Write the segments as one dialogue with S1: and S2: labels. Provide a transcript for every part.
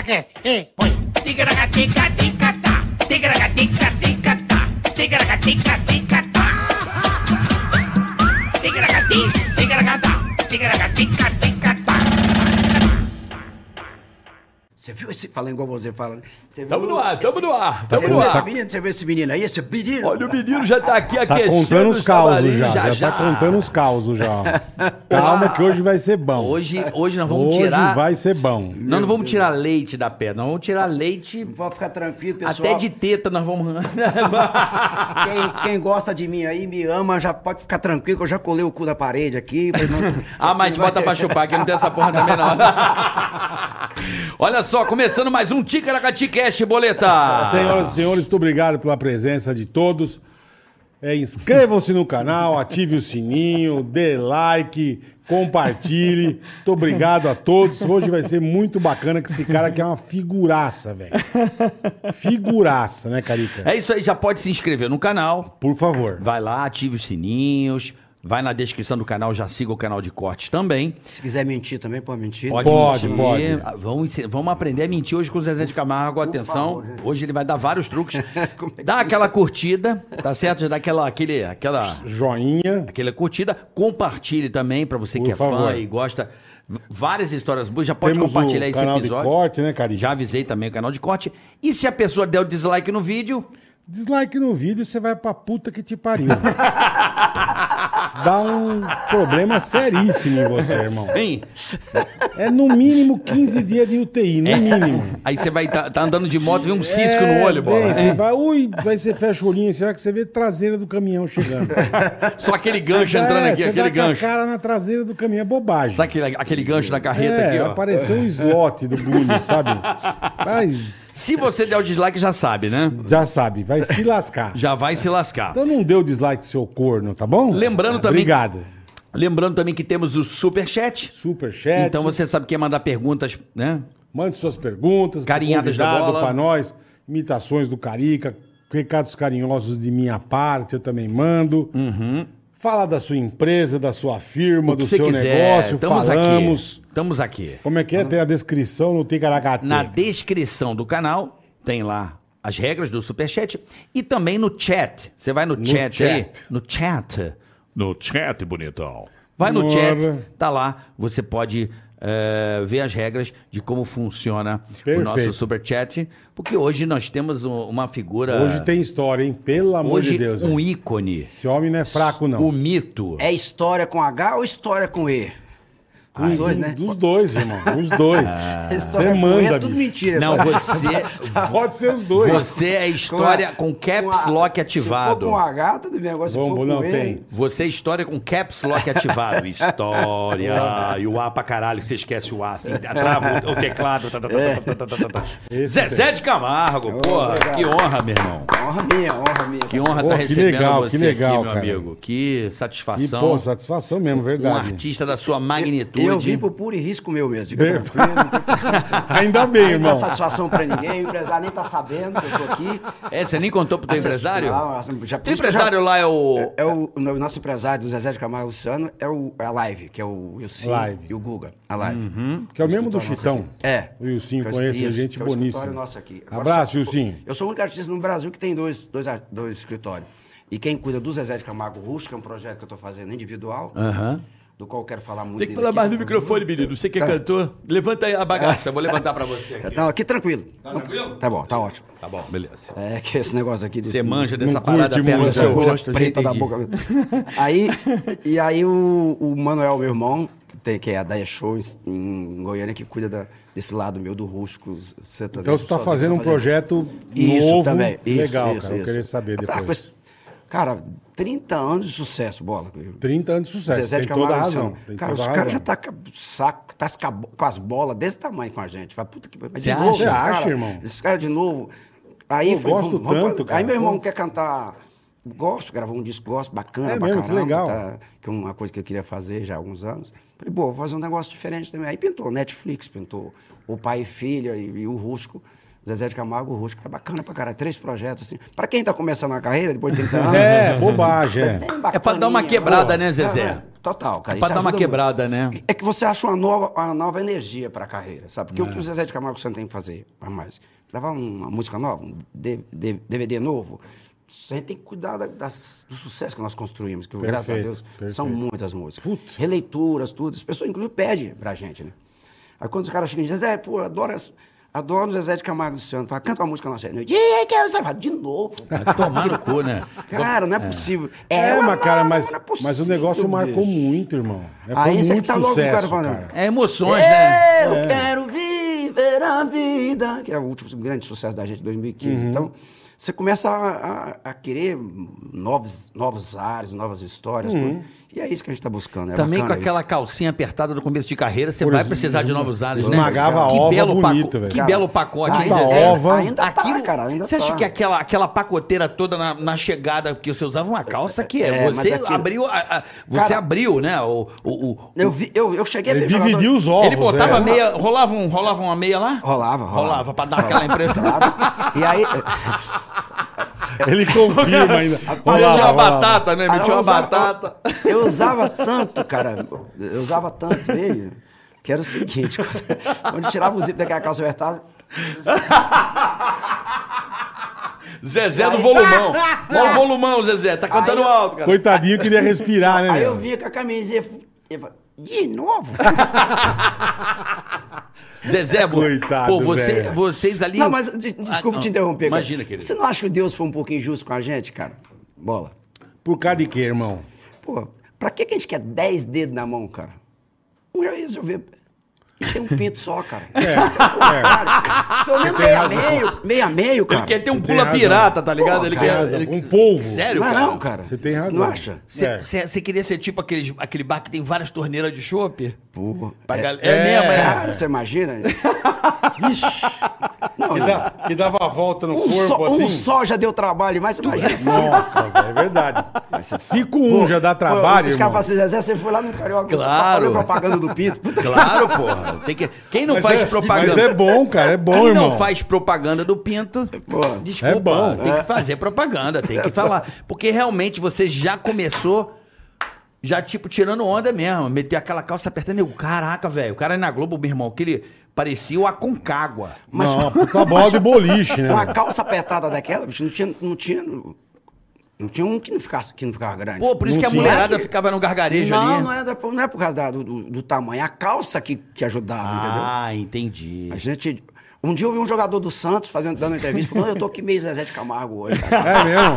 S1: Cast. E põe.
S2: Você viu esse. Falando igual você fala. né? Você
S3: Tamo
S2: viu
S3: no ar, tamo
S2: esse-
S3: no ar,
S2: Você
S3: tamo
S2: viu
S3: no
S2: esse
S3: ar.
S2: menino? Você viu esse menino aí? Esse menino?
S3: Olha, o menino já tá aqui
S4: Tá
S3: aquecendo
S4: contando os causos
S3: cavalinhos,
S4: já, já. tá contando os causos já. Calma que hoje vai ser bom.
S5: Hoje, hoje nós vamos tirar.
S4: Hoje vai ser bom.
S5: Nós não vamos tirar leite da pedra, nós vamos tirar leite.
S2: Pode ficar tranquilo, pessoal.
S5: Até de teta nós vamos.
S2: Quem, quem gosta de mim aí, me ama, já pode ficar tranquilo, que eu já colei o cu da parede aqui. mas não-
S5: ah, mas bota pra chupar, que não tem essa porra também não. Olha só, começando mais um Ticaracati Cast, boleta.
S4: Senhoras e senhores, muito obrigado pela presença de todos. É, Inscrevam-se no canal, ative o sininho, dê like, compartilhe. Muito obrigado a todos. Hoje vai ser muito bacana que esse cara aqui é uma figuraça, velho. Figuraça, né, Carica?
S5: É isso aí, já pode se inscrever no canal.
S4: Por favor.
S5: Vai lá, ative os sininhos. Vai na descrição do canal, já siga o canal de cortes também.
S2: Se quiser mentir também, pode mentir.
S4: Pode,
S5: mentir.
S4: pode.
S5: Ah, Vamos, ensi- vamos aprender a mentir hoje com o Zezé de Camargo. Atenção, hoje ele vai dar vários truques. é dá aquela curtida, tá certo? Já Dá aquela, aquele, aquela,
S4: Joinha.
S5: aquela curtida. Compartilhe também pra você
S4: Por
S5: que é fã
S4: favor.
S5: e gosta. V- Várias histórias boas. Já pode
S4: Temos o
S5: compartilhar esse
S4: canal de
S5: episódio.
S4: corte, né, Carica?
S5: Já avisei também o canal de corte. E se a pessoa der o dislike no vídeo,
S4: Dislike no vídeo, você vai pra puta que te pariu. Dá um problema seríssimo em você, irmão.
S5: hein?
S4: É no mínimo 15 dias de UTI, no mínimo.
S5: Aí você vai tá, tá andando de moto, vem um cisco
S4: É,
S5: no olho, bola.
S4: bem, Você
S5: É.
S4: vai, ui, aí você fecha o olhinho, será que você vê a traseira do caminhão chegando?
S5: Só aquele gancho
S4: Você dá-
S5: entrando aqui,
S4: você
S5: aquele
S4: dá com
S5: gancho.
S4: a cara na traseira do caminhão, é bobagem.
S5: Sabe aquele, aquele gancho da carreta
S4: é,
S5: aqui, ó?
S4: apareceu o slot do bullying, sabe? Vai,
S5: Se você der o dislike, já sabe, né?
S4: já sabe, vai se lascar.
S5: Já vai se lascar.
S4: Então não dê o dislike seu corno, tá bom?
S5: Lembrando também-
S4: Obrigado.
S5: Lembrando também que temos o Superchat.
S4: Superchat.
S5: Então você sabe que é mandar perguntas, né?
S4: Mande suas perguntas,
S5: Carinhadas da
S4: convidado
S5: bola.
S4: pra nós, imitações do Carica, recados carinhosos de minha parte, eu também mando. Fala da sua empresa, da sua firma,
S5: Uhum. O que
S4: do
S5: você
S4: seu
S5: quiser.
S4: negócio,
S5: Estamos
S4: falamos.
S5: aqui. Estamos aqui.
S4: Como é que é? Tem a descrição no Ticaracate.
S5: Na descrição do canal tem lá as regras do Superchat e também no chat. Você vai no, chat, aí,
S4: chat.
S5: no chat.
S6: No chat, bonitão.
S5: Vai no
S4: Bora.
S5: chat, tá lá, você pode eh, ver as regras de como funciona o
S4: Perfeito.
S5: nosso Superchat, porque hoje nós temos um- uma figura
S4: Hoje tem história, hein? Pelo amor
S5: hoje
S4: de Deus.
S5: um ícone,
S4: Esse homem não é fraco, não.
S5: o mito.
S2: É história com H ou história com E? Com os dois, né?
S4: Dos dois, irmão. Os dois.
S5: Ah.
S2: História
S4: Você
S2: com E
S4: manda,
S2: é tudo
S4: bicho.
S2: mentira.
S5: Não,
S2: só-
S5: você
S4: Pode ser os dois.
S5: você é história com caps
S2: a-
S5: lock
S2: Se for
S5: ativado.
S2: com H, tudo bem. Agora se
S4: Vamos,
S2: for com
S4: não,
S2: E...
S4: tem.
S5: Você é história com caps lock ativado. História. e o A pra caralho, que você esquece o A. Assim, trava o, o teclado. tá, tá, tá, tá, tá, tá, tá, tá.
S4: Esse
S5: Zezé de Camargo, porra.
S2: obrigado.
S5: Que honra, meu irmão.
S2: Honra minha, honra minha. tá
S5: Que honra
S4: Pô,
S5: estar
S4: que
S5: recebendo
S4: legal,
S5: você
S4: que legal,
S5: aqui, meu
S4: cara.
S5: amigo. Que
S4: E,
S5: é satisfação.
S4: pô, satisfação mesmo,
S5: um
S4: verdade.
S5: artista da sua magnitude.
S2: Eu vim pro puro e risco meu mesmo. Fica tranquilo, não tem
S4: Ainda bem,
S2: Não dá
S4: irmão.
S2: satisfação pra ninguém, o empresário nem tá sabendo que eu tô aqui.
S5: É, você nem contou pro teu
S2: Assess-
S5: empresário?
S2: Não, já-
S5: Teu empresário lá é o...
S2: É o, o nosso empresário, do Zezé de Camargo Luciano, é o, é a Live, que é o Wilson
S4: Live.
S2: e o Guga. A Live.
S4: Que é o mesmo do
S2: escritório
S4: Chitão.
S2: nosso aqui. É.
S4: O Ilcinho
S2: Que é
S4: conhece
S2: isso,
S4: gente
S2: que é o
S4: boníssima.
S2: escritório nosso aqui. Agora,
S4: Abraço,
S2: só-
S4: Ilcinho.
S2: Eu sou o único artista no Brasil que tem dois, dois, ar- dois escritórios. E quem cuida do Zezé de Camargo Russo, que é um projeto que eu tô fazendo individual, do qual eu quero falar muito.
S3: Tem que
S2: dele
S3: falar
S2: aqui.
S3: mais no microfone, menino. Você que é cantor, levanta aí a bagaça.
S5: Vou levantar pra você aqui.
S2: Não, aqui tranquilo. Tá tranquilo? Tá bom, tá ótimo.
S5: Tá bom, beleza.
S2: É que esse negócio aqui...
S5: Você
S2: desse-
S5: manja dessa
S4: curte
S5: parada perto
S4: muito
S5: do seu
S4: essa
S2: coisa
S5: rosto. já
S2: preta da
S5: entendi.
S2: boca. Aí, e aí o, o Manuel, meu irmão, que, tem- que é a Daia Show em- em Goiânia, que cuida da- desse lado meu do rústico. tá
S4: Então você está fazendo um projeto
S2: isso,
S4: novo.
S2: também. Isso,
S4: legal,
S2: isso,
S4: cara. Eu
S2: isso.
S4: queria saber
S2: Ah, com esse-
S4: depois.
S2: Cara, 30 anos de sucesso, bola.
S4: 30 anos de sucesso.
S2: Zezé de
S4: tem toda a
S2: Camargo
S4: razão.
S2: Luciano.
S4: Tem
S2: Cara,
S4: toda
S2: os
S4: a
S2: caras já
S4: razão.
S2: tá com o saco, tá com a bo- com as bolas desse tamanho com a gente. Fala, puta que mas
S5: Você acha? Você
S2: esses
S4: acha,
S2: cara-
S4: irmão?
S2: Esses caras de novo. Aí
S4: Pô, gosto tanto,
S2: fazer-
S4: cara.
S2: Aí meu irmão
S4: Pô.
S2: quer cantar. Gosto, gravou um disco, gosto, bacana
S4: É
S2: pra
S4: mesmo, que
S2: caramba.
S4: legal.
S2: tá? que é uma coisa que eu queria fazer já há alguns anos. Falei, pô, vou fazer um negócio diferente também. Aí pintou Netflix, pintou o pai e filha e, e o Rusco. Zezé de Camargo, o Rusco, tá bacana pra caralho. Três projetos, assim. Pra quem tá começando a carreira, depois de 30 anos.
S4: É, bobagem. É.
S5: É pra dar uma quebrada, né, Zezé?
S2: Total, cara.
S5: pra
S2: isso
S5: dar uma
S2: ajuda
S5: quebrada, né?
S2: É que você acha uma nova, uma nova energia pra carreira, sabe? Porque
S5: É.
S2: o que o Zezé de Camargo Santos tem que fazer a mais? Gravar uma música nova, um D- D- DVD novo. A gente tem que cuidar da- das- do sucesso que nós construímos, que graças a
S4: Perfeito,
S2: Deus são
S4: perfeito.
S2: muitas músicas.
S4: Puta.
S2: Releituras, tudo. As pessoas, inclusive, pedem pra gente, né? Aí quando os caras chegam e dizem, Zezé, pô, eu adoro, as- adoro o Zezé de Camargo Santos. Fala, canta uma música nossa. Eu digo, "Ih, que é isso?" Aí fala, de novo.
S5: Vai Tomar no cu, né?
S2: Cara, não é possível.
S4: É,
S2: uma
S4: mas, cara,
S2: nova,
S4: mas,
S2: não é
S4: mas o
S2: possível,
S4: negócio marcou
S2: bicho.
S4: muito, irmão. É,
S2: Aí
S4: foi
S2: você que
S4: muito
S2: tá louco,
S4: sucesso,
S2: cara, falando.
S4: cara.
S5: É emoções, né?
S2: Eu
S4: É.
S2: quero viver a vida. Que é o último grande sucesso da gente de 2015.
S4: Uhum.
S2: Então, você começa a, a- a querer novos, novos ares, novas histórias.
S4: Uhum.
S2: Tudo. E é isso que a gente está buscando. é
S5: Também com
S2: bacana
S5: aquela
S2: isso.
S5: calcinha apertada do começo de carreira, você
S4: Por
S5: vai
S4: esma-
S5: precisar de novos ares, né?
S4: esmagava a
S5: que
S4: ova
S5: belo paco-
S4: bonito, velho.
S5: Que belo pacote, hein,
S4: Cada
S5: Zezé?
S4: ova.
S2: tá Ainda
S5: Aquilo,
S2: tá, cara. Ainda
S5: você acha
S2: tá.
S5: que é aquela, aquela pacoteira toda na, na chegada, porque você usava uma calça que é,
S2: É, mas
S5: você
S2: aquilo-
S5: abriu, a- a- você
S2: Cara-
S5: abriu, né? O, o- o-
S2: Eu, vi, eu, eu cheguei
S4: Ele
S2: ver é jogador-
S4: dividiu os ovos.
S5: ele botava
S4: é.
S5: meia, rolava, um, rolava uma meia lá?
S2: Rolava, rolava.
S5: Rolava, pra dar aquela impressão.
S2: Rolava. E aí,
S4: Ele confirma ainda.
S5: Metia
S4: Olha
S5: uma
S4: lá, olha lá.
S5: batata, né?
S2: Ah, eu
S5: Metia uma
S2: usava-
S5: batata.
S2: Eu usava tanto, cara. Eu usava tanto ele, que era o seguinte: quando- quando eu tirava o zíper daquela calça apertada,
S3: Zezé do volumão. Olha o volumão, Zezé. Tá cantando
S2: Aí eu-
S3: alto, cara.
S4: Coitadinho queria
S5: É.
S4: respirar, né?
S2: aí eu
S4: meu?
S2: vinha com a camisa e eu fu- eu falava, de novo?
S5: Zezé, pô,
S4: Coitado,
S5: pô, você-
S4: velho.
S5: vocês ali.
S2: Não, mas des- desculpa
S5: Ah,
S2: te
S5: não.
S2: interromper. cara.
S5: Imagina, querido.
S2: Você não acha que Deus foi um pouco injusto com a gente, cara? Bola.
S4: Por causa de quê, irmão?
S2: Pô, pra que, que a gente quer 10 dedos na mão, cara? Um já resolver. E tem um pinto só, cara. Isso é o contrário. Pelo menos meio a meio, meio a meio, cara.
S5: Ele quer ter um
S4: Tem
S5: pula
S4: razão.
S5: pirata, tá ligado? ele
S4: Tem
S5: quer.
S4: razão.
S5: ele-
S4: Um polvo.
S5: Sério,
S2: Não é
S5: cara?
S2: não, cara.
S4: Você tem
S2: Não
S4: razão.
S2: acha?
S4: É.
S5: Você queria ser tipo aqueles, aquele bar que tem várias torneiras de chopp?
S2: Pô,
S5: Pra
S2: é,
S5: gal- É, mesmo, é.
S2: cara, você imagina? Não,
S4: Que, dá- que dava a volta no
S2: um,
S4: corpo
S2: só,
S4: assim.
S2: um só já deu trabalho, mas você imagina assim. cinco.
S4: Nossa, velho, é verdade. 5 1 já dá trabalho,
S2: tá Os caras
S4: irmão.
S2: falam assim, Zezé, você foi lá no Carioca
S5: Claro.
S2: pra fazer propaganda do Pinto. Puta
S5: Claro, porra. Tem que... Quem não
S4: Mas
S5: faz
S4: é-
S5: propaganda.
S4: Mas é bom, cara, é bom,
S5: Quem
S4: irmão.
S5: não faz propaganda do Pinto,
S2: Pô,
S5: desculpa,
S4: é bom.
S5: tem que fazer propaganda, tem que falar. Porque realmente você já começou, já tipo, tirando onda mesmo. Meteu aquela calça apertando e eu, caraca, velho, o cara na Globo, meu irmão, que ele parecia o Aconcagua.
S2: assim,
S4: Não, uma puta bola de boliche, né?
S2: Uma
S4: meu?
S2: calça apertada daquela, bicho, não tinha. Não tinha, não tinha um que não, ficasse, que não ficava grande.
S5: Pô, por isso
S4: Não
S5: que a
S4: tinha.
S5: mulherada ficava no gargarejo
S2: não,
S5: ali.
S2: não é, da- não é por causa da- do, do- do tamanho, é a calça que, que ajudava, entendeu?
S5: Ah, entendi.
S2: A gente. Um dia eu vi um jogador do Santos fazendo, dando entrevista, falando, eu tô aqui meio Zezé de Camargo hoje. cara."
S4: É mesmo?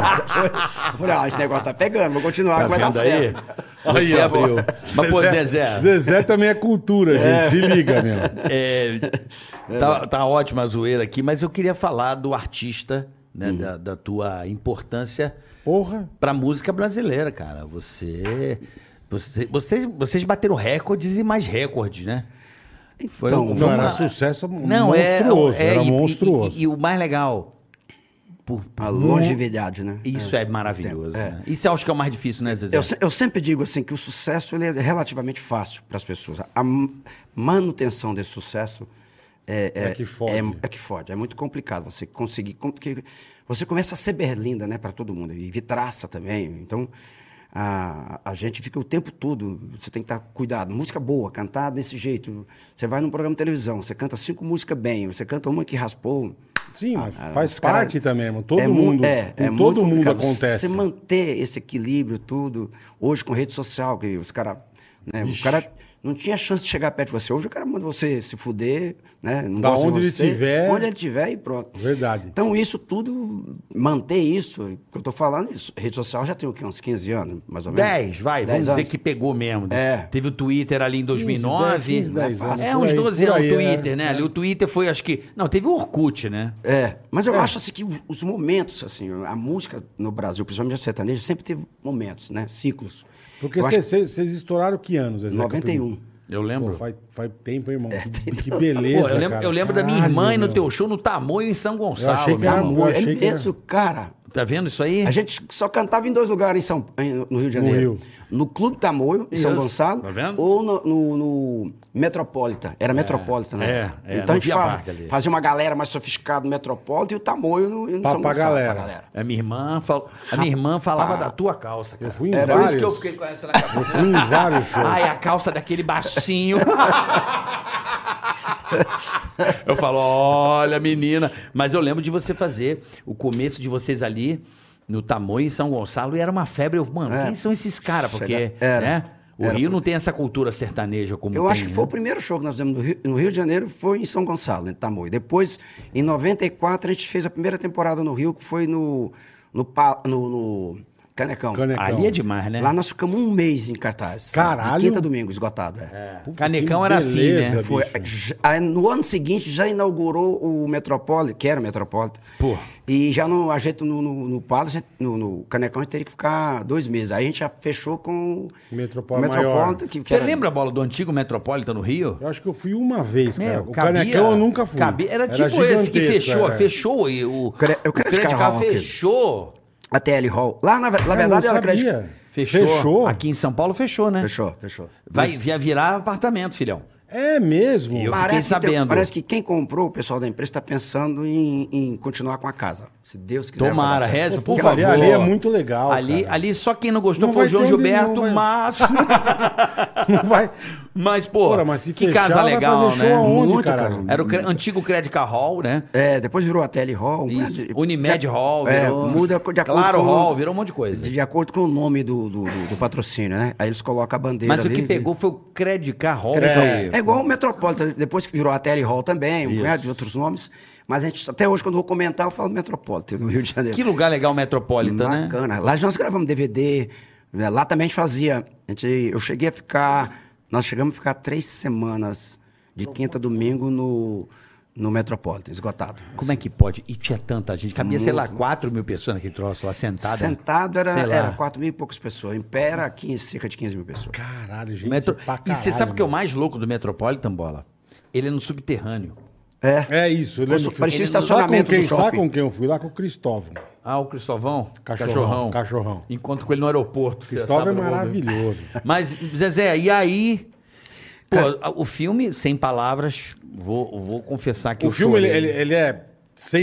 S2: Eu falei, ah, esse negócio tá pegando, vou continuar, que vai dar certo.
S5: Você
S4: Aí, ó.
S5: abriu. Mas, pô, Zezé.
S4: Zezé também é cultura, gente. Se liga, meu.
S5: É, tá, tá ótima a zoeira aqui, mas eu queria falar do artista, né, da, da tua importância
S4: Porra.
S5: pra música brasileira, cara. Você, você, vocês, vocês bateram recordes e mais recordes, né? Foi
S2: Então,
S5: um-
S4: Não,
S5: foi
S4: era
S5: uma-
S4: sucesso
S5: Não, é-
S4: Um monstruoso.
S5: é,
S4: era
S5: e- e-
S4: monstruoso.
S5: E, e o mais legal, por-
S2: A longevidade, né?
S5: isso é, maravilhoso. né? Isso eu acho que é o mais difícil, né, Zezé?
S2: Eu, se- eu sempre digo assim que o sucesso ele é relativamente fácil para as pessoas. A m- manutenção desse sucesso é,
S4: É que fode.
S2: É, é que fode. É muito complicado você conseguir. com- que- Você começa a ser berlinda, né, para todo mundo e vitraça também. Então a, a gente fica o tempo todo. Você tem que estar cuidado. Música boa, cantar desse jeito. Você vai num programa de televisão, você canta cinco músicas bem, você canta uma que raspou.
S4: Sim, mas faz
S2: ah, Os cara-
S4: parte também, irmão. Todo
S2: é mu-
S4: mundo.
S2: é,
S4: com
S2: é muito
S4: todo mundo
S2: complicado.
S4: acontece.
S2: Você manter esse equilíbrio, tudo, hoje com rede social, que os caras. o cara não tinha chance de chegar perto de você. Hoje o cara manda você se fuder, né? Não
S4: Da
S2: gosta de
S4: onde ele
S2: você,
S4: tiver.
S2: Onde ele tiver e pronto.
S4: Verdade.
S2: Então, isso tudo, manter isso, que eu tô falando, isso, rede social já tem o quê? Uns 15 anos, mais ou menos?
S5: 10, vai, vamos
S2: Dez
S5: dizer
S2: anos.
S5: que pegou mesmo.
S2: É.
S5: Teve o Twitter ali em 2009.
S4: 15, 10 anos,
S5: é,
S4: por
S5: uns
S4: aí,
S5: 12
S4: por
S5: anos
S4: aí,
S5: o Twitter,
S4: né?
S5: né? Ali o Twitter foi, acho que. Não, teve o Orkut, né?
S2: É, mas eu acho assim que o- os momentos, assim, a música no Brasil, principalmente a sertaneja, sempre teve momentos, né? Ciclos.
S4: Porque
S2: Eu acho um.
S4: vocês estouraram que anos, Zezé?
S2: que 91.
S5: Eu
S4: Pô,
S5: lembro.
S4: faz, faz tempo, hein, irmão.
S2: É,
S4: que, que beleza.
S5: Pô, eu lembro,
S4: cara.
S5: eu lembro da minha
S4: Caralho,
S5: irmã e no
S4: meu.
S5: teu show no Tamoio em São Gonçalo.
S4: achei que
S5: meu
S4: era É,
S5: irmão.
S4: Eu
S2: Amor, é
S4: achei que era-
S2: mesmo, cara.
S5: Tá vendo isso aí?
S2: A gente só cantava em dois lugares em São, em- no Rio de Janeiro.
S4: Rio.
S2: No Clube Tamoio, em São
S5: Isso.
S2: Gonçalo,
S5: Tá vendo?
S2: ou no, no- no Metropolitan. Era Metropolitan, né?
S5: é, é,
S2: então
S5: não
S2: a gente
S5: tinha
S2: fa-
S5: barca ali.
S2: fazia uma galera mais sofisticada no Metropolitan e o Tamoio no, em
S4: Pra-
S2: São
S4: pra
S2: Gonçalo.
S4: galera.
S5: A minha irmã, fal... a minha irmã falava da tua calça, cara.
S4: Eu fui em
S5: Era
S4: vários.
S5: isso que eu fiquei com essa na cabeça.
S4: Eu fui em vários shows.
S5: Ai, a calça daquele baixinho. eu falo, olha, menina. Mas eu lembro de você fazer o começo de vocês ali no Tamoio, em São Gonçalo, e era uma febre. Eu, mano, quem são esses caras? Porque,
S2: Chega- era.
S5: né? O
S2: Era,
S5: Rio não tem essa cultura sertaneja como
S2: Eu
S5: tem,
S2: acho que
S5: né?
S2: foi o primeiro show que nós fizemos no Rio, no Rio de Janeiro, foi em São Gonçalo, em Tamoio. Depois, em 94, a gente fez a primeira temporada no Rio, que foi no, no, pa- no- no Canecão.
S4: Canecão.
S5: Ali é demais, né?
S2: Lá nós ficamos um mês em cartaz.
S4: Caralho!
S2: De quinta a domingo, esgotado. é.
S4: Puta,
S5: Canecão
S4: que
S5: era assim,
S4: beleza,
S5: né?
S2: Foi,
S4: bicho.
S2: já- aí no ano seguinte já inaugurou o Metropolitan, que era o Metropolitan.
S5: Pô.
S2: E já no, a gente no, no, no Palace, no, no Canecão, a gente teria que ficar dois meses. Aí a gente já fechou com o
S4: Metropolitan maior.
S2: que, que
S5: Você
S2: era-
S5: lembra a bola do antigo Metropolitan no Rio?
S4: Eu acho que eu fui uma vez, cara.
S5: Meu,
S4: o
S5: cabia-
S4: Canecão eu nunca fui.
S5: cabia- era tipo esse que
S4: gigantesco, é,
S5: fechou,
S4: era.
S5: fechou e o, o
S2: Cre- o Credit Card Hall, aquele.
S5: fechou.
S2: A TL Hall. Lá, na, na
S4: Cara, É,
S2: verdade,
S4: eu não
S2: ela
S4: sabia.
S2: acredita.
S5: Fechou.
S4: Fechou?
S5: Aqui em São Paulo fechou, né?
S2: Fechou, fechou.
S5: Vai via- virar apartamento, filhão.
S4: É mesmo?
S5: Eu-
S2: parece
S5: fiquei
S2: que tem-
S5: sabendo.
S2: parece que quem comprou, o pessoal da empresa, está pensando em, em continuar com a casa. Se Deus quiser. vai dar
S5: Tomara,
S2: certo.
S5: reza, por
S4: Pô,
S5: favor.
S4: ali- ali é muito legal,
S5: Ali,
S4: cara.
S5: ali só quem não gostou
S4: Não
S5: foi o
S4: vai
S5: João
S4: ter onde-
S5: Gilberto,
S4: não vai-
S5: mas.
S4: Não vai.
S5: mas, pô,
S4: Porra, mas se
S5: que
S4: fechar,
S5: casa
S4: vai
S5: legal,
S4: fazer show
S5: né?
S4: aonde,
S2: Muito,
S4: caralho?
S2: cara.
S5: Era o cre- antigo Credit Card Hall, né?
S2: É, depois virou a Tele Hall.
S5: Isso,
S2: mas-
S5: Unimed
S2: de-
S5: Hall,
S2: é,
S5: virou-
S2: muda de acordo
S5: Claro
S2: com o-
S5: Hall, virou um monte de coisa.
S2: De acordo com o nome do, do, do- do patrocínio, né? Aí eles colocam a bandeira
S5: Mas o
S2: ali,
S5: que pegou foi o Credit Card Hall.
S2: Credit
S5: foi-
S2: Hall. É igual o Metropolitan, depois que virou a Tele Hall também, um punhado de outros nomes. Mas a gente, até hoje, quando eu vou comentar, eu falo Metropolitan, no Rio de Janeiro.
S5: Que lugar legal Metropolitan, né?
S2: Bacana. Lá nós gravamos DVD, né? lá também a gente fazia. A gente, eu cheguei a ficar, nós chegamos a ficar três semanas, de quinta a domingo, no, no Metropolitan, esgotado.
S5: Como é que pode? E tinha tanta gente. Cabia, sei lá, 4 mil pessoas naquele troço lá, sentada.
S2: Sentado era,
S5: Tá Sei lá.
S2: era 4 mil e poucas pessoas, em pé era 15, cerca de 15 mil pessoas.
S4: Caralho, gente.
S5: Metro...
S4: pra
S5: E você sabe
S4: caralho,
S5: o que é o mais louco do Metropolitan, Bola? Ele é no subterrâneo.
S2: É.
S4: É isso, eu lembro.
S2: Nossa, parecia
S4: Ele-
S2: estacionamento
S4: sabe com quem,
S2: do shopping.
S4: Sabe com quem eu fui lá? Com o Cristóvão.
S5: Ah, o Cristovão?
S4: Cachorrão, cachorrão.
S5: Encontro com ele no aeroporto. você
S4: Cristóvão é
S5: sabe, eu vou ver.
S4: maravilhoso.
S5: Mas, Zezé, e aí... Pô, o filme, sem palavras, vou, vou confessar que
S4: o
S5: eu
S4: filme, ele,
S5: chorei.
S4: ele- ele é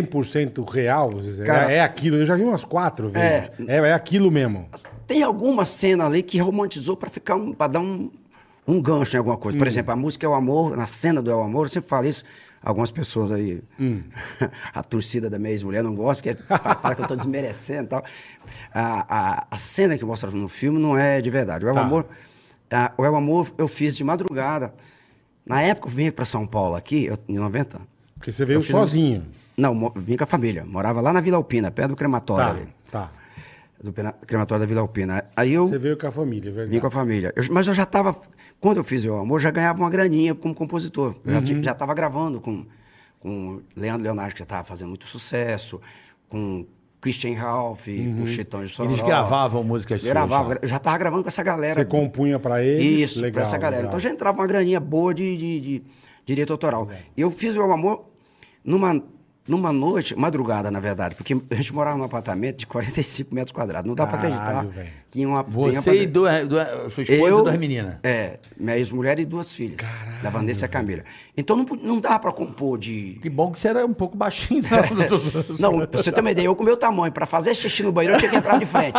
S4: 100% real, vocês dizem?
S2: Cara-
S4: é, é aquilo. Eu já vi umas quatro vezes. É, é aquilo mesmo.
S2: Tem alguma cena ali que romantizou pra ficar um, pra dar um, um gancho em alguma coisa.
S5: Hum.
S2: Por exemplo, a música é o amor, na cena do É o Amor, eu sempre falo isso. Algumas pessoas aí,
S5: Hum.
S2: a torcida da minha ex-mulher não gosta, porque fala que eu tô desmerecendo e tal. A, a, a cena que mostra no filme não é de verdade. O É o
S4: Tá.
S2: Amor, a- o é o Amor eu fiz de madrugada. Na época eu vim pra São Paulo aqui, eu, em 90,
S4: Porque você veio
S2: Eu fiz um-
S4: sozinho.
S2: Não, mo- vim com a família. Morava lá na Vila Alpina, perto do crematório
S4: Tá,
S2: ali.
S4: tá.
S2: Do pena- crematório da Vila Alpina. Aí eu
S4: Você veio com a família, é
S2: vim com a
S4: verdade.
S2: família. Eu- mas eu já estava... Quando eu fiz o amor, já ganhava uma graninha como compositor. Eu já
S5: Uhum.
S2: ti- já estava gravando com, com Leandro Leonardo, que já estava fazendo muito sucesso, com Christian Ralph, com Chitão de Soró.
S5: Uhum. Eles gravavam músicas suas,
S2: Gravavam. Eu já estava gravando com essa galera.
S4: Você compunha pra eles.
S2: Isso, pra essa galera.
S4: legal.
S2: Então já entrava uma graninha boa de, de, de direito autoral. E eu fiz o Meu Amor numa, numa noite, madrugada, na verdade, porque a gente morava num apartamento de 45 metros quadrados. Não dá pra
S4: Caralho,
S2: acreditar
S4: velho.
S2: que em uma... tem uma-
S5: Você e duas, duas, sua esposa e duas meninas.
S2: É, minha ex-mulher e duas filhas. da Vanessa e a Camila. Então não, pu- não dá pra compor de...
S5: Que bom que você era um pouco baixinho. Né?
S2: Não, pra você também deu eu com o meu tamanho. Pra fazer xixi no banheiro, eu tinha que entrar de frente.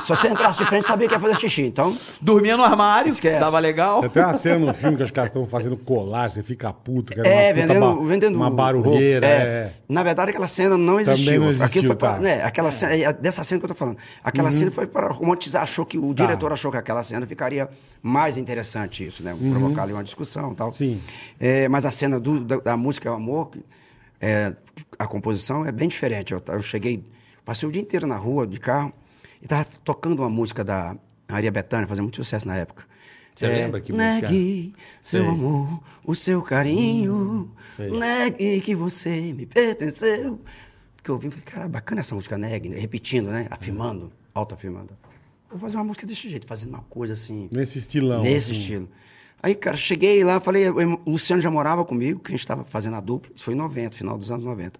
S2: Se você entrasse de frente, sabia que ia fazer xixi. Então,
S5: Dormia no armário,
S2: Esquece.
S5: tava legal.
S4: Tem até uma cena no filme que as caras estão fazendo colar, você fica puto. Que era
S2: É,
S4: uma puta
S2: vendendo,
S4: ba-
S2: vendendo.
S4: Uma
S2: roupa.
S4: barulheira. é.
S2: Na verdade, aquela cena não
S4: Também
S2: existiu.
S4: não
S2: Aquilo
S4: existiu,
S2: foi pra-
S4: tá. Uhum.
S2: né, aquela cena, é dessa cena que eu tô falando. Aquela cena foi para romantizar, achou que o
S4: Tá.
S2: diretor achou que aquela cena ficaria mais interessante isso, né? Provocar ali uma discussão e tal.
S4: Uhum. Sim.
S2: É, mas a cena do- da, da música é o amor, que- é, a composição é bem diferente. Eu, ta- eu cheguei, passei o dia inteiro na rua de carro e tava tocando uma música da Maria Bethânia, fazia muito sucesso na época. É, né,
S5: Você lembra que música era?
S2: Negue seu amor, o seu carinho. Negue que você me pertenceu. Porque eu ouvi e falei, cara, bacana essa música, negue, né? repetindo, né? Afirmando, autoafirmando. Vou fazer uma música desse jeito, fazendo uma coisa assim.
S4: Nesse estilão,
S2: Nesse
S4: assim.
S2: estilo. Aí, cara, cheguei lá, falei, o Luciano já morava comigo, que a gente estava fazendo a dupla. Isso foi em 90, final dos anos 90.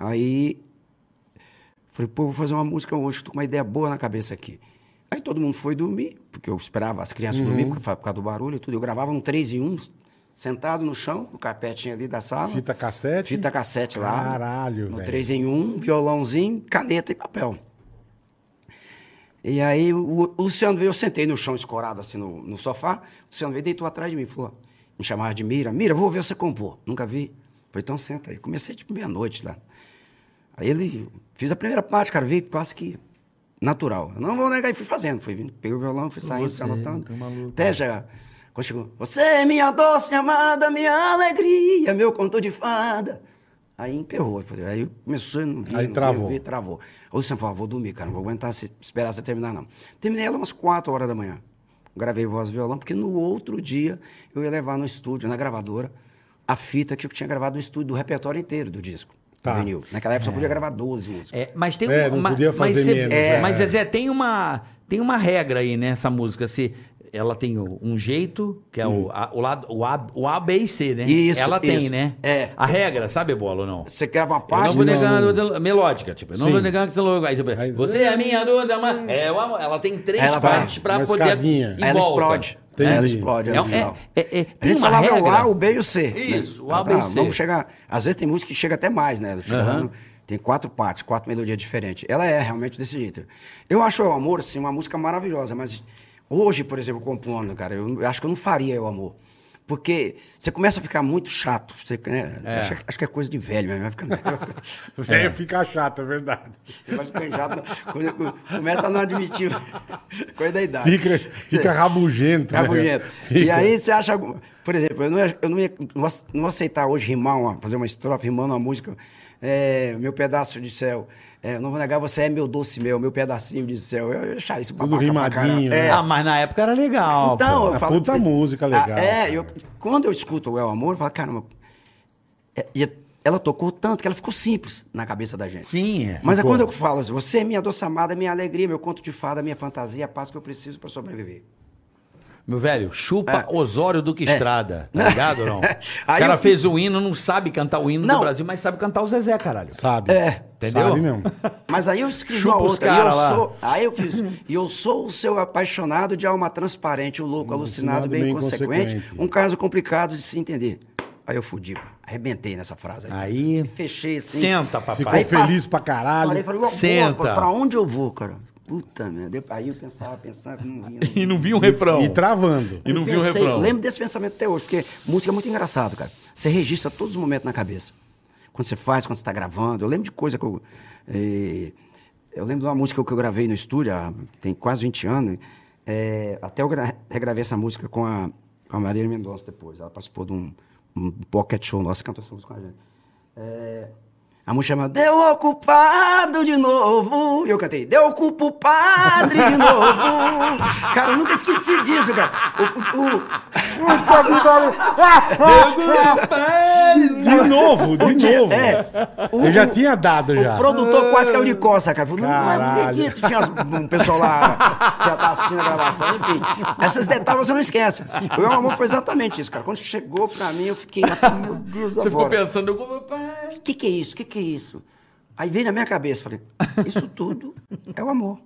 S2: Aí Falei, pô, vou fazer uma música hoje, tô com uma ideia boa na cabeça aqui. Aí todo mundo foi dormir, porque eu esperava as crianças dormir
S4: Uhum.
S2: por fa- por causa do barulho e tudo. Eu gravava um 3 em 1, sentado no chão, no carpetinho ali da sala.
S4: Fita cassete?
S2: Fita cassete lá.
S4: Caralho,
S2: No
S4: velho.
S2: 3 em 1, violãozinho, caneta e papel. E aí o, o Luciano veio, eu sentei no chão escorado assim no, no sofá, o Luciano veio, deitou atrás de mim, falou, me chamava de Mira, Mira, vou ver você compor. Nunca vi. Falei, então senta aí. Comecei tipo meia-noite lá. Aí ele, fiz a primeira parte, cara, veio quase que natural. Eu não vou negar, e fui fazendo, fui vindo, peguei o violão, fui saindo, fui
S4: então,
S2: anotando. Até já, quando chegou, você é minha doce amada, minha alegria, meu conto de fada. Aí emperrou, eu falei, aí começou, eu não vi,
S4: Aí
S2: não vi,
S4: travou.
S2: não vi, travou. Ou você falou, "Ah, vou dormir, cara, não vou aguentar se, esperar você terminar, não. Terminei ela umas 4 horas da manhã. Gravei voz e violão, porque no outro dia eu ia levar no estúdio, na gravadora, a fita que eu tinha gravado no estúdio, do repertório inteiro do disco.
S4: Tá.
S2: do vinil. Naquela época só podia gravar 12 músicas.
S5: É, mas tem
S4: É,
S5: uma,
S4: não podia fazer
S5: mas, cê-
S4: menos,
S5: é,
S4: é.
S5: mas Zezé, tem uma, tem uma regra aí, né? Essa música. Se ela tem o- um jeito, que é o, a, o, lado, o, a, o A, B e C, né?
S2: Isso,
S5: Ela tem,
S2: isso.
S5: né?
S2: É.
S5: A regra, sabe, Bola, ou não?
S2: Você grava uma
S5: Eu não
S2: parte.
S5: vou
S2: mas-
S5: negar a melódica, tipo, eu não
S4: Sim.
S5: vou negar que você não aí, tipo,
S4: Aí-
S5: Você é a minha luz, ama. É, eu amo. Ela tem três
S2: Ela vai.
S5: partes pra
S4: Uma
S5: poder.
S4: escadinha.
S5: e
S2: Aí ela
S5: volta.
S2: explode.
S4: Entendi.
S2: Ela explode. ela
S5: É,
S2: no final.
S5: é, é, é,
S2: a
S5: tem
S2: gente
S5: uma
S2: falava é o
S5: regra.
S2: A, o B e o C. né?
S5: Isso, o A,
S2: Ah,
S5: B e o C.
S2: Vamos chegar. Às vezes tem música que chega até mais, né? Chega
S5: Aham.
S2: no- Tem quatro partes, quatro melodias diferentes. Ela é realmente desse jeito. Eu acho o amor, sim, uma música maravilhosa, mas hoje, por exemplo, compondo, cara, eu acho que eu não faria o amor. Porque você começa a ficar muito chato. Você, né? acho, acho que é coisa de velho mesmo. Vai ficando.
S4: Velho, fica chato, é verdade.
S2: Eu acho que tem chato, coisa- começa a não admitir coisa da idade.
S4: Fica, fica rabugento. né?
S2: Rabugento.
S4: Fica.
S2: Tá E aí você acha. algum- Por exemplo, eu não ia, eu não ia- não ace- não vou aceitar hoje rimar uma, fazer uma estrofe rimando uma música. é, meu pedaço de céu. É, não vou negar, você é meu doce meu, meu pedacinho de céu. Eu ia achar isso
S4: Tudo
S2: babaca pra caralho.
S4: rimadinho, né?
S2: É.
S5: Ah, mas na época era legal.
S2: Então,
S4: É
S2: eu falo.
S4: puta música legal,
S2: Ah,
S4: cara.
S2: é, eu, quando eu escuto o El Amor, eu falo, caramba. é- e ela tocou tanto que ela ficou simples na cabeça da gente.
S5: Sim. é.
S2: Mas é
S4: Ficou.
S2: quando eu falo assim, você é minha doce amada, minha alegria, meu conto de fada, minha fantasia, a paz que eu preciso pra sobreviver.
S5: Meu velho, chupa Osório Duque Estrada, tá ligado ou não? o
S2: É. Aí
S5: cara
S2: eu fi-
S5: fez o hino, não sabe cantar o hino
S2: Não.
S5: do Brasil, mas sabe cantar o Zezé, caralho.
S4: Sabe?
S2: É.
S5: Entendeu?
S4: Sabe mesmo.
S2: Mas aí eu escrevi
S5: Chupa
S2: uma
S5: os
S2: outra. E
S5: cara
S2: eu
S5: lá.
S2: sou, aí eu fiz. e eu sou o seu apaixonado de alma transparente, o louco, alucinado, bem,
S4: bem
S2: inconsequente.
S4: inconsequente.
S2: Um caso complicado de se entender. Aí eu fudi, arrebentei nessa frase. Aí.
S5: Aí,
S2: Fechei assim.
S5: senta, papai.
S4: Ficou feliz pra caralho.
S2: Falei, falei, loucura,
S5: Senta.
S2: pra onde eu vou, cara? Puta merda. Aí eu pensava, pensava, não ia. não ia.
S5: E não viu um refrão.
S4: E travando.
S6: E não viu o
S2: Pensei,
S6: refrão.
S2: Lembro desse pensamento até hoje, porque música é muito engraçado, cara. Você registra todos os momentos na cabeça. Quando você faz, quando você está gravando. Eu lembro de coisa que eu. eh, eu lembro de uma música que eu gravei no estúdio, há- tem quase 20 anos. eh, até eu gra- regravei essa música com a, com a Maria Mendonça depois. Ela participou de um, um pocket show nosso, cantou essa música com a gente. Eh, a música chama Deu Ocupado de novo. E eu cantei Deu Cupo Padre de novo. Cara, eu nunca esqueci disso, cara. O- o- o-
S4: De novo, de novo.
S2: É, o-
S4: Eu já
S2: o-
S4: tinha dado já.
S2: O produtor quase caiu de costa, cara. Falou, não, mas não
S4: Caralho.
S2: acredito. Tinha as- um pessoal lá que já tá assistindo a gravação, enfim. Esses detalhes você não esquece. O meu amor foi exatamente isso, cara. Quando chegou pra mim, eu fiquei, meu Deus,
S3: Você ficou
S2: agora.
S3: pensando, eu- pai,
S2: O que, que é isso? O que, que é isso? Aí veio na minha cabeça, falei, isso tudo é o amor.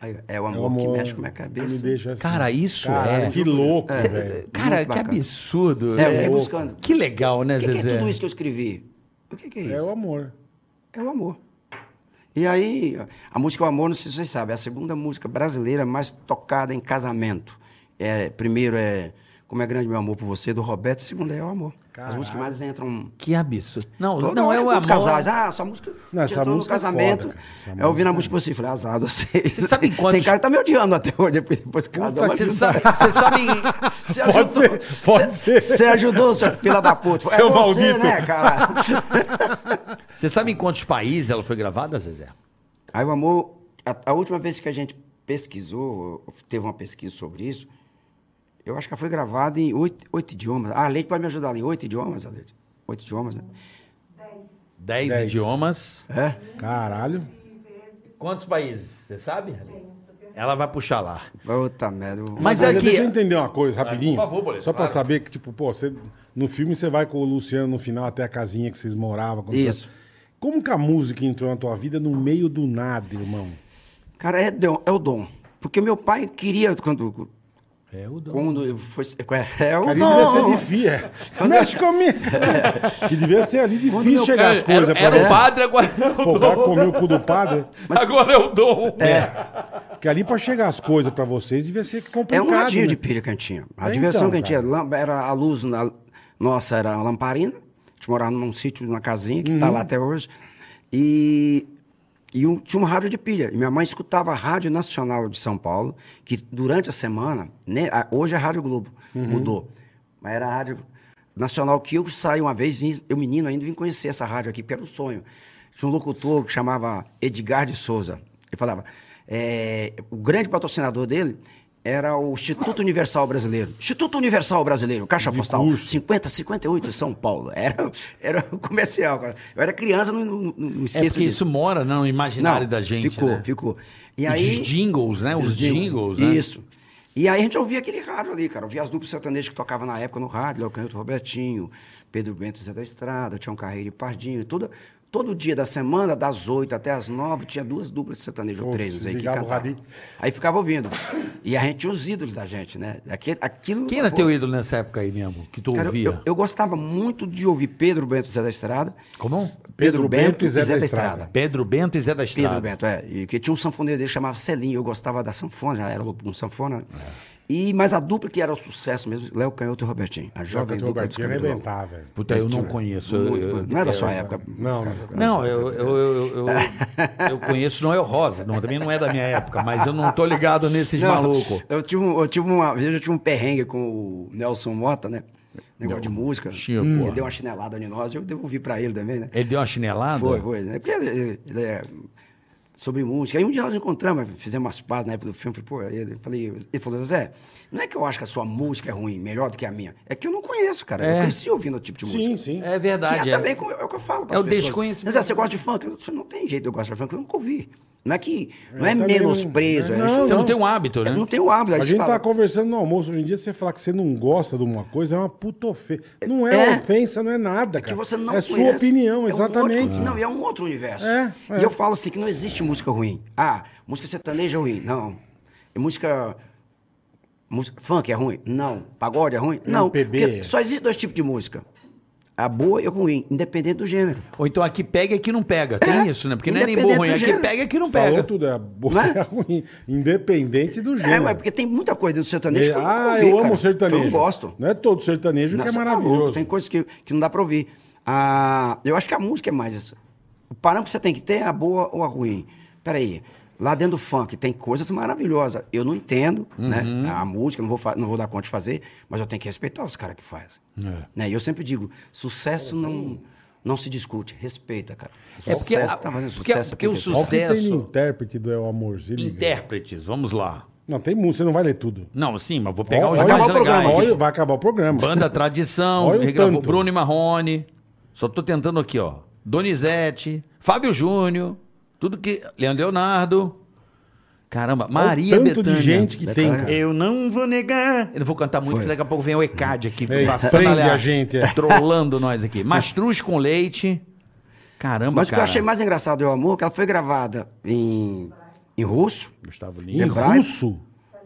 S2: Aí, é o amor, que mexe com a minha
S4: Me
S2: cabeça.
S4: deixa assim.
S5: Cara, isso
S4: Caralho,
S5: é.
S4: Que louco,
S5: Cê-
S4: velho.
S5: cara, que
S2: Muito bacana.
S5: absurdo.
S2: É, eu fiquei
S5: né?
S2: buscando.
S5: Que legal, né,
S2: O que, que é
S5: Zezé?
S2: tudo isso que eu escrevi? O que, que é isso?
S4: É o amor.
S2: é o amor. E aí, a música O Amor, não sei se vocês sabem, é a segunda música brasileira mais tocada em casamento. É, primeiro é Como é Grande Meu Amor por Você, do Roberto, e segundo é O Amor. As músicas mais entram.
S5: Que absurdo. Não,
S2: Todo-
S5: não, é o
S2: muito
S5: amor.
S2: Casais. Ah, essa música.
S4: Não,
S2: que
S4: essa
S2: entrou
S4: música é
S2: no casamento.
S4: foda, cara. Essa
S2: eu ouvi
S4: música é
S2: na música e você, falei, azado, vocês. Você
S5: sabe quantos-
S2: Tem cara que tá me odiando até hoje, depois, depois que casou.
S5: Você sabe, você sabe
S2: Você
S4: Pode
S2: ajudou.
S4: ser, pode
S2: Você-
S4: ser.
S2: Você ajudou, seu filho da puta.
S4: Seu
S2: é você,
S4: maldito.
S2: né, cara?
S5: Você sabe em quantos países ela foi gravada, Zezé?
S2: Aí o amor, a, a última vez que a gente pesquisou, teve uma pesquisa sobre isso, eu acho que ela foi gravada em oito, oito idiomas. Ah, a Leite pode me ajudar ali, em oito idiomas, a Leite? Oito idiomas, né?
S5: Dez,
S4: Dez.
S5: idiomas.
S2: É?
S4: Caralho.
S5: Quantos países? Você sabe? Ela vai puxar lá.
S2: Puta merda. eu-
S5: Mas
S4: Olha,
S5: aqui-
S4: Deixa eu entender uma coisa, rapidinho.
S5: por favor, Boleto,
S4: Só pra
S5: claro.
S4: saber
S5: é
S4: que, tipo, pô, você, no filme você vai com o Luciano no final até a casinha que vocês moravam. quando
S2: Isso.
S4: você- Como que a música entrou na tua vida no meio do nada, irmão?
S2: Cara, é, dom- é o dom. Porque meu pai queria, quando,
S5: É o dom.
S2: quando eu fosse. É o
S4: Ali devia ser
S2: dom.
S4: difícil. é. Mexe comigo. Que devia ser ali difícil chegar as coisas
S3: É, Era,
S4: pra
S3: era
S4: ele.
S3: o padre, agora é o
S4: Pô, o cara comeu o cu do padre.
S3: Agora é o dom.
S4: Porque ali pra chegar as coisas pra vocês devia ser
S2: Era
S4: complicado.
S2: um radinho
S4: né?
S2: de pilha que a gente tinha. A
S4: É,
S2: diversão
S4: então,
S2: que a gente tinha
S4: cara.
S2: lam- era a luz na- nossa, era a lamparina. A gente morava num sítio, numa casinha, que está
S4: Uhum.
S2: lá até hoje. E, e um- tinha um rádio de pilha. E minha mãe escutava a Rádio Nacional de São Paulo, que durante a semana, né, a- hoje é a Rádio Globo,
S4: Uhum.
S2: mudou. Mas era a Rádio Nacional que eu saí uma vez, vim- eu menino ainda vim conhecer essa rádio aqui, porque era um sonho. Tinha um locutor que chamava Edgar de Souza. Ele falava, é, o grande patrocinador dele era o Instituto Universal Brasileiro. Instituto Universal Brasileiro, Caixa Postal
S4: curso.
S2: 50, 58, São Paulo. Era, era o comercial. cara. Eu era criança, não, não, não- não
S5: É
S2: esqueço
S5: porque
S2: disso.
S5: isso mora no imaginário
S2: Não,
S5: da gente.
S2: Ficou,
S5: né?
S2: ficou. E
S5: Os
S2: aí,
S5: jingles, né? Os, jingles, né?
S2: Isso. E aí a gente ouvia aquele rádio ali, cara. Ouvia as duplas sertanejas que tocavam na época no rádio, Léo Canhoto Robertinho, Pedro Bento e Zé da Estrada, Tião Carreiro e Pardinho. Toda, todo dia da semana, das oito até as nove, tinha duas duplas de sertanejo, ou
S4: Pô,
S2: três, não sei, que
S4: ligava o
S2: cantavam.
S4: radinho.
S2: Aí ficava ouvindo. E a gente tinha os ídolos da gente, né? Aquele, aquilo,
S5: Quem era
S2: pô,
S5: teu ídolo nessa época aí mesmo? Que tu
S2: cara, eu,
S5: ouvia?
S2: eu- eu gostava muito de ouvir Pedro Bento e Zé da Estrada.
S5: Como?
S4: Pedro Bento e Zé da Estrada.
S5: Pedro Bento e Zé da
S2: Pedro
S5: Estrada.
S2: Bento, é. E que tinha um sanfoneiro dele que chamava Celinho, eu gostava da sanfona, já era um sanfona.
S5: É.
S2: né? E, mas a dupla que era o sucesso mesmo, Léo Canhoto e Robertinho. A jovem
S4: Roberto
S2: dupla dos
S4: Robertinho
S2: Cabelos Longos.
S4: arrebentar, velho.
S5: Puta, eu não conheço. eu-
S2: Muito,
S5: eu-
S2: muito. Não era da sua época.
S4: Não, não.
S5: Não, eu, eu, eu, eu, eu conheço Noel Rosa, não, também não é da minha época, mas eu não tô ligado nesses
S2: Não,
S5: malucos.
S2: Eu tive, um- eu tive uma vez, eu tive um perrengue com o Nelson Mota, né? Negócio de música.
S5: Chico.
S4: Hum.
S2: Ele deu uma chinelada em nós, eu devolvi pra ele também, né?
S5: Ele deu uma chinelada?
S2: Foi, foi. Né? Porque ele, ele- ele é sobre música. Aí um dia nós encontramos, fizemos umas pazes na época do filme. Falei, pô, aí ele, falei, ele falou, Zé, não é que eu acho que a sua música é ruim, melhor do que a minha. É que eu não conheço, cara.
S5: É.
S2: Eu cresci ouvindo outro tipo de música.
S4: Sim, sim.
S5: É
S2: Que
S5: verdade.
S2: é,
S5: é.
S2: também como eu- é o que eu falo para
S5: É
S2: as
S5: o
S2: pessoas.
S5: desconhecimento.
S2: Zé, você gosta de funk? Eu, falei, não tem jeito, eu gosto de funk, eu nunca ouvi. Não é que. Não é,
S4: Eu também não-
S2: menosprezo. é-
S4: Não,
S5: Você não,
S4: não.
S5: tem um hábito,
S2: eu
S5: né?
S2: não tenho hábito. aí
S4: A
S2: você
S4: gente
S2: fala,
S4: tá conversando no almoço. Hoje em dia, você falar que você não gosta de uma coisa é uma puta ofensa. Não é,
S2: É.
S4: uma ofensa, não é nada,
S2: que
S4: cara.
S2: você não
S4: é sua
S2: conhece.
S4: opinião,
S2: É um outro-
S4: exatamente.
S2: não, e é um outro universo.
S4: É, é.
S2: E eu falo assim, que não existe música ruim. Ah, música sertaneja é ruim. Não. E música... música funk é ruim? Não. Pagode é ruim? Não.
S4: MPB.
S2: Porque só existem dois tipos de música. A boa e a ruim, independente do gênero.
S5: Ou então aqui pega e aqui não pega. Tem isso, né? Porque não é nem bom
S2: Independente
S5: ruim.
S2: do
S5: Aqui
S2: gênero.
S5: pega e aqui não
S4: Falou
S5: pega.
S4: tudo, é boa,
S2: Não é?
S4: é ruim. Independente do
S2: É,
S4: gênero.
S2: ué, porque tem muita coisa do sertanejo que eu nunca
S4: ah,
S2: ouvi,
S4: eu
S2: cara.
S4: amo sertanejo.
S2: Eu não gosto.
S4: Não é todo sertanejo
S2: Não,
S4: que é
S2: você tá louco,
S4: maravilhoso.
S2: tem coisas que, que não dá pra ouvir. Ah, eu acho que a música é mais isso. O parâmetro que você tem que ter é a boa ou a ruim. Peraí, lá dentro do funk tem coisas maravilhosas. Eu não entendo, né?
S5: Uhum.
S2: A música, não vou, fa- não vou dar conta de fazer, mas eu tenho que respeitar os caras que fazem.
S5: É.
S2: Né? E eu sempre digo, sucesso não, não se discute, respeita, cara.
S5: É porque a-
S2: Sucesso, tá fazendo
S5: porque a-
S2: sucesso.
S5: porque o
S2: tem que-
S5: sucesso-
S4: Olha o que tem
S5: sucesso.
S4: no intérprete do El Amor. se liga.
S5: Intérpretes, vamos lá.
S4: Não, tem música, você não vai ler tudo.
S5: Não, sim, mas vou pegar
S4: Olha-
S5: os
S4: olha-
S5: mais
S2: acabar o
S5: legais.
S2: programa,
S4: olha- vai acabar o programa.
S5: Banda Tradição,
S4: Olha o
S5: regravou
S4: tanto.
S5: Bruno e Marrone. Só tô tentando aqui, ó. Donizete, Fábio Júnior, tudo que. Leandro Leonardo. Caramba,
S4: Olha o
S5: Maria
S4: tanto
S5: Bethânia.
S4: de gente que tem, cara.
S5: Eu não vou negar. Eu não vou cantar muito, porque daqui a pouco vem o ECAD aqui.
S4: Ei,
S5: passando,
S4: prende
S5: aliás,
S4: a gente, é.
S5: Trolando nós aqui. Mastruz com leite. Caramba,
S2: Mas o que eu
S5: cara.
S2: achei mais engraçado do Meu Amor, que ela foi gravada em, em russo.
S5: Gustavo Lima.
S4: Em
S2: Hebraico.
S4: russo?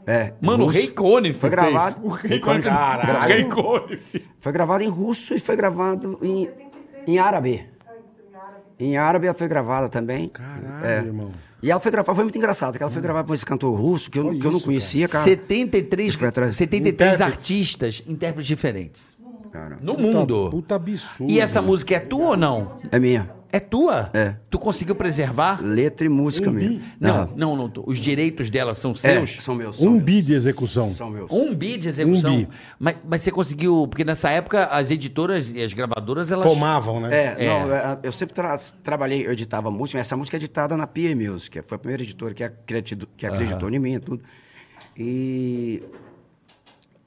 S2: É, em
S5: Mano, o
S2: russo.
S5: Rei Cone
S2: Foi gravado.
S5: O
S2: Rei Cone-
S4: Caralho.
S2: gravado-
S4: Rei
S2: Foi gravado em russo e foi gravado em, em árabe. Em árabe ela foi gravada também.
S4: Caralho,
S2: É.
S4: irmão.
S2: E ela foi gravada, foi muito engraçado, que ela foi gravada por esse cantor russo que eu,
S4: Olha
S2: que eu não
S4: isso,
S2: conhecia, Hum. cara.
S5: 73,
S2: Foi atrás.
S5: 73
S4: Intérpretes.
S5: artistas, intérpretes diferentes.
S2: Cara,
S5: No
S4: Puta-
S5: mundo.
S4: Puta absurdo.
S5: E essa música é tua ou não?
S2: É minha.
S5: É tua?
S2: É.
S5: Tu conseguiu preservar?
S2: Letra e música mesmo.
S5: Não,
S2: Aham.
S5: não, não. tu- Os direitos dela são
S2: É,
S5: seus?
S2: são meus. são
S4: Um
S2: meus.
S4: bi de execução.
S2: São meus.
S5: Um bi de execução.
S4: Um bi.
S5: Mas, mas você conseguiu. Porque nessa época as editoras e as gravadoras, elas.
S4: Tomavam, né?
S2: É, não, é, eu sempre tra- trabalhei, eu editava música, mas essa música é editada na Pia Music, que foi a primeira editora que, acredito- que acreditou em mim e tudo. E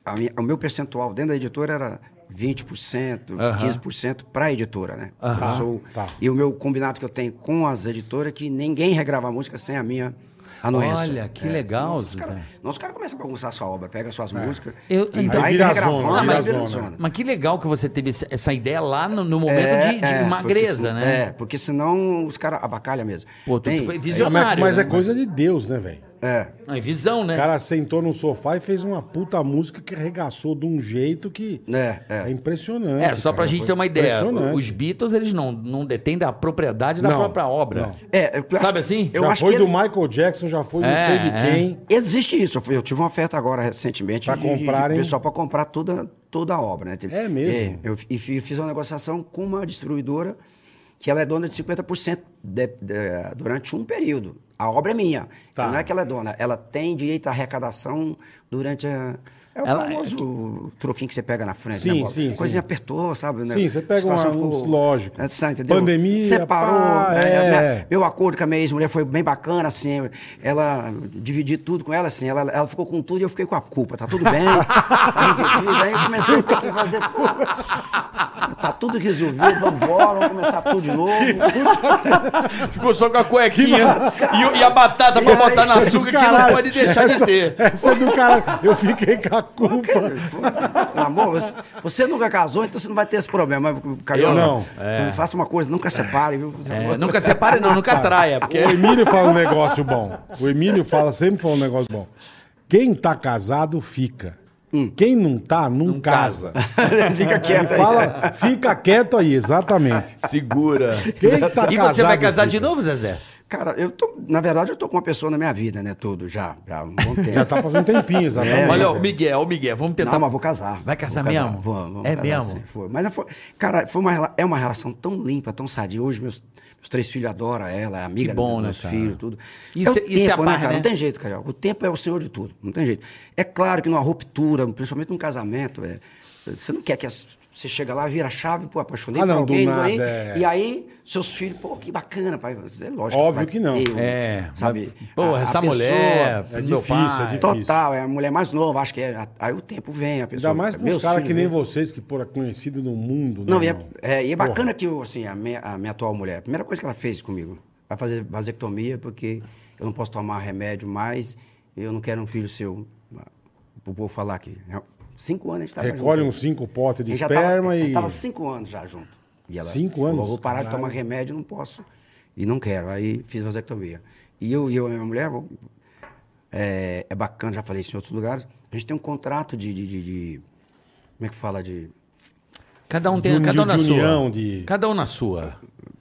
S2: a minha- o meu percentual dentro da editora era 20%,
S5: Aham.
S2: 15% para a editora, né? Eu sou,
S4: Tá.
S2: E o meu combinado que eu tenho com as editoras é que ninguém regrava a música sem a minha Anuência.
S5: Olha, que
S2: É,
S5: legal,
S2: senão os
S5: Zezé. É.
S2: cara- Senão os caras começam a bagunçar sua obra, pega suas músicas
S5: Eu-
S2: e
S5: Aí
S2: vai
S4: vira
S2: regravando,
S4: zona,
S2: aí
S4: vira
S2: vira
S4: zona.
S2: zona.
S5: Mas que legal que você teve esse- essa ideia lá no, no momento
S2: É,
S5: de, de
S2: é, porque
S5: magreza,
S2: se-
S5: né?
S2: É, porque senão os caras avacalham mesmo.
S5: Pô, tu
S2: Tem-
S5: foi
S4: Ah, Mas,
S5: visionário.
S4: mas é
S5: né?
S4: coisa de Deus, né, velho?
S2: É.
S5: Não, é visão, né?
S4: O cara sentou no sofá e fez uma puta música que arregaçou de um jeito que
S2: É, é.
S4: impressionante.
S5: É, só pra
S4: cara.
S5: gente
S4: Foi
S5: ter uma ideia.
S4: impressionante.
S5: Os Beatles, eles não, não detêm da propriedade da
S4: Não,
S5: própria obra.
S4: não.
S2: É, eu acho-
S5: Sabe assim?
S2: Eu
S4: já
S2: acho
S4: foi
S2: que
S4: do
S2: eles-
S4: Michael Jackson, já foi não
S5: É,
S4: sei de
S5: é.
S4: quem.
S2: Existe isso. Eu fui- Eu tive uma oferta agora recentemente
S4: Pra
S2: de, de- de
S4: comprarem-
S2: pessoal para comprar toda, toda a obra, né? Tem-
S4: É mesmo?
S2: eu, f- e fi- fiz uma negociação com uma distribuidora que ela é dona de 50% de- de- durante um período. A obra é minha.
S4: Tá.
S2: Não é que ela é dona. Ela tem direito à arrecadação durante a. É o
S5: Ela-
S2: famoso troquinho que você pega na frente,
S4: Sim,
S2: né? Bob?
S4: sim,
S2: Coisinha
S4: sim.
S2: apertou, sabe? né?
S4: Sim, você pega
S2: A situação
S4: uma- uns- lógico.
S2: É, sabe, entendeu?
S4: Pandemia,
S2: Separou.
S4: pá,
S2: né?
S4: é.
S2: Minha- meu acordo com a minha ex-mulher foi bem bacana, assim. Ela dividi tudo com ela, assim. Ela, ela ficou com tudo e eu fiquei com a culpa. Tá tudo bem. tá resolvido. Aí eu comecei a ter que fazer. pô, Tá tudo resolvido, vambora, vamos começar tudo de novo.
S3: Ficou só com a cuequinha e, o- e a batata pra botar na açúcar que não
S4: Caralho,
S3: pode deixar de
S4: essa-
S3: ter.
S4: Essa é do cara. Eu fiquei com a culpa.
S2: Meu amor, você, você nunca casou, então você não vai ter esse problema. Mas, Carioca,
S4: não. é.
S2: Faça uma coisa, nunca separe, viu?
S5: É, nunca separe, não, nunca traia. Porque...
S4: O Emílio fala um negócio bom. O Emílio fala, sempre fala um negócio bom. Quem tá casado, fica.
S2: Hum.
S4: Quem não tá, não, casa.
S2: Fica
S4: Ele
S2: quieto aí.
S4: fala, fica quieto aí, exatamente.
S3: Segura.
S4: Quem tá
S5: E você vai
S4: casado,
S5: casar de
S4: fica.
S5: novo, Zezé?
S2: Cara, eu tô. Na verdade, eu tô com uma pessoa na minha vida, né? Tudo, já. Já há um bom tempo.
S4: Já tá fazendo um tempinho, exatamente.
S2: É,
S5: Olha, o Miguel, o Miguel, vamos tentar.
S2: Não, mas vou casar.
S5: Vai casar
S2: Vou
S5: mesmo?
S2: Vou, vou
S5: É
S2: casar,
S5: mesmo?
S2: sim, foi. Mas foi, cara, foi uma, rela- é uma relação tão limpa, tão sadia. Hoje meus, meus três filhos adoram ela, é amiga
S5: Que bom,
S2: dos
S5: né,
S2: meus
S5: cara?
S2: filhos, tudo.
S5: E
S2: é o
S5: cê- e cê
S2: tempo, né,
S5: abarra,
S2: cara?
S5: né?
S2: Não tem jeito, cara. O tempo é o senhor de tudo. Não tem jeito. É claro que numa ruptura, principalmente num casamento, é, você não quer que as- você chega lá, vira a chave, pô, apaixonei
S4: Ah,
S2: por
S4: não, do
S2: alguém,
S4: nada,
S2: doei,
S4: é.
S2: e aí seus filhos, pô, que bacana, pai. É lógico.
S4: Óbvio
S2: vai
S4: que não.
S2: ter,
S5: É,
S2: sabe?
S5: Pô,
S2: A- a
S5: essa
S2: pessoa-
S5: mulher,
S4: é
S5: meu
S4: difícil,
S5: pai.
S4: é difícil.
S2: Total, é a mulher mais nova, acho que é. Aí o tempo vem, a pessoa.
S4: Ainda mais
S2: meus
S4: pros caras
S2: filhos
S4: que nem
S2: vêm.
S4: vocês, que foram conhecidos no mundo. né,
S2: Não, e é,
S4: irmão?
S2: é, e é
S4: Porra.
S2: bacana que eu, assim, a, minha, a minha atual mulher, a primeira coisa que ela fez comigo, vai fazer vasectomia porque eu não posso tomar remédio mais e eu não quero um filho seu. Pro povo falar aqui. Cinco anos a gente tava
S4: Recolhe um
S2: junto.
S4: uns cinco potes de
S2: A gente né? já
S4: esperma
S2: tava,
S4: e.
S2: Tava cinco anos já junto. E ela
S4: Cinco
S2: falou,
S4: anos?
S2: Vou parar de
S4: Caralho.
S2: tomar remédio, não posso. E não quero. Aí fiz vasectomia. E eu e eu, e a minha mulher, vou- é, é bacana, já falei isso em outros lugares, a gente tem um contrato de... de- de- de- como é que fala? De...
S5: Cada um tem,
S4: De-
S5: cada um na
S4: de
S5: sua.
S4: união, de-
S5: Cada um na sua.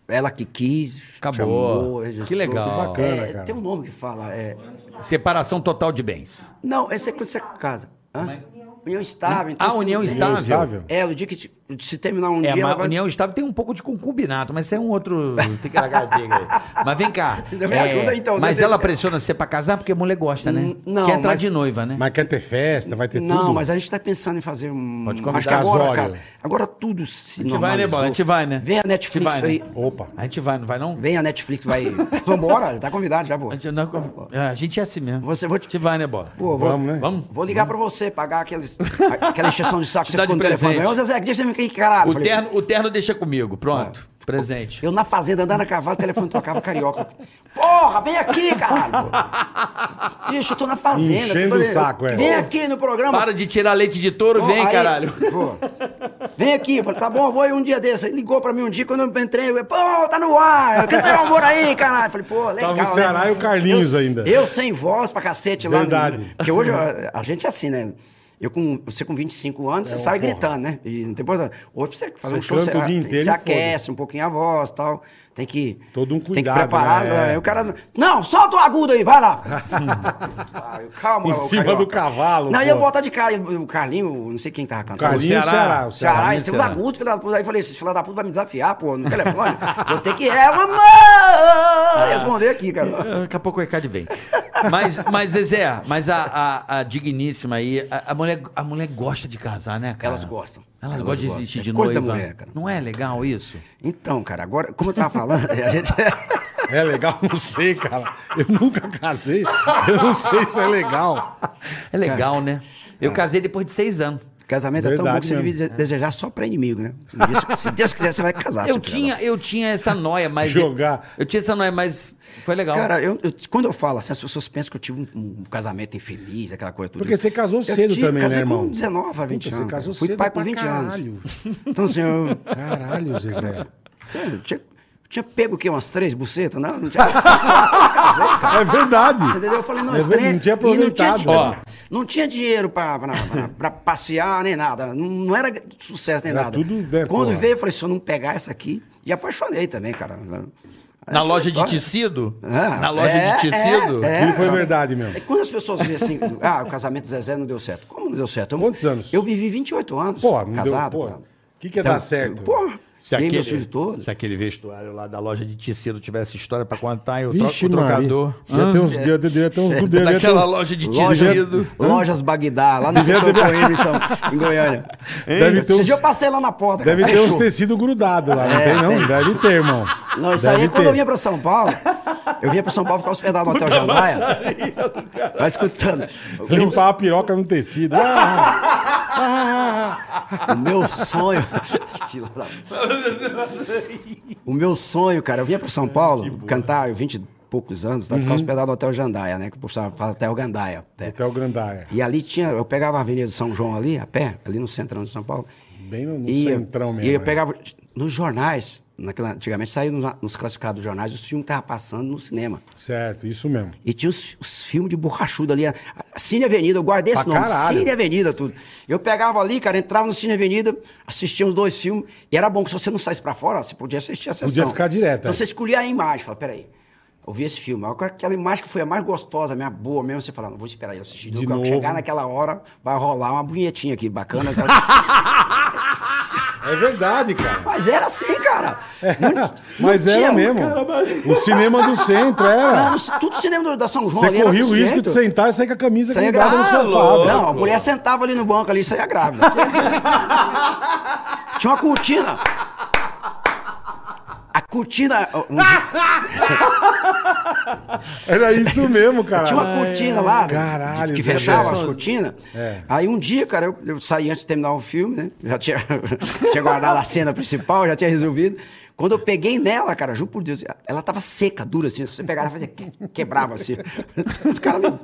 S2: Ela que quis,
S5: Acabou.
S2: chamou,
S5: Que
S2: registrou.
S5: legal. Que
S4: bacana,
S2: É,
S4: cara.
S2: Tem um nome que fala... é,
S5: Separação total de bens.
S2: Não, esse é quando você casa. Hã? União estável. então
S5: Ah,
S2: se-
S5: união
S4: União
S5: estável.
S4: estável?
S2: É, o dia que te- se terminar um
S5: É,
S2: dia...
S5: mas
S2: ela
S5: a
S2: vai-
S5: união estável tem um pouco de concubinato, mas isso é um outro. Tem que largar a diga aí. Mas vem cá.
S2: Me
S5: é,
S2: ajuda, então, você
S5: mas
S2: tem-
S5: ela pressiona você pra casar porque a mulher gosta, né?
S2: Hum, não,
S5: Quer entrar
S2: mas-
S5: de noiva, né?
S4: Mas quer ter festa, vai ter tudo.
S2: Não, mas a gente tá pensando em fazer um.
S5: Pode convidar.
S2: Acho que agora,
S4: Casório.
S2: cara. Agora tudo se.
S5: A gente vai, né,
S2: normalizou.
S5: Bola? A gente vai, né?
S2: Vem a
S5: A
S2: Netflix
S5: gente vai,
S2: aí.
S5: né?
S4: Opa.
S5: A gente vai, não vai não?
S2: Vem a Netflix, vai. Vambora, tá convidado já, pô.
S5: A gente, não- a gente é assim mesmo.
S2: Você vou
S5: A
S2: te.
S5: gente vai, né, Bola?
S2: Pô, vou,
S4: Vamos, né?
S5: Vamos?
S2: Vou ligar pra você, pagar aqueles, aquela encheção de saco
S5: Te
S2: que você
S5: dá
S2: ficou
S5: de
S2: no telefone.
S5: presente.
S2: Ô, Zezé, deixa eu que caralho.
S5: O
S2: Ah, Falei, Ah.
S5: terno, o terno deixa comigo, pronto. Presente.
S2: Eu na fazenda, andando a cavalo, o telefone tocava carioca. Porra, vem aqui, caralho. pô. Ixi, eu tô na fazenda.
S4: Enchendo
S2: tô-
S4: o saco, é.
S2: Vem aqui no programa.
S5: Para de tirar leite de touro,
S2: Pô,
S5: vem,
S2: aí-
S5: caralho.
S2: Pô, vem aqui, eu falei, tá bom, eu vou aí um dia desse. Ele ligou pra mim um dia, quando eu entrei, eu, pô, tá no ar, canta o amor aí, caralho. Eu Falei, pô, legal.
S4: Tava o Ceará
S2: né?
S4: e o Carlinhos
S2: Eu-
S4: ainda.
S2: Eu sem voz pra cacete lá.
S4: Verdade.
S2: Porque hoje a, a gente é assim, né? Eu com, você com 25 anos, você sai
S4: porra.
S2: gritando, né? E não tem problema. Hoje pra você fazer
S4: É, Você
S2: um show,
S4: canta
S2: você,
S4: o dia
S2: tem-
S4: inteiro
S2: você
S4: e
S2: aquece um pouquinho a voz e tal. Tem que...
S4: Todo um
S2: Tem que
S4: cuidado,
S2: preparar.
S4: né?
S2: né? Aí o cara... Não, solta o agudo aí, vai lá. Ah, eu- Calma,
S4: Em
S2: o
S4: cima
S2: carioca.
S4: do cavalo,
S2: Não, ia
S4: pô.
S2: botar de cara. O Carlinho, não sei quem tava cantando.
S4: Carlinho e
S5: Ceará.
S4: Ceará. o Ceará.
S2: Ceará, eles têm uns
S5: Ceará.
S2: agudos, filha da puta. Aí eu falei, esse filho da puta vai me desafiar, pô, no telefone. Vou ter que é,
S4: Ah.
S2: amor! Responder aqui, cara.
S5: É, Daqui a pouco o Ecad vem. Mas, mas Zezé, mas a, a- a digníssima aí, a, a mulher, a mulher gosta de casar, né, cara?
S2: Elas gostam.
S5: Elas,
S2: Elas
S5: gostam de
S2: gostam.
S5: existir
S2: É
S5: de
S2: coisa da
S5: noiva.
S2: mulher, cara.
S5: Não é legal isso?
S2: Então, cara, agora, como eu tava falando, a gente.
S4: É legal, não sei, cara. Eu nunca casei. Eu não sei se é legal.
S5: É legal, né? Eu casei depois de seis anos.
S2: Casamento é tão bom
S4: Verdade
S2: que você devia
S4: mesmo.
S2: dese- desejar só pra inimigo, né? Se Deus, se Deus quiser, você vai casar.
S5: Eu
S2: seu filho.
S5: tinha, eu tinha essa noia, mas.
S4: Jogar.
S5: Eu, tinha essa noia, mas foi legal.
S2: Cara, eu, eu- quando eu falo assim, as pessoas pensam que eu tive um, um casamento infeliz, aquela coisa toda.
S4: Porque você casou
S2: Eu
S4: cedo
S2: tive-
S4: também, né,
S2: casei
S4: irmão?
S2: com 19 a 20
S4: Puta,
S2: anos.
S4: Você casou
S2: cara. Fui
S4: cedo
S2: pai
S4: pra
S2: com 20
S4: caralho.
S2: anos. Então, assim, eu,
S4: Caralho, Zezé.
S2: eu tinha, eu tinha pego o quê? Umas três bucetas? Não, não tinha. Casei, cara.
S4: É verdade.
S2: Você entendeu? Eu falei, não,
S4: É
S2: as
S4: verdade,
S2: três-
S4: não tinha
S2: e não tinha
S4: aproveitado.
S2: dinheiro,
S4: Ó.
S5: né?"
S2: não tinha dinheiro pra, pra, pra- pra passear nem nada. Não, não era sucesso nem
S4: Era
S2: nada.
S4: tudo, né,
S2: Quando
S4: porra.
S2: veio, eu falei, se eu não pegar essa aqui. E apaixonei também, cara. Aí
S5: Na
S2: é aquela
S5: loja de
S2: história.
S5: tecido?
S2: Ah,
S5: Na loja
S2: é,
S5: de tecido?
S2: é, é.
S4: Aquilo foi verdade mesmo.
S2: É quando as pessoas veem assim, ah, o casamento do Zezé não deu certo. Como não deu certo? Eu-
S4: Quantos anos?
S2: Eu vivi 28 anos
S4: Pô, não
S2: casado. Então,
S4: deu.
S2: cara. Tá,
S4: Pô, o que, que ia dar certo?
S2: Porra,
S5: Se
S2: criei
S5: aquele,
S2: meus filhos todos.
S5: se aquele vestuário lá da loja de tecido tivesse história pra contar, eu
S4: Vixe,
S5: troco o trocador.
S4: Maria. Devia ter uns, devia ter- devia ter
S2: É.
S4: uns gudeiros, devia ter
S5: Daquela
S4: uns-
S5: loja de
S2: Lojas,
S5: tecido.
S2: lojas Bagdá, lá no
S4: Devia
S2: setor
S4: ter-
S2: Coimbra, em, São, em Goiânia.
S4: Deve ter
S2: Esse
S4: uns-
S2: dia eu passei lá na porta. cara,
S4: Deve ter uns
S2: fechou.
S4: tecidos grudados lá, não
S2: É,
S4: tem não?
S2: tem.
S4: Deve ter, irmão.
S2: Não, isso
S4: Deve
S2: aí é quando
S4: ter.
S2: eu vinha pra São Paulo. Eu vinha pra São Paulo ficar hospedado no Hotel Jandaia. Vai escutando. O meu,
S4: Limpar a piroca no tecido. Ah, ah, ah,
S2: o meu sonho. Filha da- o meu sonho, cara, eu vinha pra São Paulo cantar, eu 20 e poucos anos, tá?
S4: Uhum.
S2: ficar hospedado no Hotel Jandaia, né? Que o povo fala fala Hotel Gandaia.
S4: ah.
S2: até.
S4: Até o Grandaia.
S2: E ali tinha, eu pegava a Avenida São João ali, a pé, ali no centrão de São Paulo.
S4: Bem no, no
S2: E,
S4: centrão mesmo.
S2: e eu
S4: né?
S2: pegava nos jornais, naquela, antigamente saía nos, nos classificados dos jornais, os filmes que estavam passando no cinema.
S4: Certo, isso mesmo.
S2: E tinha os, os filmes de borrachudo ali. a- a Cine Avenida, eu guardei esse
S4: Pra
S2: nome.
S4: caralho.
S2: Cine Avenida, tudo. Eu pegava ali, cara, entrava no Cine Avenida, assistia os dois filmes. E era bom que se você não saísse pra fora, você podia assistir a sessão.
S4: ficar direto,
S2: Então
S4: é.
S2: você escolhia a imagem. Fala, peraí, eu vi esse filme. Agora, Aquela imagem que foi a mais gostosa, a minha boa mesmo. Você fala, não vou esperar eu assistir.
S4: De
S2: De novo.
S4: novo.
S2: Chegar naquela hora, vai rolar uma punhetinha aqui, bacana.
S4: É verdade, cara.
S2: Mas era assim, cara.
S4: É.
S2: Não- não
S4: Mas era
S2: tinha- um
S4: mesmo.
S2: Cara,
S4: O cinema do centro,
S2: Lá
S4: era.
S2: no- tudo cinema do- da São João
S4: Você
S2: ali era
S4: corria o
S2: desse
S4: risco de
S2: jeito.
S4: sentar e sair com a camisa
S2: Saía
S4: grudada no
S2: grávida.
S4: sofá. velho.
S2: Não, a mulher sentava ali no banco ali, saía grávida. Tinha uma cortina. A cortina. um-
S4: Era isso mesmo, cara.
S2: tinha uma cortina lá, né,
S4: Ah! Caralho, É.
S2: que
S4: Zé
S2: fechava as
S4: Nelson.
S2: cortinas. Aí um dia, cara, eu, eu saí antes de terminar o filme, né? Já tinha, tinha guardado a cena principal, já tinha resolvido. Quando eu peguei nela, cara, juro por Deus, ela tava seca, dura assim. Se você pegava, ela fazia que- quebrava assim. Os caras não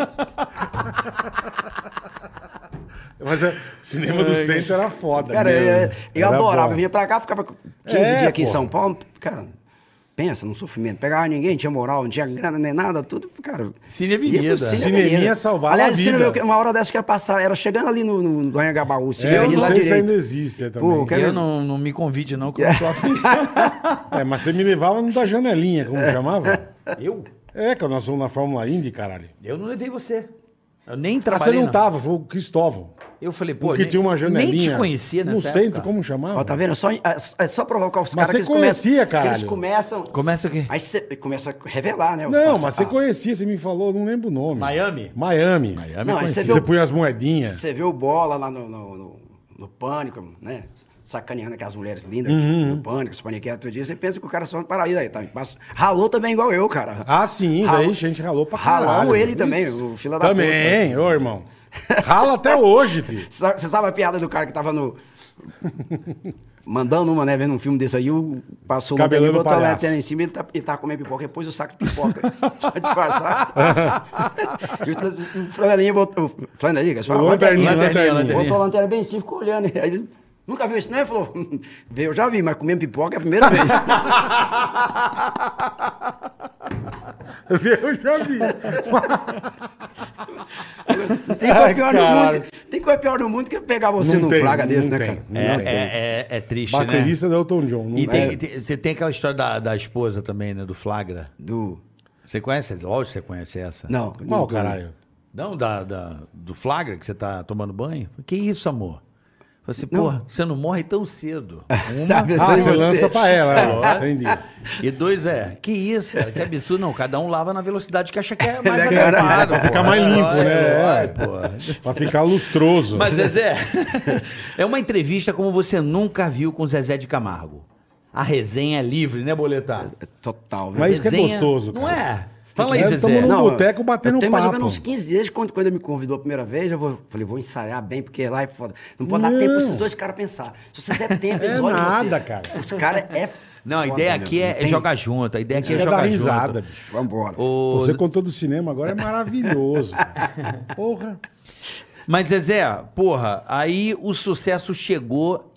S4: Mas é, cinema do centro era foda.
S2: Cara, eu, eu,
S4: mesmo. Era
S2: adorava.
S4: bom.
S2: Eu vinha pra cá, ficava 15
S4: É,
S2: dias aqui em
S4: pô.
S2: São Paulo. Cara, pensa num sofrimento. Pegava ninguém, não tinha moral, não tinha grana nem nada, tudo, cara.
S5: Cine Avenida.
S2: Ia pro Cine
S4: Cineminha
S2: Avenida.
S4: salvava
S2: Aliás,
S4: a
S2: Cine
S4: vida.
S2: Avenida, uma hora dessa que ia passar, era chegando ali no, no, no Anhangabaú, Cine
S4: É, eu
S2: Avenida
S4: não
S2: lá
S4: sei se ainda
S2: direito.
S4: existe é, também.
S2: Pô,
S5: Eu
S2: Quero-
S5: não, não me convide, não, que eu não tô afim.
S4: É, mas você me levava no da janelinha,
S2: É.
S4: como chamava?
S5: Eu?
S4: É, que nós fomos na Fórmula Indy, caralho.
S5: Eu não levei você. tá. Eu nem
S4: Ah, você
S5: trabalhei.
S4: não tava, foi o Cristóvão.
S5: Eu falei, pô,
S4: Porque
S5: nem-
S4: tinha uma janelinha.
S5: nem te conhecia
S4: No
S5: nessa
S4: centro,
S5: época.
S4: como chamava?
S2: Ó, tá vendo? É Só, é só provocar os caras
S4: você
S2: que eles começam-
S4: conhecia,
S2: que eles
S4: caralho.
S2: começam.
S5: Começa aqui.
S2: Aí você começa a revelar, né? os
S4: Não,
S2: passa-
S4: mas você
S2: ah,
S4: conhecia, você me falou, não lembro o nome.
S5: Miami?
S4: Miami.
S2: Não, aí você
S4: Você,
S2: vê, o,
S4: põe as moedinhas.
S2: você vê o bola lá no, no, no, no pânico, né? Sacaneando aquelas mulheres lindas
S4: Uhum,
S2: do pânico, se paniqueia todo dia, você pensa que o cara só no paraíso aí, tá? Mas ralou também igual eu, cara.
S4: Ah, sim,
S2: Ralou-
S4: velho, a gente ralou pra caralho. né?
S2: Ralamos ele
S4: Isso.
S2: também, o fila da puta.
S4: Também, ô irmão. Rala até hoje, filho.
S2: Você sabe- Você sabe a piada do cara que tava no. Mandando uma, né? Vendo um filme desse aí, o passou no
S4: Cabelando
S2: e botou a
S4: palhaço.
S2: lanterna em cima ele tá, ele tá comendo pipoca, depois o saco de pipoca pra disfarçar. e o, flan- o flanelinha botou. O flanelinha, que é só
S4: O
S2: uma
S4: lanterninha,
S2: lanterninha.
S4: lanterninha, lanterninha.
S2: Botou a lanterna bem em cima, ficou olhando. Aí ele, nunca viu isso, né? Falou, eu já vi, mas comendo pipoca é a primeira vez.
S4: Eu já vi.
S2: Não Tem coisa
S4: Ai,
S2: pior no
S4: cara.
S2: mundo. Tem coisa pior no mundo que pegar você
S4: Não
S2: num
S4: tem,
S2: flaga desse,
S4: não
S2: né,
S4: tem.
S2: cara?
S5: É, é, é, é triste, né?
S4: Baterista da Elton John. não
S5: E tem-
S4: é.
S5: tem- você tem aquela história da, da esposa também, né? Do flagra.
S2: Do.
S5: Você conhece? Lógico que você conhece essa.
S2: Não.
S4: Qual,
S2: do-
S4: caralho?
S5: Não, da, da- do flagra que você tá tomando banho? Que isso, amor? Você,
S2: Não.
S5: porra, você não morre tão cedo. Um
S2: Tá, pensando
S4: Ah,
S2: em
S4: você lança pra ela.
S5: Ó.
S4: ela. Entendi.
S5: E dois é, que isso, cara, que absurdo. Não, cada um lava na velocidade que acha que é mais
S4: Pra
S5: adequada. pô.
S4: ficar mais limpo,
S5: Vai,
S4: né?
S5: vai,
S4: É.
S5: pô. é
S4: Pra ficar lustroso.
S5: Mas, Zezé, é uma entrevista como você nunca viu com Zezé de Camargo. a resenha é livre, né, Boletar?
S2: Total. viu?
S4: Mas isso que é
S5: Resenha-
S4: gostoso,
S5: Não
S4: cara.
S5: é? Fala aí,
S4: É,
S5: Zezé.
S4: tamo no-
S5: Não,
S2: eu-
S4: boteco batendo
S2: eu tenho mais ou
S4: papo.
S2: menos uns 15 dias, quando, quando ele me convidou a primeira vez, eu vou, falei, vou ensaiar bem, porque lá é foda. Não pode dar
S4: Não.
S2: tempo para esses dois caras pensar. Se você der tempo, eles
S4: É
S2: olham
S4: nada,
S2: você.
S4: cara.
S2: Os caras é
S5: Não, a
S2: foda,
S5: ideia
S2: meu,
S5: aqui
S2: não
S5: é, é
S2: tem-
S5: jogar junto. A ideia aqui é
S4: Chega a dar
S5: jogar
S4: risada,
S5: junto.
S4: bicho.
S2: Vambora.
S5: Ô,
S4: Você contou do cinema, agora é maravilhoso. cara. Porra.
S5: Mas, Zezé, porra, aí o sucesso chegou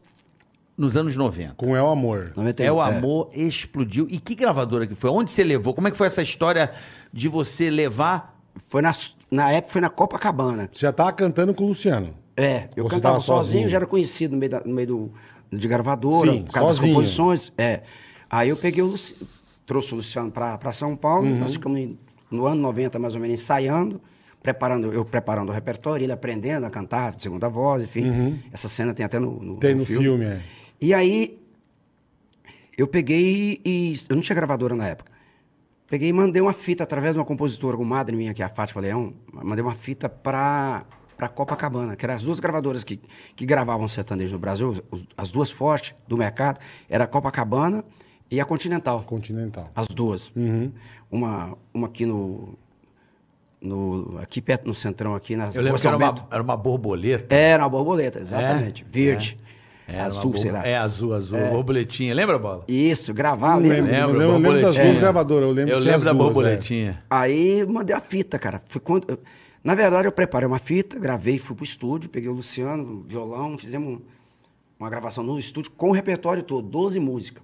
S5: nos anos 90.
S4: Com é o amor.
S2: 91,
S5: é o amor explodiu. E que gravadora que foi? Onde você levou? Como é que foi essa história de você levar?
S2: Foi na, na época foi na Copacabana.
S4: Você já tava cantando com o Luciano.
S2: É, eu
S4: Você
S2: cantava
S4: tava
S2: sozinho,
S4: sozinho?
S2: já era conhecido no meio, da- no meio do, de gravadora,
S4: Sim,
S2: por causa
S4: sozinho.
S2: das composições. É. Aí eu peguei o Luci... trouxe o Luciano para São Paulo,
S4: Uhum.
S2: nós ficamos em- no ano 90 mais ou menos ensaiando, preparando, eu preparando o repertório, ele aprendendo a cantar de segunda voz, enfim. Essa cena tem até no, no,
S4: Uhum. Tem no filme, é.
S2: E aí eu peguei e. Eu não tinha gravadora na época. Peguei e mandei uma fita através de uma compositora, uma madre minha, que é a Fátima Leão. Mandei uma fita pra, pra Copacabana, que eram as duas gravadoras que, que gravavam sertanejo no Brasil, os- as duas fortes do mercado, era a Copacabana e a Continental.
S4: Continental.
S2: As duas.
S5: Uhum.
S2: Uma, uma aqui no. no aqui perto, no centrão, aqui na.
S5: Eu lembro
S2: Rua
S5: que
S2: São
S5: era uma,
S2: Bento. É,
S5: era uma borboleta.
S2: Era uma borboleta, exatamente. Verde.
S5: Era uma
S2: azul, sei
S5: borbo-
S2: lá.
S5: É, azul, azul. Borboletinha. Lembra, Bola?
S2: Isso, gravar
S4: Não
S2: ali.
S4: lembro.
S5: Lembro,
S4: mas eu lembro das
S5: borboletinha.
S4: duas gravadoras, eu lembro
S5: Eu
S4: que tinha
S5: lembro da
S4: as duas,
S5: borboletinha.
S2: Aí eu mandei a fita, cara. Foi quando... eu- Na verdade, eu preparei uma fita, gravei, fui pro estúdio, peguei o Luciano, o violão, fizemos um- uma gravação no estúdio com o repertório todo, 12 músicas.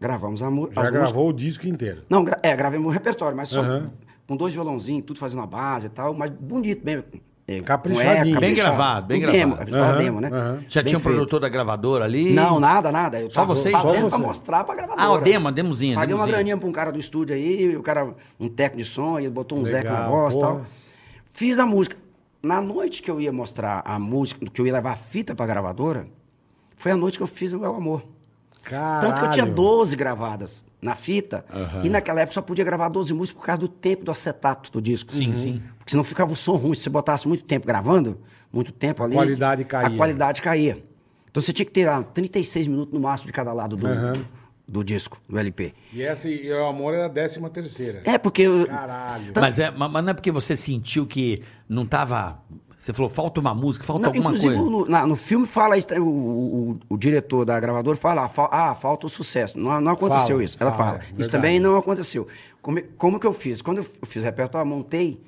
S2: Gravamos a música.
S4: Já gravou o disco inteiro.
S2: Não, gra- é, gravei meu repertório, mas só
S4: Aham.
S2: com dois violãozinhos, tudo fazendo a base e tal, mas bonito mesmo. É, com
S4: Caprichadinho.
S2: eca,
S4: Bem
S2: caprichado.
S5: gravado, bem
S2: O demo,
S5: gravado.
S2: a
S4: Aham,
S2: demo, né?
S4: aham.
S5: Já
S2: Bem
S5: tinha um
S2: feito.
S5: produtor da gravadora ali?
S2: Não, nada, nada. Eu
S5: Só
S2: tava
S5: vocês?
S4: Só
S2: Fazendo
S4: você.
S2: pra mostrar pra gravadora.
S5: Ah, o demo, a demozinha,
S2: Paguei uma
S5: demozinha.
S2: graninha pra um cara do estúdio aí, o cara, um técnico de som, ele botou um Zé com a
S4: Legal,
S2: voz e
S4: porra.
S2: tal. Fiz a música. Na noite que eu ia mostrar a música, que eu ia levar a fita pra gravadora, foi a noite que eu fiz o El Amor.
S4: Caralho.
S2: Tanto que eu tinha 12 gravadas na fita, e naquela época só podia gravar 12 músicas por causa do tempo do acetato do disco. Sim, sim. Porque senão ficava o som ruim. Se você botasse muito tempo gravando, muito tempo ali.
S4: qualidade caía.
S2: A qualidade caía. Então você tinha que ter lá, 36 minutos no máximo de cada lado do, do disco, do LP.
S4: E essa, e o amor era a décima terceira.
S2: É, Tá, porque. eu-
S4: Caralho.
S5: Mas, é, ma- mas não é porque você sentiu que não tava... Você falou, falta uma música, falta
S2: Não,
S5: alguma
S2: inclusive,
S5: coisa.
S2: No, na- no filme fala isso, o, o- o diretor da gravadora fala, ah, fal- ah, falta o sucesso. Não, não aconteceu
S4: Fala,
S2: isso. Ela
S4: fala,
S2: fala.
S4: é
S2: isso
S4: verdade.
S2: também não aconteceu. Como, como que eu fiz? Quando eu fiz o repertório, montei.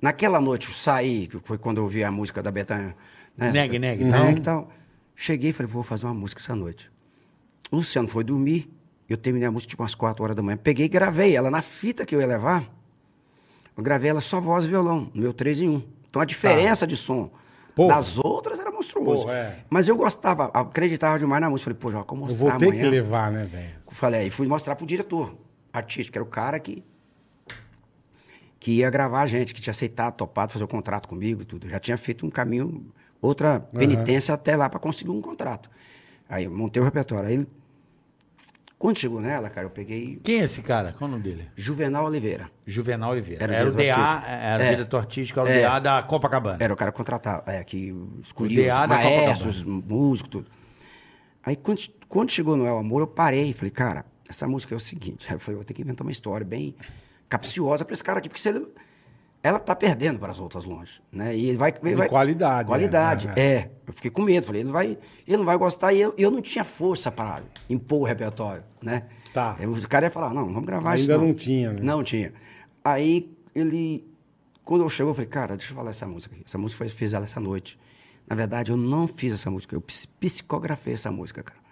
S2: Naquela noite eu saí, que foi quando eu ouvi a música da Betânia. Né?
S5: Negue, negue,
S2: Negue,
S5: tal.
S2: e tal. Cheguei e falei, vou fazer uma música essa noite. O Luciano foi dormir, eu terminei a música tipo umas 4 horas da manhã. Peguei e gravei ela na fita que eu ia levar. Eu gravei ela só voz e violão, no meu 3 em 1. Então a diferença de som
S4: Tá. Porra.
S2: das outras era monstruosa.
S4: Porra, é.
S2: Mas eu gostava, acreditava demais na música. Falei, pô, já vou
S4: Eu
S2: mostrar
S4: vou ter
S2: amanhã.
S4: que levar, né, velho?
S2: Falei, e fui mostrar pro diretor artístico, que era o cara que, que ia gravar a gente, que tinha aceitado, topado, fazer o contrato comigo e tudo. Eu já tinha feito um caminho, outra penitência até lá para conseguir um contrato. Aí eu montei o repertório. Aí, quando chegou nela, cara, eu peguei
S5: Quem é esse cara? Qual o nome dele?
S2: Juvenal Oliveira.
S5: Juvenal Oliveira.
S2: Era
S5: Era,
S2: o
S5: o DA,
S2: diretor artístico.
S5: era o
S2: É.
S5: diretor artístico, era o
S2: É.
S5: DA da Copacabana.
S2: Era o cara contratado, é, que escolhia
S5: DA
S2: os
S5: da
S2: maestros, músicos, tudo. Aí quando, quando chegou no El Amor, eu parei e falei, cara, essa música é o seguinte. Aí eu falei, vou ter que inventar uma história bem capciosa pra esse cara aqui, porque se ele- ela tá perdendo para as outras longe, né? E ele vai... ele
S4: De
S2: vai-
S4: qualidade, né?
S2: Qualidade,
S4: É.
S2: é. Eu fiquei com medo, falei, ele, vai, ele não vai gostar e eu, eu não tinha força para impor o repertório, né?
S4: Tá.
S2: Aí o cara ia falar, não, vamos gravar
S4: Ainda
S2: isso
S4: não tinha, né?
S2: Não tinha. Aí ele, quando eu chegou, eu falei, cara, deixa eu falar essa música aqui. Essa música foi, fiz ela essa noite. Na verdade, eu não fiz essa música, eu psi- psicografei essa música, cara.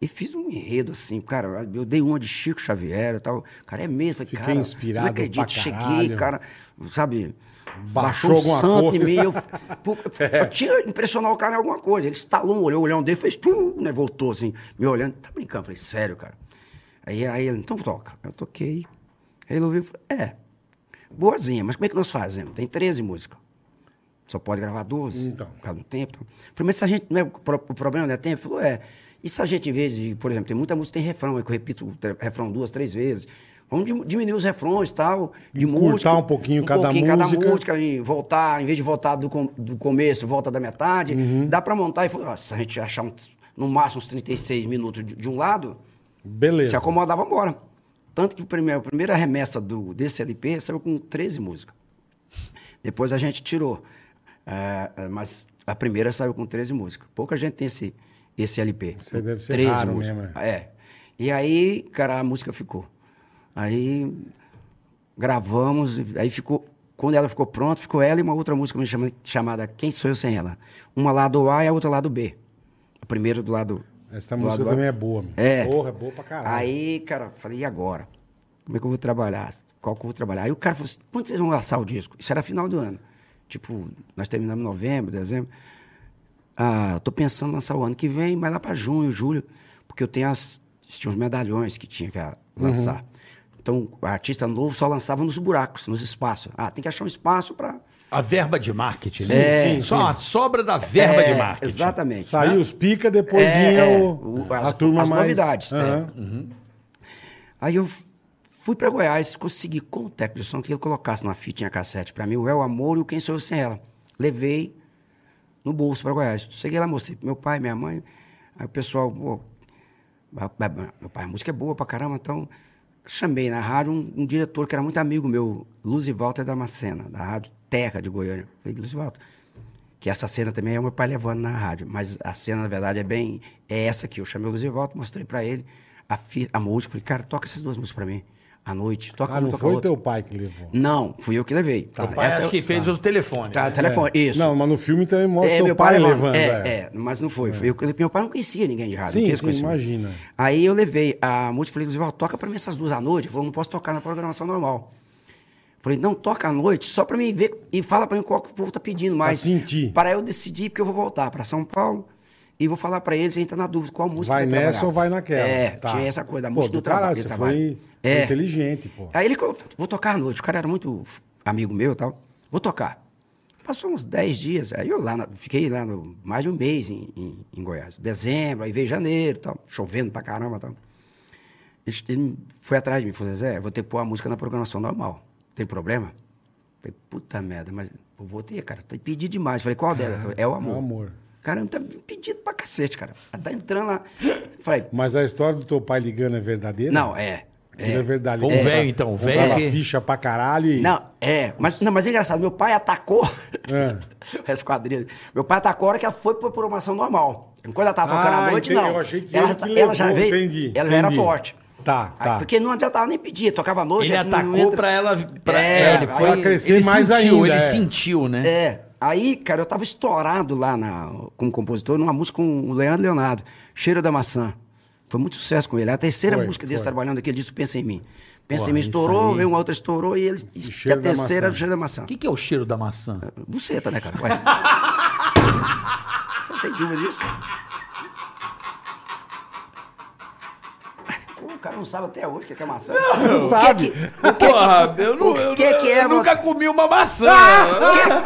S2: E fiz um enredo assim, cara, eu dei uma de Chico Xavier e tal. Cara, é mesmo. Falei,
S4: Fiquei
S2: cara,
S4: inspirado
S2: Não
S4: pra
S2: acredito,
S4: caralho.
S2: cheguei, cara, sabe?
S4: Baixou alguma
S2: em
S4: coisa.
S2: mim, eu, pô, eu- eu tinha que impressionar o cara em alguma coisa. Ele estalou, olhou o olhão dele, fez pum, né? Voltou assim, me olhando. Tá brincando? Eu Falei, sério, cara. Aí, aí ele, então toca. Eu toquei. Aí ele ouviu e falou, é, boazinha, mas como é que nós fazemos? Tem 13 músicas. Só pode gravar 12,
S4: Então.
S2: por causa do tempo. Falei, mas se a gente, não é, o pro- o problema não é tempo? Ele falou, é. E se a gente, em vez de, por exemplo, tem muita música, tem refrão, aí que eu repito o tre- refrão duas, três vezes. Vamos dim- diminuir os refrões e tal, de
S4: Encurtar
S2: música.
S4: um pouquinho cada música.
S2: e
S4: Uhum.
S2: voltar, em vez de voltar do, com- do começo, volta da metade. Dá pra montar e falar, ó, se a gente achar um, no máximo uns 36 minutos de, de um lado, se
S4: Beleza.
S2: acomodava, embora. Tanto que o primeiro, a primeira remessa do, desse LP saiu com 13 músicas. Depois a gente tirou. Ah, ah, mas a primeira saiu com 13 músicas. Pouca gente tem esse, esse LP.
S4: Isso deve ser raro mesmo,
S2: É. E aí, cara, a música ficou. Aí gravamos, aí ficou. Quando ela ficou pronta, ficou ela e uma outra música me chama- chamada Quem Sou Eu Sem Ela. Uma lá do A e a outra lá do B. A primeira do lado.
S4: Essa
S2: do
S4: música
S2: lado A.
S4: também é boa, meu.
S2: É.
S4: Porra, é boa pra caralho.
S2: Aí, cara, falei, e agora? Como é que eu vou trabalhar? Qual que eu vou trabalhar? Aí o cara falou assim, quando vocês vão lançar o disco? Isso era final do ano. Tipo, nós terminamos em novembro, dezembro. Ah, eu tô pensando em lançar o ano que vem, mas lá pra junho, julho, porque eu tenho as... Tinha uns medalhões que tinha que ah,
S5: Uhum.
S2: lançar. Então, o artista novo só lançava nos buracos, nos espaços. Ah, tem que achar um espaço pra...
S5: A verba de marketing,
S4: Sim,
S5: né?
S4: sim,
S5: Só a sobra da verba
S2: É,
S5: de marketing.
S2: Exatamente.
S4: Saiu os pica, depois
S2: É,
S4: vinha
S2: é.
S4: o-
S2: O-
S4: a
S2: as-
S4: turma
S2: as
S4: mais...
S2: novidades, né?
S4: Aham.
S2: Aí eu fui pra Goiás, consegui com o técnico de som que ele colocasse numa fitinha cassete pra mim, o El Amor e o Quem Sou Eu Sem Ela. Levei no bolso pra Goiás. Cheguei lá, mostrei pro meu pai, minha mãe. Aí o pessoal, pô, ba- ba- ba- meu pai, a música é boa pra caramba, então chamei na rádio um, um diretor que era muito amigo meu, Luzivaldo Damascena, da rádio Terra de Goiânia. Falei, Luzivaldo, que essa cena também é o meu pai levando na rádio, mas a cena, na verdade, é bem... É essa aqui. Eu chamei o Luzivaldo, mostrei pra ele a, fi- a música. Falei, cara, toca essas duas músicas pra mim. À noite, toca
S4: Ah,
S2: uma,
S4: não
S2: toca
S4: foi
S2: outra.
S4: teu pai que levou.
S2: Não, fui eu que levei.
S5: O pai acho
S2: eu-
S5: que fez o telefone.
S2: é Tá, telefone, isso.
S4: É. Não, mas no filme também mostra
S2: É,
S4: teu
S2: meu
S4: pai,
S2: pai, levando,
S4: levando.
S2: é, é, mas não foi. foi eu, meu pai não conhecia ninguém de rádio.
S4: Sim,
S2: não tinha
S4: sim,
S2: esse conhecimento.
S4: imagina.
S2: Aí eu levei a música, falei, Luzival, toca pra mim essas duas à noite. Ele falou, não posso tocar na programação normal. Falei, não, toca à noite, só pra mim ver e fala pra mim qual que o povo tá pedindo mais.
S4: sentir.
S2: Para eu decidir, porque eu vou voltar pra São Paulo e vou falar pra eles, a gente tá na dúvida, qual música
S4: Vai
S2: vai
S4: nessa
S2: trabalhar.
S4: ou vai naquela?
S2: É,
S4: Tá.
S2: tinha essa coisa, a
S4: Pô,
S2: música
S4: do
S2: do, traba-
S4: caralho,
S2: do
S4: você
S2: trabalho.
S4: foi- foi
S2: É.
S4: inteligente, pô.
S2: Aí ele falou, vou tocar à noite. O cara era muito f- amigo meu e tal. Vou tocar. Passou uns 10 dias. Aí eu lá na- fiquei lá no, mais de um mês em, em- em Goiás. Dezembro, aí veio janeiro e tal. Chovendo pra caramba e tal. Ele, ele foi atrás de mim e falou, Zé, vou ter que pôr a música na programação normal. Tem problema? Falei, puta merda, mas eu vou ter, cara. Tem pedido demais. Falei, qual dela? Falei, é o amor.
S4: É o Amor.
S2: Caramba, tá pedido pra cacete, cara. Tá entrando lá. Falei,
S4: Mas a história do teu pai ligando é verdadeira?
S2: não, é.
S4: É, é verdade.
S5: Vamos
S4: Ele
S5: ver,
S4: comprava-
S5: então,
S4: comprava
S5: ver que-
S4: ficha pra caralho e...
S2: Não, é. Mas, não, mas é engraçado. Meu pai atacou
S4: É.
S2: essa quadrilha. Meu pai atacou a hora que ela foi por programação normal. Enquanto ela estava tá tocando
S4: Ah,
S2: à noite,
S4: entendi.
S2: não.
S4: Eu achei que
S2: ela, tá-
S4: ele que
S2: ela
S4: levou,
S2: já veio.
S4: entendi,
S2: Ela já era
S4: entendi.
S2: forte.
S4: Tá,
S2: Aí,
S4: tá.
S2: Porque não adiantava nem pedir, tocava à noite.
S5: Ele
S2: aí não
S5: atacou
S2: entra-
S5: pra ela. Pra
S2: É,
S5: ele
S2: pra
S5: foi,
S4: ela crescer
S5: ele
S4: mais
S5: sentiu, Ele
S4: ainda, é.
S5: sentiu, né?
S2: É. Aí, cara, eu tava estourado lá na, como compositor numa música com o Leandro Leonardo, Cheiro da Maçã. Foi muito sucesso com ele. A terceira
S4: Foi,
S2: música desse
S4: foi.
S2: trabalhando aqui, ele disse Pensa em mim. Pensa
S5: Porra,
S2: em mim
S5: isso
S2: estourou,
S5: aí.
S2: veio uma outra estourou e ele. E a
S4: Cheiro da
S2: terceira era
S4: Maçã.
S2: o Cheiro da Maçã.
S5: O que, que é o cheiro da maçã?
S2: Buceta, né, cara? Ué. Você não tem dúvida disso? Pô, O cara não sabe até hoje o que é que é maçã. Não, o
S4: sabe.
S2: Que é que, o que, é
S5: Porra,
S2: que,
S5: eu, não,
S2: o que, é que é Ah!
S5: eu nunca comi uma maçã.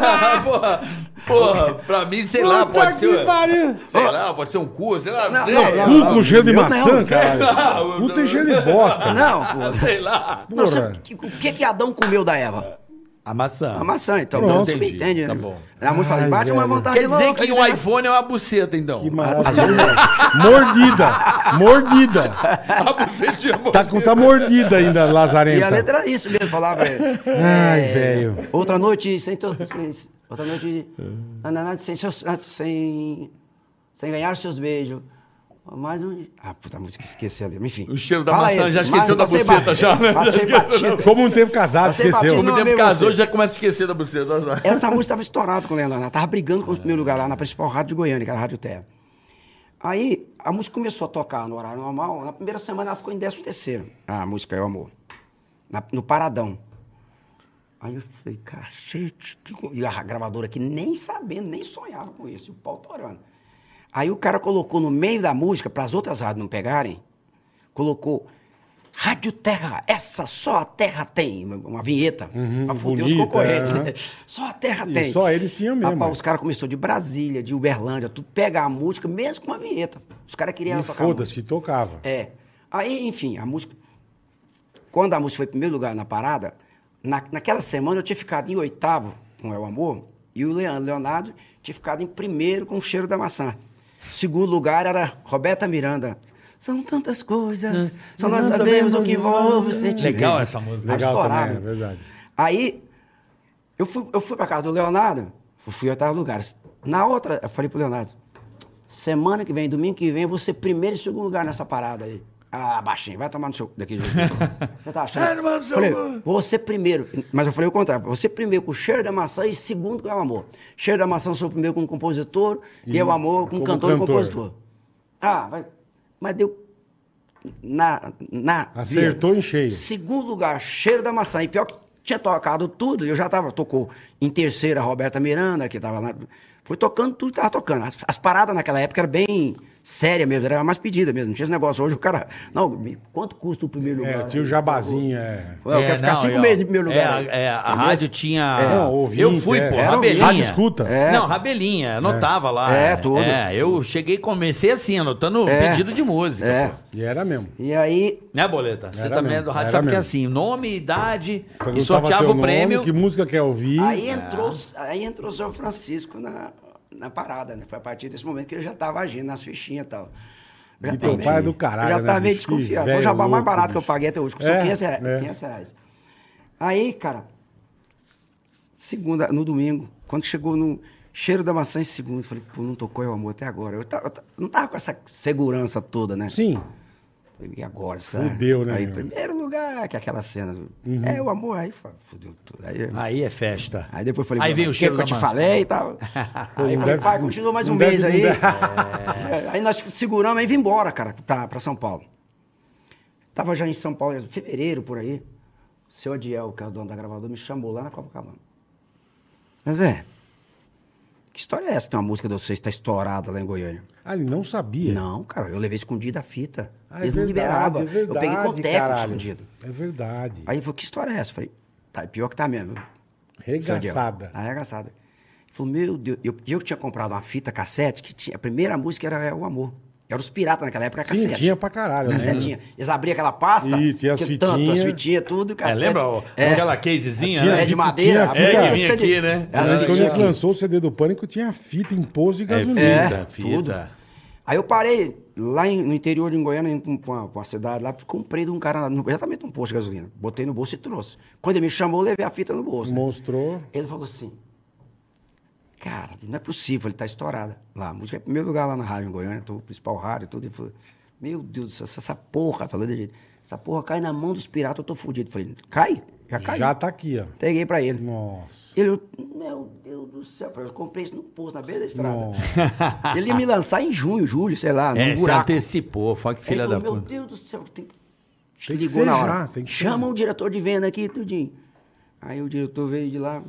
S5: porra, porra, pra mim, sei lá,
S4: Puta
S5: pode
S4: que
S5: ser. tá
S4: pariu.
S5: Sei lá, pode ser um cu, sei lá, não, sei.
S2: não, não.
S4: Cu com cheiro de
S2: eu não,
S4: maçã,
S2: não.
S4: caralho. Cu tem cheiro de bosta.
S2: é- Não, pô.
S5: sei lá.
S2: Não, você-
S4: Porra.
S2: que- o que é que Adão comeu da Eva?
S5: A maçã.
S2: A maçã, então.
S4: Pronto,
S2: você me
S5: entendi.
S2: entende, né?
S5: Tá bom.
S2: A mãe fala,
S4: Ai,
S2: bate uma
S4: velho.
S2: vontade
S5: Quer dizer
S2: louca
S5: que
S2: de
S5: um
S2: ver-
S5: iPhone é uma buceta, então.
S4: Que
S2: Às
S4: maravilha.
S2: vezes é.
S4: Mordida. Mordida.
S5: A é bucetinha
S4: Tá, com- tá mordida ainda, Lazarenta.
S2: E a letra era isso mesmo, falava. é,
S4: Ai, velho.
S2: Outra noite sem, teu, sem- outra noite na- na- na- sem, seus- ah, sem sem ganhar seus beijos. Mais um. Ah, puta música, esqueci ali. Enfim.
S5: O cheiro da
S2: Fala
S5: maçã,
S2: esse,
S5: já esqueceu da
S2: mas passei
S5: buceta
S2: batida,
S5: já, né?
S2: Passei batida.
S4: Ficou muito um tempo casado,
S2: Você
S4: esqueceu.
S2: bateu no-
S5: Quando o
S2: amei
S5: tempo casou,
S2: você. É,
S5: já começa a esquecer da buceta.
S4: né?
S5: olha lá.
S2: Essa música estava estourada com o Leandro Leonardo. Tava brigando com o primeiro lugar lá na principal rádio de Goiânia, que era a Rádio Terra. Aí a música começou a tocar no horário normal. Na primeira semana ela ficou em 13 terceiro. A música É o Amor. Na- no Paradão. Aí eu falei, cacete. Que... co- E a gravadora aqui nem sabendo, nem sonhava com isso. E o pau torando. Aí o cara colocou no meio da música, para as outras rádios não pegarem, colocou Rádio Terra, essa só a Terra tem. Uma- Uma vinheta. pra foder os
S4: Uhum, bonita,
S2: concorrentes,
S4: é.
S2: né? Só a Terra
S4: E
S2: tem.
S4: só eles tinham mesmo. é.
S2: Rapaz, os caras começaram de Brasília, de Uberlândia, tudo pegar a música, mesmo com uma vinheta. Os caras queriam
S4: E
S2: ela tocar. a música.
S4: foda-se, tocava.
S2: É. Aí, enfim, a música. Quando a música foi em primeiro lugar na parada, na, naquela semana eu tinha ficado em oitavo com É o Amor e o Leandro Leonardo tinha ficado em primeiro com o cheiro da maçã. Segundo lugar era Roberta Miranda. São tantas coisas, só nós
S4: Miranda
S2: sabemos o
S4: mesmo,
S2: que
S4: Miranda.
S2: envolve o sentimento.
S5: Legal essa música.
S4: Legal
S2: Estourado.
S4: também, é verdade.
S2: Aí eu fui, eu fui pra casa do Leonardo, fui a oitavo lugar. Na outra, eu falei pro Leonardo: semana que vem, domingo que vem, eu vou ser primeiro e segundo lugar nessa parada aí. Ah, baixinho, vai tomar no seu. Daqui jeito. Já tá achando?
S3: Vai tomar no seu
S2: falei,
S3: cu.
S2: você primeiro. Mas eu falei o contrário: você primeiro com o cheiro da maçã e segundo com o amor. Cheiro da maçã, eu sou o primeiro como compositor e, eu amor como,
S4: como
S2: cantor, e
S4: cantor.
S2: compositor. Ah, vai. Mas deu. Na, na
S4: Acertou em cheio.
S2: Segundo lugar, cheiro da maçã. E pior que tinha tocado tudo, eu já tava, tocou em terceira a Roberta Miranda, que tava lá. Foi tocando tudo, que tava tocando. As, as paradas naquela época eram bem séria mesmo, era mais pedida mesmo. Não tinha esse negócio hoje, o cara. Não, me- quanto custa o primeiro lugar?
S4: É, tinha o jabazinho, é.
S2: Eu quero ficar cinco meses em primeiro lugar.
S5: É, é, a
S2: Entendeu?
S5: rádio tinha.
S2: um
S4: Não, ouvinte,
S5: eu fui,
S4: é.
S5: pô,
S4: Era
S2: ouvinte.
S5: Rabelinha.
S4: Rádio escuta.
S2: um É.
S5: Não, Rabelinha, anotava lá.
S2: É, tudo.
S5: É, eu cheguei e comecei assim, anotando
S2: É.
S5: pedido de música.
S2: É.
S5: pô.
S4: E era mesmo.
S2: E aí,
S5: Né, Boleta? Você
S4: Era
S5: também
S4: mesmo,
S5: é do rádio,
S4: era
S5: sabe que é
S4: mesmo.
S5: assim, nome, idade, e
S4: Perguntava
S5: sorteava
S4: teu
S5: o
S4: nome,
S5: prêmio.
S4: Que música quer ouvir? É.
S2: Aí entrou, aí entrou o São Francisco na, na parada, né? Foi a partir desse momento que eu já tava agindo nas fichinhas e tal. Eu Já
S4: E teu
S2: tava
S4: pai é
S2: meio-
S4: do caralho,
S2: eu já
S4: né,
S2: tava meio
S4: bicho? Que
S2: desconfiado. Foi o
S4: velho
S2: jabá mais
S4: louco,
S2: barato que eu
S4: bicho.
S2: paguei até hoje, custou
S4: É,
S2: 500, reais,
S4: é.
S2: 500 reais. Aí, cara, segunda, no domingo, quando chegou no cheiro da maçã em segundo, eu falei, pô, não tocou é o amor até agora. Eu, ta- eu ta- não tava com essa segurança toda, né?
S4: Sim.
S2: Falei, E agora, sabe?
S4: Fudeu, né,
S2: Aí,
S4: meu? Uhum.
S2: primeiro lugar, que é aquela cena. É, o amor, aí fa- fudeu tudo. Aí,
S5: Aí é festa.
S2: Aí depois eu falei,
S5: Aí
S2: "Mano,
S5: vem o
S2: que
S5: cheiro
S2: que
S5: da
S2: eu te
S5: maçã."
S2: falei e tal. aí eu falei,
S4: deve-
S2: pai, continua mais
S4: não
S2: um
S4: deve
S2: mês aí.
S4: mudar.
S2: É, Aí nós seguramos aí e vim embora, cara, tá, pra São Paulo. Tava já em São Paulo, em fevereiro, por aí. O seu Adiel, que é o dono da gravadora, me chamou lá na Copacabana. Mas é, que história é essa? Tem uma música de vocês que tá estourada lá em Goiânia.
S4: Ah, ele não sabia.
S2: Não, cara, eu levei escondida a fita.
S4: Ah,
S2: Eles não liberavam.
S4: é
S2: eu peguei com o técnico
S4: caralho.
S2: escondido.
S4: É verdade.
S2: Aí ele falou, que história é essa? Eu falei, tá, pior que tá mesmo. Seu Diego. ah,
S4: Regaçada.
S2: Arregaçada. Ele falou, meu Deus, eu, eu tinha comprado uma fita cassete que tinha, a primeira música era é, O Amor. Era os piratas naquela época, era
S4: Sim,
S2: Ah, cassete.
S4: tinha pra caralho. né?
S2: Cassetinha. Eles abriam aquela pasta,
S4: Ih, tinha as
S2: que tanto, as
S4: fitinhas.
S2: fitinhas, tudo,
S5: É,
S2: cassete.
S5: lembra ó,
S2: é,
S5: aquela casezinha?
S4: Tinha- É,
S2: é
S5: né?
S2: de madeira?
S4: Tinha fita.
S2: abria,
S4: É, que
S5: vinha
S2: tanto de-
S5: aqui, né?
S2: As
S4: Antes, Quando a
S2: fitinhas.
S4: gente lançou o CD do Pânico, tinha fita em pose de gasolina.
S5: fita.
S2: É, tudo. Aí eu parei lá em- no interior de Goiânia, em um- pra uma, pra uma cidade lá, comprei de um cara, no- exatamente um posto de gasolina. Botei no bolso e trouxe. Quando ele me chamou, eu levei a fita no bolso.
S4: Mostrou.
S2: Ele falou assim: Cara, não é possível, ele tá estourado lá. A música é primeiro lugar lá na rádio em Goiânia, tô, principal rádio e tudo. Ele falou: Meu Deus, do céu, essa, essa porra, falou de jeito, essa porra cai na mão dos piratas, eu tô fudido. Eu Falei: Cai? Já caiu.
S4: Já tá aqui, ó.
S2: Peguei pra ele.
S4: Nossa.
S2: Ele, meu Deus do céu, eu falei, eu comprei isso no posto, na beira da estrada.
S4: Nossa.
S2: Ele ia me lançar em junho, julho, sei lá,
S5: É,
S2: num
S5: se
S2: buraco.
S5: antecipou, foi que
S2: Aí ele
S5: filha da
S2: falou, meu
S5: puta.
S2: Deus do céu, tem que...
S4: Tem que
S2: Ligou
S4: ser
S2: na
S4: já,
S2: hora.
S4: tem que ser
S2: Chama
S4: já.
S2: o diretor de venda aqui, tudinho. Aí o diretor veio de lá,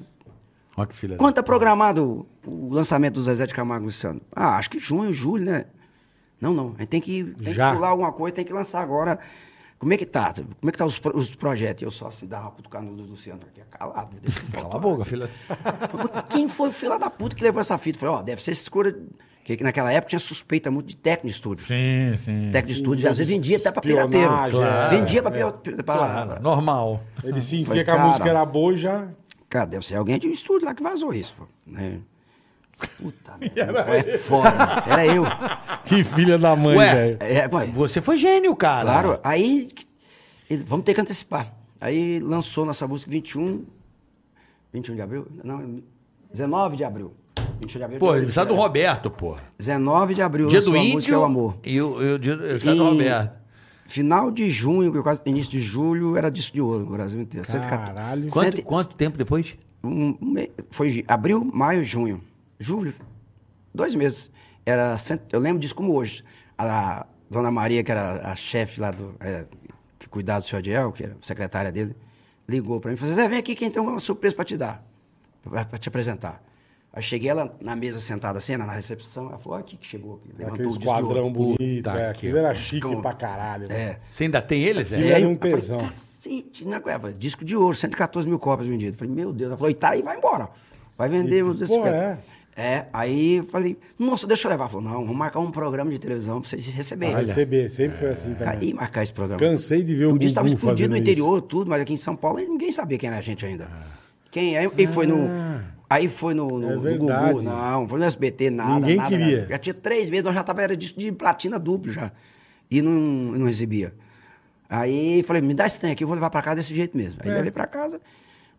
S5: Ó que filha da
S2: Quanto é programado o lançamento do Zezé de Camargo e Luciano? Ah, acho que junho, julho, né? Não, não. A gente tem que, tem que
S4: Já.
S2: pular alguma coisa, tem que lançar agora. Como é que tá? Como é que tá os, pro- os projetos? Eu só se dava pro canudo do Luciano aqui, calado. né? meu Deus.
S5: Cala a boca, filha.
S2: Quem foi o filho da puta que levou essa fita? Falei, ó, deve ser essa escura. Porque naquela época tinha suspeita muito de técnico de estúdio.
S6: Sim, sim.
S2: Técnico de estúdio, às vezes vendia até pra
S4: Espionagem,
S2: pirateiro.
S4: é,
S2: vendia pra, pira- pra-
S5: Claro, normal.
S4: Ele sentia
S2: Foi,
S4: que a
S2: cara.
S4: música era boa e já.
S2: Cara, deve ser alguém de um estúdio lá que vazou isso, pô. Né? Puta merda. É foda. Era eu.
S4: Que filha da mãe,
S5: Ué.
S4: velho.
S2: É, ué,
S5: Você foi gênio, cara.
S2: claro. Aí, ele- vamos ter que antecipar. Aí lançou nossa música 21. 21 de abril? Não, 19 de abril. 21 de abril.
S5: Pô,
S2: de-
S5: ele precisa do Roberto, pô.
S2: 19 de abril.
S5: Dia
S2: lançou
S5: do
S2: a música
S5: Índio
S2: É o Amor.
S5: e o, e o dia do, ele precisa do
S2: E
S5: Roberto.
S2: Final de junho, quase início de julho, era disco de ouro no Brasil inteiro.
S4: Caralho.
S5: Quanto,
S2: Cento-
S5: quanto tempo depois?
S2: um, um mês- foi ju- abril, maio, junho, julho, dois meses. Era, cento- eu lembro disso como hoje. A, a dona Maria, que era a chefe lá do é, que cuidava do senhor Adiel, que era secretária dele, ligou para mim e falou: Zé, vem aqui que tem uma surpresa para te dar, para te apresentar. Aí cheguei ela na mesa sentada assim, na na recepção, ela falou: "Ó, aqui que chegou aqui.
S4: Aquele
S2: disco de ouro.
S4: esquadrão bonito.
S5: Puta
S4: é,
S5: que
S4: Aquilo era chique
S2: Discão.
S4: pra caralho. né?
S2: É.
S4: velho.
S5: Você ainda tem ele,
S2: E
S5: Zé?
S4: Ele era
S2: aí,
S4: um
S2: eu falei,
S4: tesão.
S2: cacete, não é aguenta. Disco de ouro, 114 mil cópias vendidas. Falei, meu Deus. Ela falou, e tá aí, vai embora. Vai vender
S4: E,
S2: uns
S4: pô,
S2: 250.
S4: é.
S2: É, aí eu falei, nossa, deixa eu levar. Falou, não, vamos marcar um programa de televisão pra vocês receberem.
S4: Pra receber, sempre foi assim também.
S2: Cadê marcar esse programa?
S4: Cansei de ver o
S2: o disco estava
S4: Gugu
S2: explodido no
S4: fazendo isso.
S2: interior, tudo, mas aqui em São Paulo ninguém sabia quem era a gente ainda. Quem é? E foi no. Aí foi no, no,
S4: Ah. É
S2: no
S4: verdade.
S2: Gugu, não, foi no SBT, nada.
S4: Ninguém
S2: nada,
S4: queria.
S2: nada. Já tinha três meses, nós já tava era disco de platina duplo já. E não, não exibia. Aí falei, me dá esse trem aqui, eu vou levar pra casa desse jeito mesmo.
S4: É.
S2: Aí levei pra casa.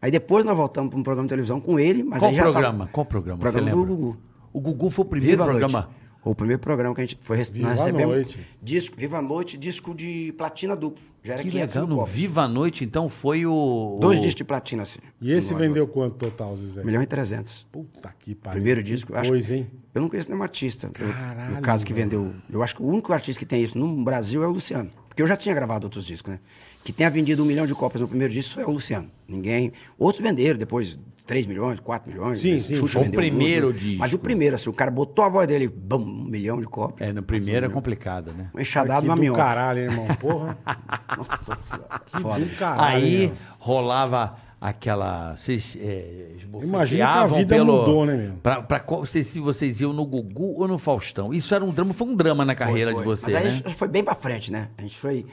S2: Aí depois nós voltamos pra um programa de televisão com ele, mas
S5: Qual
S2: aí já tava-
S5: programa? Qual programa? Você
S2: Programa do
S5: lembra?
S2: Gugu.
S5: O Gugu foi o primeiro
S2: Viva a
S5: programa.
S2: Noite. O primeiro programa que a gente foi rece-
S4: Viva
S2: nós
S4: a
S2: recebemos
S4: Noite.
S2: disco, Viva a Noite, disco de platina duplo. Já era
S5: Que
S2: 500
S5: legal,
S2: mil
S5: no
S2: cópias.
S5: Viva a Noite, então, foi o.
S2: Dois
S5: o-
S2: discos de platina, assim.
S4: E esse
S2: Um
S4: vendeu quanto total, Zezé?
S2: 1 milhão e 300.
S4: Puta que pariu.
S2: Primeiro
S4: Que
S2: disco, eu acho.
S4: Coisa, hein?
S2: Eu não conheço nenhum artista. eu-
S4: Caralho,
S2: no caso que
S4: velho.
S2: vendeu. Eu acho que o único artista que tem isso no Brasil é o Luciano. Porque eu já tinha gravado outros discos, né? Que tenha vendido um milhão de cópias no primeiro disco só é o Luciano. Ninguém. Outros venderam depois 3 milhões, 4 milhões.
S4: Sim,
S2: né?
S4: sim.
S2: Xuxa
S5: O
S2: vendeu
S5: primeiro
S2: muito.
S5: disco.
S2: Mas o primeiro, assim, o cara botou a voz dele, bum, um milhão de cópias.
S5: É, no primeiro é complicado, né?
S2: Um enxadado
S4: Que
S2: na
S4: do
S2: minhoca.
S4: caralho, hein, irmão. Porra.
S2: Nossa senhora.
S4: Que do caralho.
S5: Aí
S4: irmão.
S5: rolava aquela. Vocês é, esbofeteavam
S4: Imagina que a vida mudou, né, meu?
S5: Pra, pra qual, vocês, se vocês iam no Gugu ou no Faustão. Isso era um drama, foi um drama na carreira
S2: Foi,
S5: de
S2: foi.
S5: vocês,
S2: Mas aí
S5: né?
S2: a gente foi bem pra frente, né? A gente foi.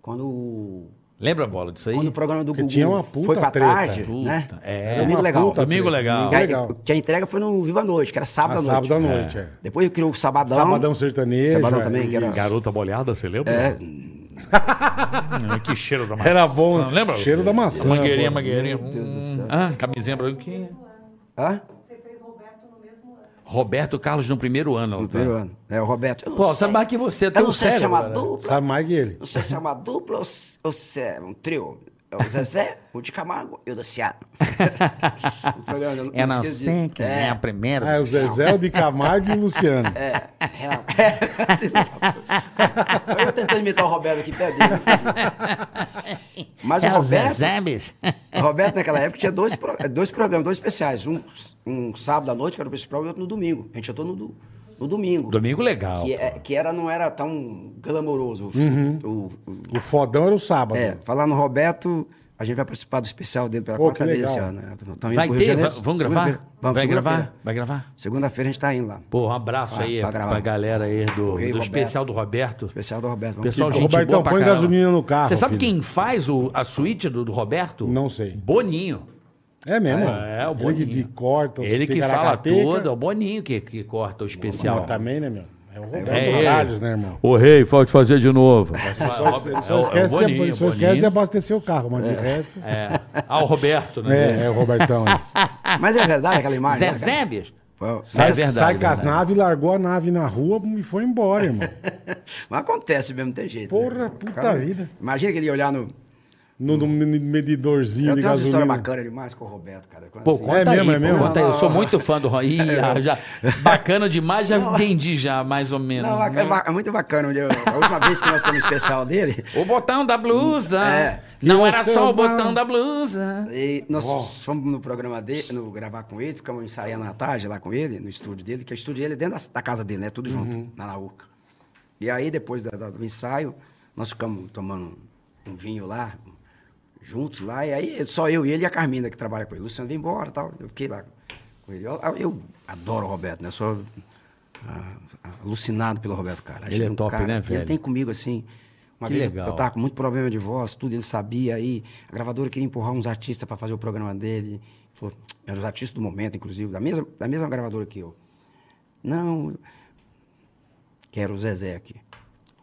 S2: Quando o-
S5: Lembra a bola disso aí?
S2: Quando o programa do
S4: Porque
S2: Gugu
S4: tinha uma puta
S2: foi pra
S4: treta.
S2: tarde,
S5: Puta,
S2: né?
S5: é.
S2: Era
S5: Era
S2: Domingo
S4: uma
S2: legal.
S4: puta
S5: Domingo
S4: treta.
S5: legal.
S2: Que a-
S4: legal.
S2: Que a entrega foi no Viva a Noite, que era sábado
S4: Ah,
S2: à noite.
S4: sábado à noite, é.
S2: Depois criou o Sabadão.
S4: Sabadão Sertanejo,
S2: Sabadão
S4: é,
S2: também, que era...
S6: Garota molhada, você lembra? É. que cheiro da maçã.
S4: Era bom.
S6: Não, Lembra?
S4: Cheiro da maçã.
S6: Mangueirinha,
S4: pô.
S6: mangueirinha.
S2: Deus do
S6: Hum,
S2: céu.
S6: ah, camisinha branquinha.
S2: Hã?
S5: Roberto Carlos no primeiro ano.
S2: No
S5: Altair.
S2: primeiro ano. É, o Roberto. Eu não
S5: Pô,
S2: sei.
S5: sabe mais que você,
S2: Eu
S5: tem um
S2: não sei se é
S5: cérebro,
S2: uma
S5: né?
S2: dupla.
S4: Sabe mais que ele.
S2: Não sei se é uma dupla ou se, ou se é um trio. É o Zezé, o de Camargo e o do Ceará. O programa, eu
S5: Eu não
S2: esqueço de-
S5: sei quem é, o primeiro.
S4: Ah, é o Zezé, o de Camargo e o Luciano.
S2: É, real. eu tentando imitar o Roberto aqui, perdeu.
S5: É
S2: Mas É o Roberto,
S5: bicho.
S2: o Roberto naquela época tinha dois, pro- dois programas, dois especiais. Um, um sábado à noite, que era o principal, e outro no domingo. A gente entrou no, do- no domingo.
S5: Domingo legal.
S2: Que, é- que era, não era tão glamouroso. O-
S5: Uhum.
S2: o- o-
S4: O fodão era o sábado.
S2: é, falar no Roberto, a gente vai participar do especial dele pela
S4: Pô,
S2: quarta
S4: que
S2: vez esse
S4: legal.
S2: ano. né? Tamo indo
S5: Vai
S2: pro Rio de
S5: ter? Va-
S2: Janeiro,
S5: Vamos gravar?
S2: segunda-feira. Vamos,
S5: Vai gravar?
S2: segunda-feira.
S5: Vai gravar?
S2: Segunda-feira a gente tá indo lá.
S5: Pô, um abraço
S2: Vai,
S5: aí
S2: pra
S5: pra,
S2: gravar.
S5: galera aí do,
S2: Correio
S5: do
S2: Roberto.
S5: especial do Roberto.
S2: Especial do Roberto. Vamos.
S5: Pessoal,
S4: Ô,
S5: gente
S4: Robertão,
S5: boa pra
S4: põe
S5: caramba.
S4: gasolina no carro,
S5: Você sabe
S4: filho.
S5: quem faz o- a suíte do, do Roberto?
S4: Não sei.
S5: Boninho.
S4: É mesmo?
S5: É, o
S4: Ele
S5: Boninho.
S4: que de- corta os
S5: Ele que fala
S4: ticaracateca.
S5: tudo, é o Boninho que, que corta o especial.
S4: Mas também, né, meu? É o Roberto
S5: É ele. É
S4: Carlos, né, irmão?
S6: Ô, rei, pode fazer de novo.
S5: Só,
S4: Ele só esquece, de-
S5: é
S4: ele só esquece de abastecer o carro, mas
S2: É.
S4: de resto.
S5: Ah, o Roberto, né?
S4: É, é o Robertão. né?
S2: Mas é verdade aquela imagem? né, cara?
S5: Zezé, bicho.
S2: Foi-
S4: Sai,
S5: é verdade,
S4: sai com as
S5: verdade.
S4: naves, largou a nave na rua e foi embora, irmão.
S2: Mas acontece mesmo, não tem jeito.
S4: Porra,
S2: né?
S4: puta vida.
S2: Imagina que ele ia olhar no.
S4: No,
S5: Hum.
S4: no medidorzinho
S2: Eu
S4: de
S2: tenho umas histórias
S4: gasolina.
S2: bacanas demais com o Roberto, cara. Quando
S5: Pô,
S2: assim-
S5: conta
S4: É
S5: aí,
S4: mesmo, é
S5: pô,
S4: mesmo?
S5: conta aí. Eu sou muito fã do Roberto. Ih, ah, já, bacana demais, já entendi já, mais ou menos.
S2: Não, é, ba- é muito bacana. onde eu- A última vez que nós fomos no especial dele,
S5: O botão da blusa.
S2: É.
S5: Não
S4: E
S5: era
S4: você
S5: só o
S4: vai-
S5: botão da blusa.
S2: e nós fomos no programa dele, no gravar com ele, ficamos ensaiando na tarde lá com ele, no estúdio dele, que o estúdio dele é dentro da, da casa dele, né? Tudo
S5: Uhum.
S2: junto, na Naúca. E aí, depois da- da- do ensaio, nós ficamos tomando um vinho lá, juntos lá, e aí só eu e ele e a Carmina que trabalha com ele. Luciano veio embora e tal. Eu fiquei lá com ele. Eu, eu adoro o Roberto, né? Eu sou ah, alucinado pelo Roberto Carlos. Acho
S5: Ele é
S2: um
S5: top, né, velho?
S2: Ele tem comigo assim. Uma
S5: Que
S2: vez eu-
S5: legal.
S2: eu tava com muito problema de voz, tudo, ele sabia aí. A gravadora queria empurrar uns artistas para fazer o programa dele. Falou, eram os artistas do momento, inclusive, da mesma, da mesma gravadora que eu. Não, quero o Zezé aqui.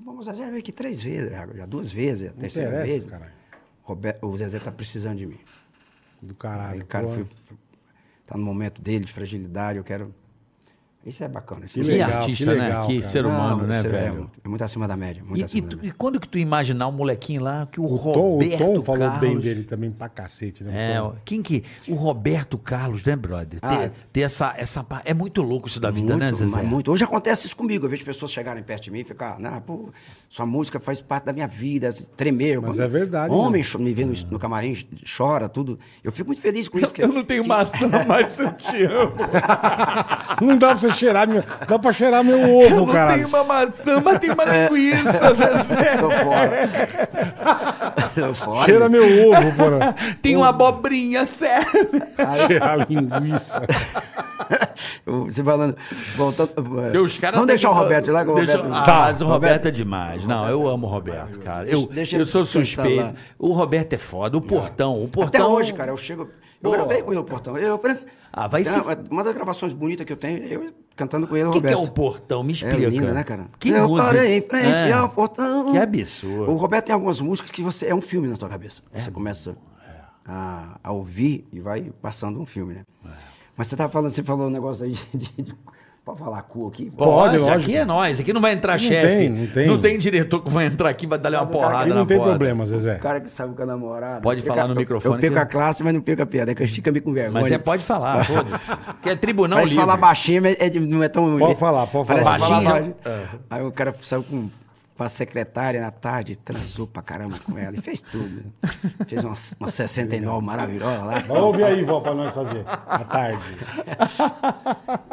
S2: Pô, mas o Zezé veio aqui três vezes, já, já duas vezes, a terceira
S4: interessa,
S2: vez.
S4: caralho.
S2: Roberto, o Zezé tá precisando de mim.
S4: Do
S2: Aí,
S4: caralho.
S2: cara,
S4: porra.
S2: fui, fui- tá no momento dele de fragilidade, eu quero. Isso é bacana. Isso
S5: Que
S2: é
S4: legal,
S5: artista,
S4: que
S5: né?
S4: legal,
S5: que
S4: cara.
S5: ser humano,
S2: Não,
S5: né,
S2: isso é-
S5: velho?
S2: É, muito acima da média. Muito
S5: E, e
S2: acima da
S5: tu-
S2: média.
S5: e quando que tu imaginar um molequinho lá que o,
S4: assim O Tom, o
S5: Roberto
S4: Tom falou
S5: Carlos...
S4: bem dele também pra cacete, né?
S5: É,
S4: o
S5: ó,
S4: Tom?
S5: quem que... O Roberto Carlos, né, brother? Ter,
S2: Ah.
S5: ter essa, essa... pa- É muito louco isso da vida,
S2: Muito,
S5: né, Zezé?
S2: mas muito. Hoje acontece isso comigo. Eu vejo pessoas chegarem perto de mim e ficar, ah, pô, sua música faz parte da minha vida, tremer.
S4: Mas é verdade,
S2: Homem
S4: né?
S2: cho- me vê no, no camarim, chora, tudo. Eu fico muito feliz com isso. porque- que-
S5: maçã, mas eu te amo.
S4: Não dá pra você cheirar meu. Dá pra cheirar meu ovo, caralho.
S5: uma maçã, mas tem uma
S2: É.
S5: linguiça, né? Zezé.
S2: Tô fora. Tô fora.
S4: Cheira meu ovo, né? porra.
S5: Tem uma abobrinha, sério.
S4: Cheirar linguiça.
S2: Eu- Você falando. Voltando, eh,
S5: Porque os caras
S2: Vamos
S5: têm
S2: deixar
S5: que-
S2: o Roberto lá, que o
S5: Deixa-
S2: Roberto.
S5: Ah,
S4: Tá.
S5: mas o Roberto é demais. Não, eu amo o Roberto, cara. Eu,
S2: Deixa
S5: eu
S2: ele
S5: sou
S2: descansar
S5: suspeito.
S2: lá.
S5: O Roberto é foda. O Portão, o
S2: Até
S5: Portão...
S2: hoje, cara, eu chego. Eu
S5: Pô.
S2: gravei com ele o Portão. Eu, eu-
S5: Ah, vai
S2: tem
S5: se-
S2: uma, uma das gravações bonitas que eu tenho, eu cantando com ele,
S5: O
S2: o
S5: que,
S2: Roberto.
S5: que é o Portão? Me explica.
S2: É linda, né, cara?
S5: Que
S2: eu
S5: música.
S2: parei em frente
S5: É.
S2: ao portão.
S5: Que absurdo. É
S2: O Roberto tem algumas músicas que você é um filme na sua cabeça. você começa a, a ouvir e vai passando um filme, né?
S5: É.
S2: Mas você tava falando, você falou um negócio aí de, de- de- pode falar cu aqui?
S4: Pode, lógico.
S5: aqui é nós. Aqui não vai entrar
S4: Não
S5: chefe.
S4: tem, não tem.
S5: diretor que vai entrar aqui e vai dar uma porrada
S4: Aí
S5: na
S4: não tem
S5: porta.
S4: problema,
S2: O
S4: Zezé.
S2: cara que saiu com a namorada.
S5: Pode
S2: pega-
S5: falar no
S2: eu-
S5: microfone
S2: Eu pego
S5: que-
S2: a classe, mas não pego a piada, é que fica meio com vergonha.
S5: Mas é você pode falar, foda-se. Porque é tribunal
S2: Parece
S5: livre.
S2: falar baixinho, mas é de- não é tão.
S4: Pode falar, pode falar.
S2: Parece falar
S5: Baixinho.
S2: baixinho. né? Aí o cara saiu com, com a secretária na tarde, transou pra caramba com ela e fez tudo. Fez uma, uma 69 maravilhosa lá.
S4: Vai ouvir aí, vó, pra nós fazer. À tarde.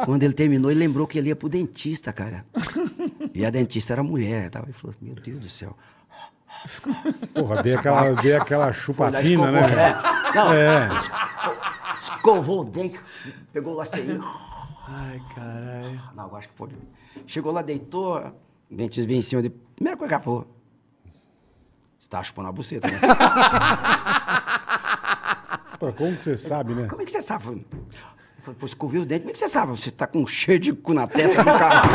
S2: Quando ele terminou, ele lembrou que ele ia pro dentista, cara. E a dentista era mulher. Tava, ele falou: Meu Deus do céu.
S4: Porra, dei aquela, dei aquela chupatina,
S2: Escovou-
S4: né? velho?
S2: É, não,
S4: É.
S2: escovou o dente, pegou o lasterinho.
S5: Ai, caralho.
S2: Não, eu acho que pode. Chegou lá, deitou, o dentista veio em cima dele. Primeira coisa que ela falou. Você tá chupando a buceta, né?
S4: Pô, como que você sabe, né?
S2: Como é que você sabe? Eu falei, pô, escovei os dentes. Como é que você sabe? Você tá com um cheio de cu na testa do carro.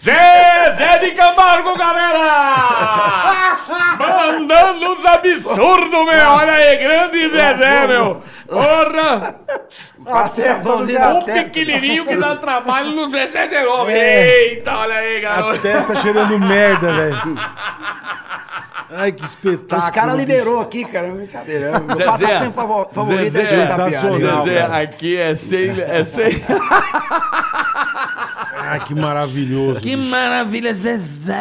S3: Zé, Zé de Camargo, galera! Mandando uns absurdos, meu! Olha aí, grande Zezé, meu! Porra!
S2: Passei a mãozinha na
S3: Um
S2: testa.
S3: pequenininho que dá trabalho no Zezé de Novo.
S4: É.
S3: Eita, olha aí,
S4: A
S3: garoto!
S4: testa cheirando merda, velho. Ai, que espetáculo.
S2: Os caras
S4: bicho.
S2: liberou aqui, cara. é Brincadeira. Meu
S3: Zezé,
S4: um
S2: passatempo favo- favorito é
S3: Zezé,
S2: escutar a piada.
S4: sensacional.
S3: Zezé,
S4: cara.
S3: aqui é sem... É sem...
S4: Ai, Ah, que maravilhoso.
S5: Que maravilha, Zezé!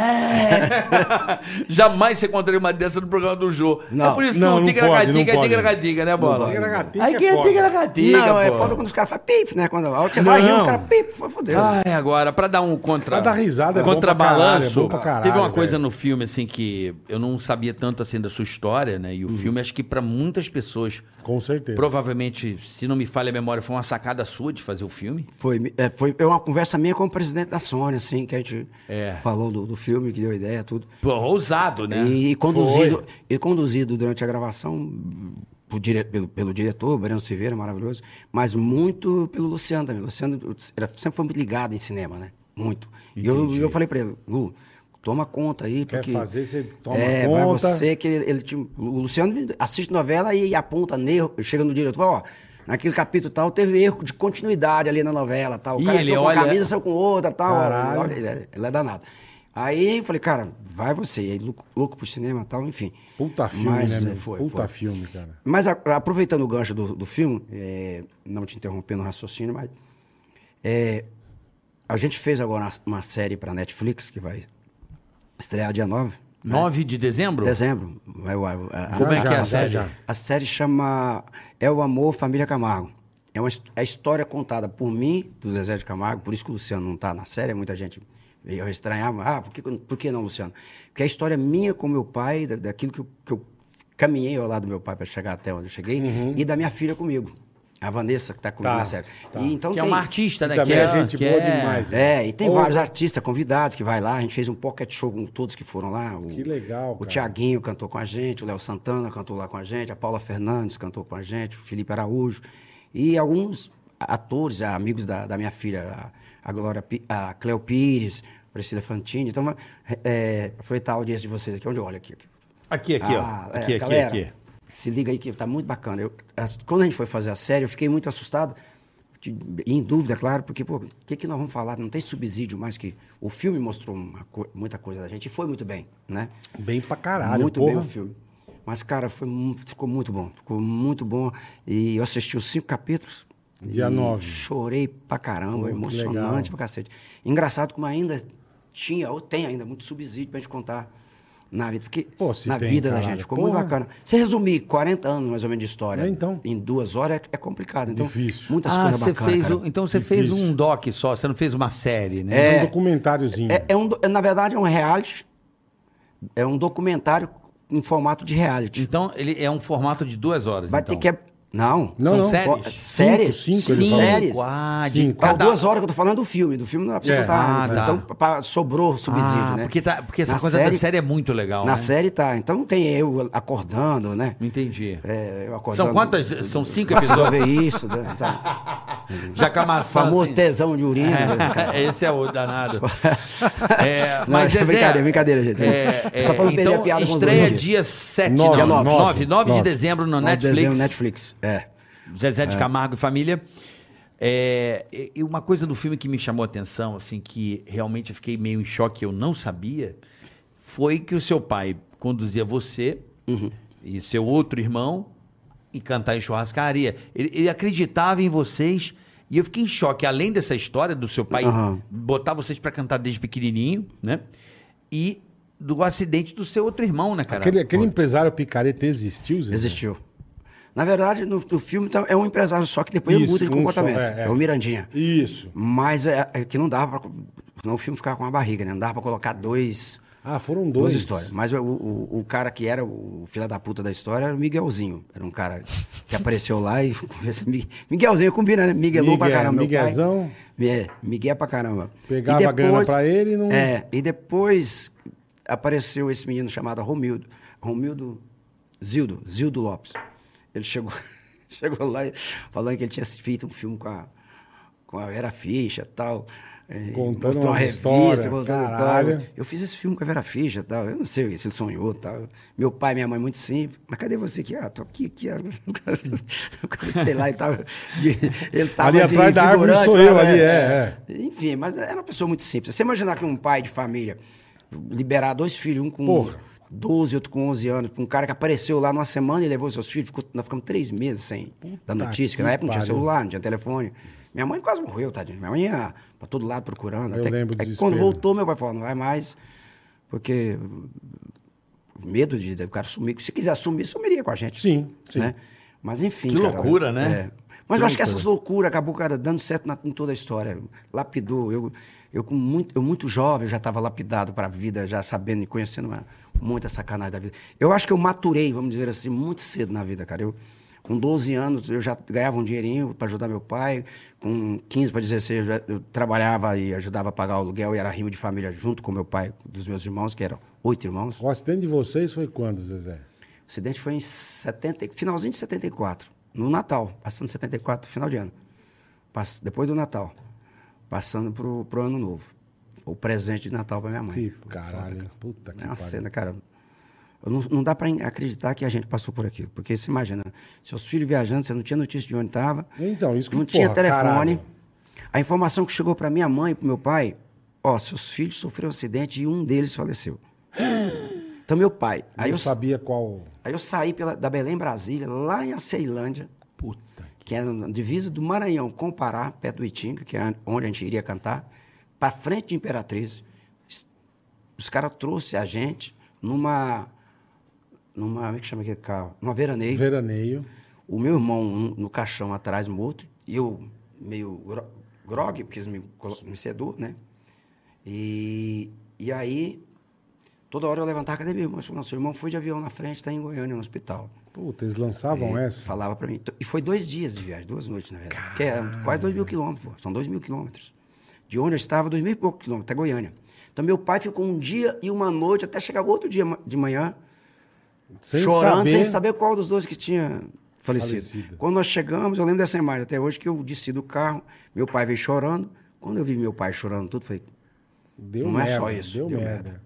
S5: Jamais você encontraria uma dessa no programa do Jô.
S2: Não.
S5: é por isso que
S4: Não,
S5: o
S4: não
S5: Tigra
S4: pode, não
S5: Gadiga é
S4: pode.
S5: Tigra Gadiga, né, Bola?
S2: pode.
S4: Tigragatiga
S5: Aí que
S4: é
S5: é
S4: foda.
S5: Tigra Gadiga,
S2: Não, é
S5: pô.
S2: foda quando os caras falam pip, né? Quando a hora que você vai
S4: Não.
S2: rindo, o cara pip, foi fodeu.
S5: Ai, agora, pra dar um contra.
S4: Pra dar risada é bom pra caralho, é
S5: contrabalanço.
S4: bom pra caralho,
S5: teve uma
S4: velho.
S5: coisa no filme, assim, que eu não sabia tanto assim da sua história, né? E
S4: Uhum.
S5: o filme, acho que pra muitas pessoas,
S4: Com certeza.
S5: provavelmente, se não me falha a memória, foi uma sacada sua de fazer o filme.
S2: Foi, é, foi uma conversa minha com o presidente da Sony, assim, que a gente
S5: É.
S2: falou do, do filme, que deu ideia, tudo.
S5: Pô, ousado, né?
S2: E, conduzido, e conduzido durante a gravação por dire- pelo, pelo diretor, o Breno Silveira, maravilhoso, mas muito pelo Luciano também. O Luciano era- sempre foi muito ligado em cinema, né? Muito. E eu, eu falei pra ele, Lu, toma conta aí.
S4: Quer
S2: porque,
S4: fazer, você toma
S2: é,
S4: conta.
S2: Vai você que ele, ele te- o Luciano assiste novela e, aponta erro, chega no diretor, fala, ó, naquele capítulo tal, teve erro de continuidade ali na novela, tal. O
S5: Ih,
S2: cara
S5: ele
S2: entrou com uma
S5: olha-
S2: camisa, saiu com outra, tal.
S4: Caralho.
S2: Olha, ele é- ele é danado. Aí eu falei, cara, vai você. E Aí, louco, louco pro cinema e tal, enfim.
S4: Puta filme,
S2: Mas,
S4: né,
S2: é,
S4: meu?
S2: Foi, foi.
S4: Puta filme, cara.
S2: Mas a- aproveitando o gancho do, do filme, é, não te interrompendo o raciocínio, mas é, a gente fez agora uma, uma série pra Netflix que vai estrear dia 9.
S5: 9 de dezembro?
S2: Dezembro. Vai ao ar. A- a-
S5: Como é que é a
S4: já,
S5: série?
S4: já.
S2: a série chama É o Amor Família Camargo. É uma his- é a história contada por mim, do Zezé de Camargo, por isso que o Luciano não está na série, muita gente veio estranhar, mas, ah, por que, que eu- por que não, Luciano? Porque a história é minha com meu pai, da- daquilo que eu, que eu caminhei ao lado do meu pai para chegar até onde eu cheguei,
S5: Uhum.
S2: e da minha filha comigo, a Vanessa, que está comigo
S4: Tá,
S2: na série.
S4: tá.
S2: E, então
S5: Que é
S2: tem-
S5: uma artista, né?
S4: Também
S5: que
S4: é gente
S5: que
S4: boa demais.
S2: é, e tem
S4: Ô,
S2: vários artistas convidados que vai lá. A gente fez um pocket show com todos que foram lá. O,
S4: Que legal,
S2: O
S4: cara.
S2: Tiaguinho cantou com a gente, o Léo Santana cantou lá com a gente, a Paula Fernandes cantou com a gente, o Felipe Araújo. E alguns atores, ah, amigos da, da minha filha, a, a Glória, Pi- a Cleo Pires, Priscila Fantini. Então, é, aproveitar a audiência de vocês aqui, onde eu olho aqui. aqui.
S5: Aqui, aqui,
S2: Ah,
S5: ó.
S2: é,
S5: Aqui, aqui,
S2: galera,
S5: aqui.
S2: Se liga aí que tá muito bacana. Eu- as- quando a gente foi fazer a série, eu fiquei muito assustado. de- Em dúvida, claro, porque, pô, o que, que nós vamos falar? Não tem subsídio mais que. O filme mostrou uma co- muita coisa da gente e foi muito bem, né?
S4: Bem pra caralho,
S2: Muito
S4: porra.
S2: bem o filme. Mas, cara, foi, mu- ficou muito bom. Ficou muito bom. E eu assisti os cinco capítulos.
S4: Dia
S2: e
S4: nove.
S2: Chorei pra caramba,
S4: legal.
S2: emocionante pra cacete. Engraçado como ainda tinha, ou tem ainda, muito subsídio pra gente contar na vida. Porque
S4: Pô, se
S2: na
S4: tem,
S2: vida da
S4: caralho.
S2: gente ficou
S4: Porra.
S2: muito bacana. Você resumir 40 anos mais ou menos de história
S4: É, então.
S2: em duas horas é, é complicado. Então,
S4: Difícil.
S2: Muitas
S5: Ah,
S2: coisas
S5: você
S2: bacanas.
S5: fez.
S2: cara.
S5: um- Então você fez
S4: Difícil.
S5: um doc só, você não fez uma série, né?
S4: É um documentáriozinho.
S2: É, é um, do- é, na verdade, é um reality, é um documentário em formato de reality.
S5: Então, ele é um formato de duas horas.
S2: Vai
S5: então.
S2: ter que. Não.
S4: Não,
S5: São
S4: não.
S5: séries?
S2: Fo- Séries?
S4: Cinco, cinco, ele
S2: Sim,
S4: falou.
S2: séries.
S5: Ah, de
S4: Cinco.
S2: Não,
S5: cada...
S2: duas horas que eu tô falando do filme. Do filme não dá pra você
S4: É.
S2: contar.
S5: Ah, tá.
S2: Então, pra- sobrou subsídio,
S5: ah,
S2: né?
S5: Porque, tá, porque essa
S2: Na
S5: coisa
S2: série-
S5: da série é muito legal.
S2: Na
S5: né?
S2: série tá. Então tem eu acordando, né?
S5: Entendi.
S2: É, eu acordando.
S5: São quantas? São cinco
S2: Precisa
S5: episódios.
S2: ver isso. Né? Tá.
S5: Já com a maçã,
S2: Famoso
S5: assim.
S2: tesão de urina. né?
S5: É, Esse é o danado. É,
S2: Não, é
S5: Zezé,
S2: brincadeira, é brincadeira, gente. É só pra não perder
S5: então,
S2: a piada com os
S5: Estreia
S2: dois.
S5: dia 7,
S4: Nove,
S5: não,
S2: nove,
S5: 9, 9 de
S4: nove.
S5: dezembro no
S2: Nove de
S5: Netflix.
S2: dezembro, Netflix. É.
S5: Zezé de Camargo e família. É, e e uma coisa do filme que me chamou a atenção, assim, que realmente eu fiquei meio em choque, eu não sabia, foi que o seu pai conduzia você e seu outro irmão e cantar em churrascaria. Ele, ele acreditava em vocês e eu fiquei em choque. Além dessa história do seu pai
S2: Aham.
S5: botar vocês pra cantar desde pequenininho, né? E do acidente do seu outro irmão, né, cara?
S4: Aquele, aquele empresário picareta existiu, Zé?
S2: Existiu. Na verdade, no, no filme tá- é um empresário só que depois ele
S4: Isso,
S2: muda de
S4: um
S2: comportamento.
S4: só, é,
S2: é.
S4: é.
S2: o Mirandinha.
S4: Isso.
S2: Mas é, é que não dava pra. Senão o filme ficava com uma barriga, né? Não dava pra colocar dois.
S4: Ah, foram dois.
S2: Duas histórias. Mas o, o, o cara que era o filho da puta da história era o Miguelzinho. Era um cara que apareceu lá e. Miguelzinho combina, né? Miguelou pra
S4: Miguel,
S2: caramba. meu pai.
S4: Miguezão.
S2: É, Miguel pra caramba.
S4: Pegava
S2: E
S4: a grana pra ele e não-
S2: É, e depois apareceu esse menino chamado Romildo. Romildo. Zildo, Zildo Lopes. Ele chegou, chegou lá e- falando que ele tinha feito um filme com a. Com a Vera Ficha e tal. É,
S4: Contando
S2: mostrou
S4: umas histórias,
S2: contando
S4: caralho.
S2: história. Eu fiz esse filme com a Vera Ficha e tal. Eu não sei se ele sonhou e tal. Meu pai e minha mãe, muito simples. Mas cadê você aqui? Ah, tô aqui, aqui. ah. sei lá e tal. De- ele tava
S4: Ali
S2: de
S4: atrás da árvore
S2: figurante,
S4: sou eu,
S2: lá,
S4: ali,
S2: né?
S4: é,
S2: Enfim, mas era uma pessoa muito simples. Você imaginar que um pai de família liberar dois filhos, um com
S4: Porra.
S2: 12, outro com 11 anos, pra um cara que apareceu lá numa semana e levou seus filhos, ficou- nós ficamos três meses sem dar notícia,
S4: que
S2: que na época não tinha
S4: pariu.
S2: celular, não tinha telefone. Minha mãe quase morreu, tadinha. Minha mãe ia pra todo lado procurando.
S4: Eu
S2: até,
S4: lembro do
S2: aí
S4: desespero.
S2: quando voltou, meu pai falou, não vai mais, porque medo de o cara sumir. Se quiser sumir, sumiria com a gente.
S4: Sim, sim.
S2: Né? Mas enfim. é.
S5: Que loucura, né?
S2: Mas eu acho que essas loucuras acabou, cara, dando certo na, em toda a história. Lapidou. Eu, eu, com muito, eu muito jovem, eu já estava lapidado para a vida, já sabendo e conhecendo uma, muita sacanagem da vida. Eu acho que eu maturei, vamos dizer assim, muito cedo na vida, cara. Eu, com 12 anos, eu já ganhava um dinheirinho para ajudar meu pai. Com 15 para 16, eu, já- eu trabalhava e ajudava a pagar o aluguel e era rimo de família junto com meu pai, dos meus irmãos, que eram oito irmãos.
S4: O acidente de vocês foi quando, Zezé?
S2: O acidente foi em 70, e- finalzinho de 74, no Natal, passando 74, final de ano. Pass- depois do Natal, passando pro, pro ano novo. Foi O presente de Natal pra minha mãe.
S4: Que caralho. hein? Puta que
S2: É uma
S4: pariu.
S2: cena, cara. Eu não, não dá pra en- acreditar que a gente passou por aquilo. Porque você imagina, seus filhos viajando, você não tinha notícia de onde estava.
S4: Então, isso que,
S2: Não tinha
S4: porra,
S2: telefone.
S4: caralho.
S2: A informação que chegou pra minha mãe e pro meu pai, ó, seus filhos sofreram um acidente e um deles faleceu. Então, meu pai.
S4: Aí
S2: Aí
S4: eu
S2: eu,
S4: sabia qual.
S2: Aí eu saí pela- da Belém, Brasília, lá em Aceilândia,
S5: Puta.
S2: que é na divisa do Maranhão com o Pará, perto do Itinga, que é onde a gente iria cantar, para frente de Imperatriz. Es- Os caras trouxeram a gente numa. numa. Como é que chama aquele carro? Numa veraneio.
S4: Veraneio.
S2: O meu irmão um, no caixão atrás, morto, e eu meio gro grogue, porque eles me, colo- me sedou, né? E, e aí, toda hora eu levantava, cadê meu irmão? Eu falava, seu irmão foi de avião na frente, está em Goiânia, no hospital.
S4: Puta, eles lançavam essa.
S2: Falava pra mim. Então, E foi dois dias de viagem, duas noites, na verdade. Que é quase dois mil quilômetros, pô. São dois mil quilômetros. De onde eu estava, dois mil e poucos quilômetros, até Goiânia. Então, meu pai ficou um dia e uma noite, até chegar o outro dia ma- de manhã,
S4: Sem
S2: chorando,
S4: saber.
S2: sem saber qual dos dois que tinha falecido.
S4: Falecido.
S2: Quando nós chegamos, eu lembro dessa imagem até hoje, que eu desci do carro, meu pai veio chorando. Quando eu vi meu pai chorando tudo, falei...
S4: Deu
S2: Não é
S4: merda,
S2: só isso,
S4: Deu,
S2: deu
S4: merda.
S2: merda.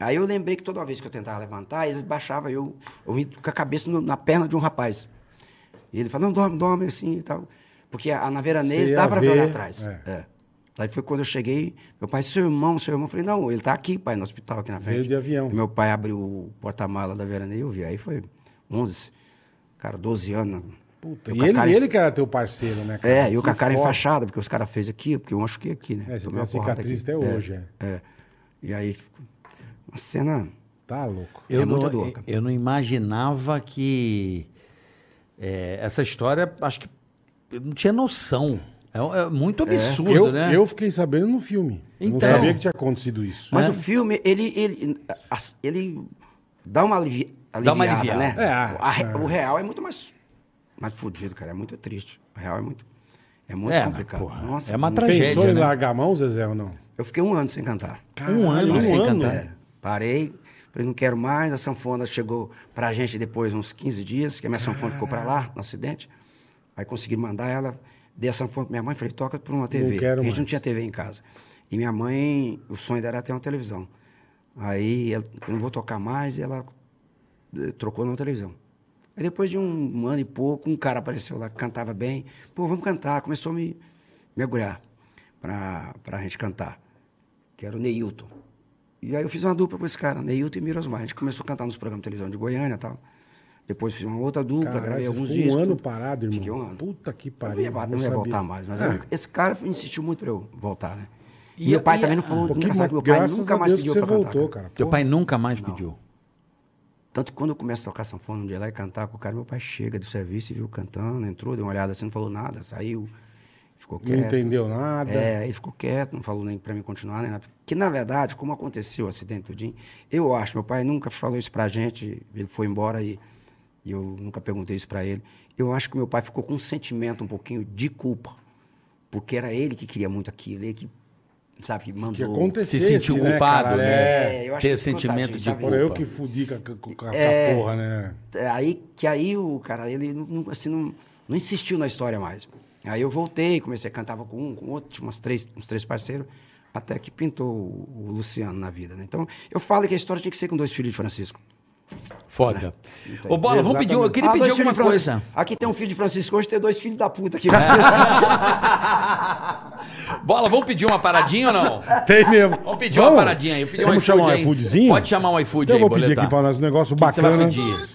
S2: Aí eu lembrei que toda vez que eu tentava levantar, eles baixavam eu, eu vim com a cabeça no- na perna de um rapaz. E ele falou, não, dorme, dorme, assim e tal. Porque a, na Veranês
S4: Você ia
S2: dá pra ver
S4: ver,
S2: olhar atrás.
S4: é.
S2: É. Aí foi quando eu cheguei, meu pai, seu irmão, seu irmão. Eu falei, não, ele tá aqui, pai, no hospital, aqui na frente.
S4: Veio de avião.
S2: E meu pai abriu o porta-mala da Veranês e eu vi. Aí foi 11, cara, 12 anos.
S4: Puta,
S2: Eu
S4: e
S2: com a
S4: ele,
S2: cara-
S4: ele que era teu parceiro, né, cara?
S2: É, eu com a
S4: Que
S2: cara
S4: foda.
S2: enfaixada, porque os caras fez aqui, porque eu machuquei aqui, né?
S4: É, você tem
S2: Tomei
S4: a
S2: uma porrada
S4: cicatriz
S2: aqui.
S4: até hoje, é.
S2: É. E aí, ficou uma cena...
S4: Tá louco.
S5: Eu,
S2: É
S5: não,
S2: muita dor, cara.
S5: eu não imaginava que é, essa história, acho que eu não tinha noção. É, um- é muito absurdo,
S4: eu,
S5: né?
S4: eu fiquei sabendo no filme.
S5: Então. é
S4: É. Não sabia que tinha acontecido isso.
S2: Mas
S5: né?
S2: o filme, ele, ele, as- ele dá uma alivi... aliviada,
S5: Dá uma
S2: né?
S5: aliviada.
S4: É,
S2: A re-
S4: é.
S2: O real é muito mais, mais fudido, cara. É muito triste. O real é muito, é muito
S5: É, mas,
S2: complicado.
S5: porra,
S2: Nossa,
S6: é uma
S2: muito.
S6: tragédia,
S4: Pensou em
S6: né?
S4: largar a mão, Zezé, ou não?
S2: Eu fiquei um ano sem cantar.
S5: Um ano
S4: Caralho,
S5: sem
S4: um ano?
S5: cantar.
S2: É, parei, falei, não quero mais. A sanfona chegou pra gente depois uns 15 dias, que a minha sanfona ficou pra lá, no acidente. Aí consegui mandar ela, dei a sanfona pra minha mãe, falei, toca por uma TV.
S4: quero
S2: porque a gente não
S4: mais.
S2: tinha TV em casa. E minha mãe, o sonho dela era ter uma televisão. Aí ela, eu não vou tocar mais, e ela eh, trocou numa televisão. Aí depois de um ano e pouco, um cara apareceu lá que cantava bem. Pô, vamos cantar. Começou a me mergulhar pra, pra gente cantar, que era o Neilton. E aí eu fiz uma dupla com esse cara, Neilton e Mirosmar. A gente começou a cantar nos programas de televisão de Goiânia e tal. Depois fiz uma outra dupla,
S4: Caralho,
S2: gravei
S4: você
S2: alguns
S4: ficou
S2: discos.
S4: um ano parado, irmão.
S2: Fiquei um ano.
S4: Puta que
S2: Eu
S4: pariu.
S2: não ia, não ia
S4: sabia.
S2: voltar mais, mas
S4: É.
S2: eu- esse cara insistiu muito pra eu voltar, né? E,
S5: E-
S2: meu pai
S5: e-
S2: também não falou,
S4: Porque,
S2: engraçado que meu pai
S4: um graças
S2: nunca
S4: a
S2: mais
S4: Deus
S2: pediu
S4: que
S2: pra
S4: você
S2: cantar.
S4: voltou,
S2: cara.
S4: cara.
S5: Teu
S4: Pô,
S5: pai nunca mais pediu.
S2: Tanto que quando eu começo a tocar sanfona um dia lá e cantar com o cara, meu pai chega do serviço e viu cantando, entrou, deu uma olhada assim, não falou nada, saiu, ficou
S4: Não
S2: quieto.
S4: entendeu nada.
S2: É, aí ficou quieto, não falou nem pra mim continuar, nem nada. Que na verdade, como aconteceu o acidente tudinho, eu acho, meu pai nunca falou isso pra gente, ele foi embora e, e eu nunca perguntei isso pra ele. Eu acho que meu pai ficou com um sentimento um pouquinho de culpa, porque era ele que queria muito aquilo, ele que, sabe, que mandou.
S4: Que acontecesse,
S5: Se sentiu
S4: né,
S5: culpado,
S4: caralho?
S5: né?
S2: É, eu acho
S5: Ter
S2: que
S5: esse sentimento de
S2: coitadinho, sabe?
S5: culpa.
S4: Porra, eu que fudi com a, com a- com a
S2: É.
S4: porra, né?
S2: É, aí que aí o cara ele não- não, assim, não, não insistiu na história mais. Aí eu voltei, comecei a cantar com um, com outro, tinha umas três, uns três parceiros, até que pintou o, o Luciano na vida. Né? Então eu falo que a história tinha que ser com dois filhos de Francisco.
S5: Foda. Ô, Bola, vamos pedir, um- eu queria
S2: Ah,
S5: pedir
S2: dois filhos
S5: alguma
S2: de Fran-
S5: coisa.
S2: Aqui tem um filho de Francisco, hoje tem dois filhos da puta aqui. tá,
S5: Bola, vamos pedir uma paradinha ou não?
S4: Tem mesmo.
S5: Vamos pedir uma paradinha aí. eu pedi um
S4: Vamos
S5: iFood
S4: chamar um
S5: aí.
S4: iFoodzinho?
S5: Pode chamar um iFood
S4: Eu
S5: aí,
S4: vou
S5: Boletar.
S4: pedir aqui pra nós um negócio
S5: O que que você vai
S4: bacana.
S5: pedir?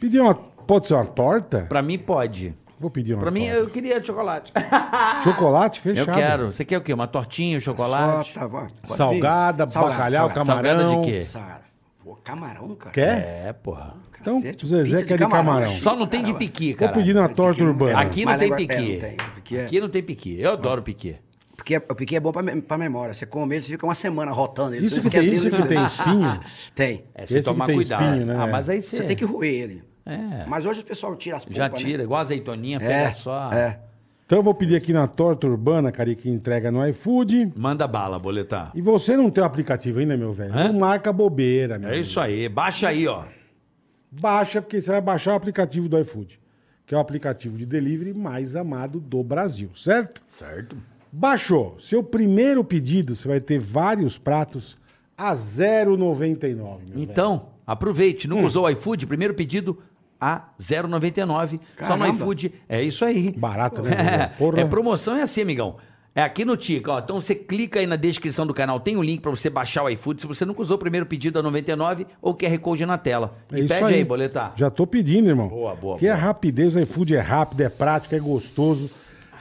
S4: Pedir uma... Pode ser uma torta?
S5: Pra mim, pode.
S4: Vou pedir uma
S5: Pra mim,
S4: torta.
S5: eu queria chocolate.
S4: Chocolate fechado.
S5: Eu quero. Você quer o quê? Uma tortinha, um chocolate?
S2: Só, tá, vai, pode vir.
S4: Salgada, bacalhau,
S2: salgada.
S4: camarão.
S5: Salgada de quê?
S2: Sara. Pô, camarão, cara.
S4: Quer?
S5: É, porra.
S4: Então,
S2: Cacete,
S4: o Zezé
S2: pizza
S4: quer de camarão.
S2: gente.
S5: Só não tem de
S2: Caramba.
S5: piqui,
S4: Vou
S5: cara.
S4: pedir uma torta
S2: Piqui não-
S4: urbana.
S5: Aqui não
S2: Mas
S5: tem
S2: lá- é,
S5: piqui.
S2: não tem. Piqui é-
S5: Aqui não tem piqui. Eu adoro piqui.
S2: Porque é- o piqui é bom pra, me- pra memória. Você come ele, você fica uma semana rotando ele.
S4: Isso
S2: você
S4: que tem,
S2: esquece
S4: isso
S2: dele.
S4: que tem espinho.
S2: Tem.
S5: É,
S4: Esse que tem espinho, né?
S5: Ah, mas aí você...
S2: Você tem que roer ele.
S5: É.
S2: Mas hoje o pessoal tira as polpas,
S5: Já
S2: né?
S5: tira, igual azeitoninha,
S2: É,
S5: pega só.
S2: é.
S4: Então eu vou pedir aqui na torta urbana, cara, que entrega no iFood.
S5: Manda bala, boletar.
S4: E você não tem o aplicativo ainda, meu velho?
S5: Hã?
S4: Não marca bobeira, meu
S5: É isso aí. Baixa aí, ó.
S4: Baixa, porque você vai baixar o aplicativo do iFood, que é o aplicativo de delivery mais amado do Brasil, certo?
S5: Certo.
S4: Baixou. Seu primeiro pedido, você vai ter vários pratos a 0,99. meu Hum.
S5: Então, aproveite. Nunca usou o iFood? Primeiro pedido a 0,99. Só no
S2: Caramba.
S5: iFood. É isso aí.
S4: Barato, né, Zezé?
S5: É,
S4: Porra.
S5: é promoção é assim, amigão. É aqui no Tica, ó. Então você clica aí na descrição do canal, tem um link pra você baixar o iFood. Se você nunca usou o primeiro pedido a 99 ou QR Code na tela.
S4: É
S5: e
S4: isso
S5: pede aí, boletar.
S4: Já tô pedindo, irmão.
S5: Boa, boa,
S4: Que é
S5: boa.
S4: rapidez, o iFood é rápido, é prático, é gostoso.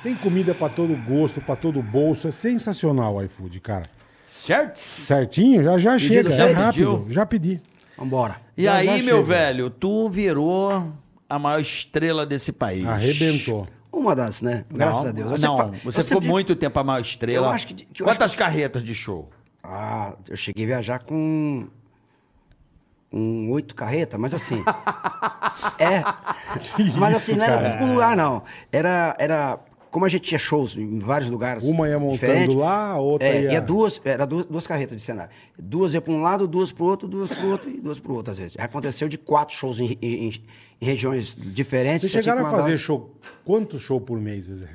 S4: Tem comida pra todo gosto, pra todo bolso. É sensacional o iFood, cara.
S5: Certo?
S4: Certinho? Já, já chega,
S5: já
S4: é
S5: pediu?
S4: rápido. Já pedi.
S2: Vambora.
S5: E
S4: Já,
S5: aí,
S4: já
S5: meu
S4: chega.
S5: velho, tu virou a maior estrela desse país.
S4: Arrebentou.
S2: Uma das, né? Graças
S5: não,
S2: a Deus. Eu
S5: Não,
S2: sempre fa- eu
S5: você
S2: sempre
S5: ficou
S2: digo-
S5: muito tempo a maior estrela.
S2: Eu acho que de- que eu
S5: Quantas
S2: acho
S5: carretas de show?
S2: Ah, eu cheguei a viajar com... Um oito carreta, mas assim. é. mas assim, não era
S4: cara?
S2: tudo um lugar, não. Era, era. Como a gente tinha shows em vários lugares.
S4: Uma ia montando
S2: diferentes,
S4: lá, a outra
S2: é,
S4: ia-
S2: ia duas, era duas, duas carretas de cenário. Duas ia para um lado, duas para o outro, duas para o outro e duas para o outro, às vezes. Aconteceu de quatro shows em, em- em- em regiões diferentes.
S4: Vocês
S2: você tinha
S4: chegaram a
S2: que mandar-
S4: fazer show. Quantos show por mês, Zezé?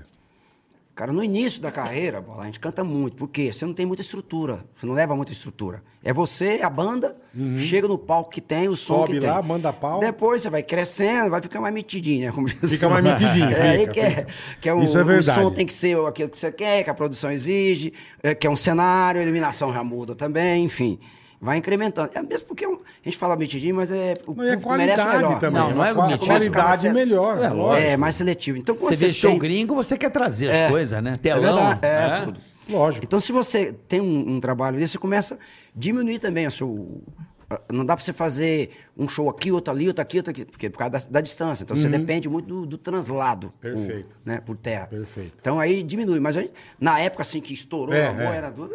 S2: Cara, no início da carreira, bola, a gente canta muito, porque você não tem muita estrutura, você não leva muita estrutura. É você, a banda, chega no palco que tem, o som
S4: Uhum. Sobe
S2: que tem.
S4: lá, manda pau.
S2: Depois você vai crescendo, vai ficar mais metidinho, né? Como diz
S4: Fica mais metidinho,
S2: É, aí
S4: fica,
S2: que, é,
S4: fica.
S2: que é o,
S4: Isso é
S2: o som
S4: verdade.
S2: tem que ser aquilo que você quer, que a produção exige, é, que é um cenário, a iluminação já muda também, enfim. Vai incrementando. É mesmo porque é um- a gente fala metidinho, mas é o
S4: Não, e é
S2: público merece
S4: qualidade
S2: melhor.
S4: também.
S5: Não,
S4: é
S5: não é
S4: uma
S5: mentira.
S4: qualidade
S2: Começa-
S4: melhor.
S5: É,
S4: lógico.
S2: É, mais seletivo. Então, quando
S5: Você vê show
S2: tem-
S5: gringo, você quer trazer as coisas, né?
S2: é
S5: Telão.
S2: verdade, é,
S5: né?
S2: tudo.
S4: Lógico.
S2: Então, se você tem um, um trabalho desse, você começa a diminuir também o seu. a- Não dá pra você fazer um show aqui, outro ali, outro aqui, outro aqui, porque é por causa da, da distância. Então, você depende muito do, do translado. por-
S4: Uhum. Perfeito.
S2: né, por terra.
S4: Perfeito.
S2: Então, aí diminui. Mas aí, na época, assim, que estourou,
S4: É,
S2: amor,
S4: é.
S2: era tudo.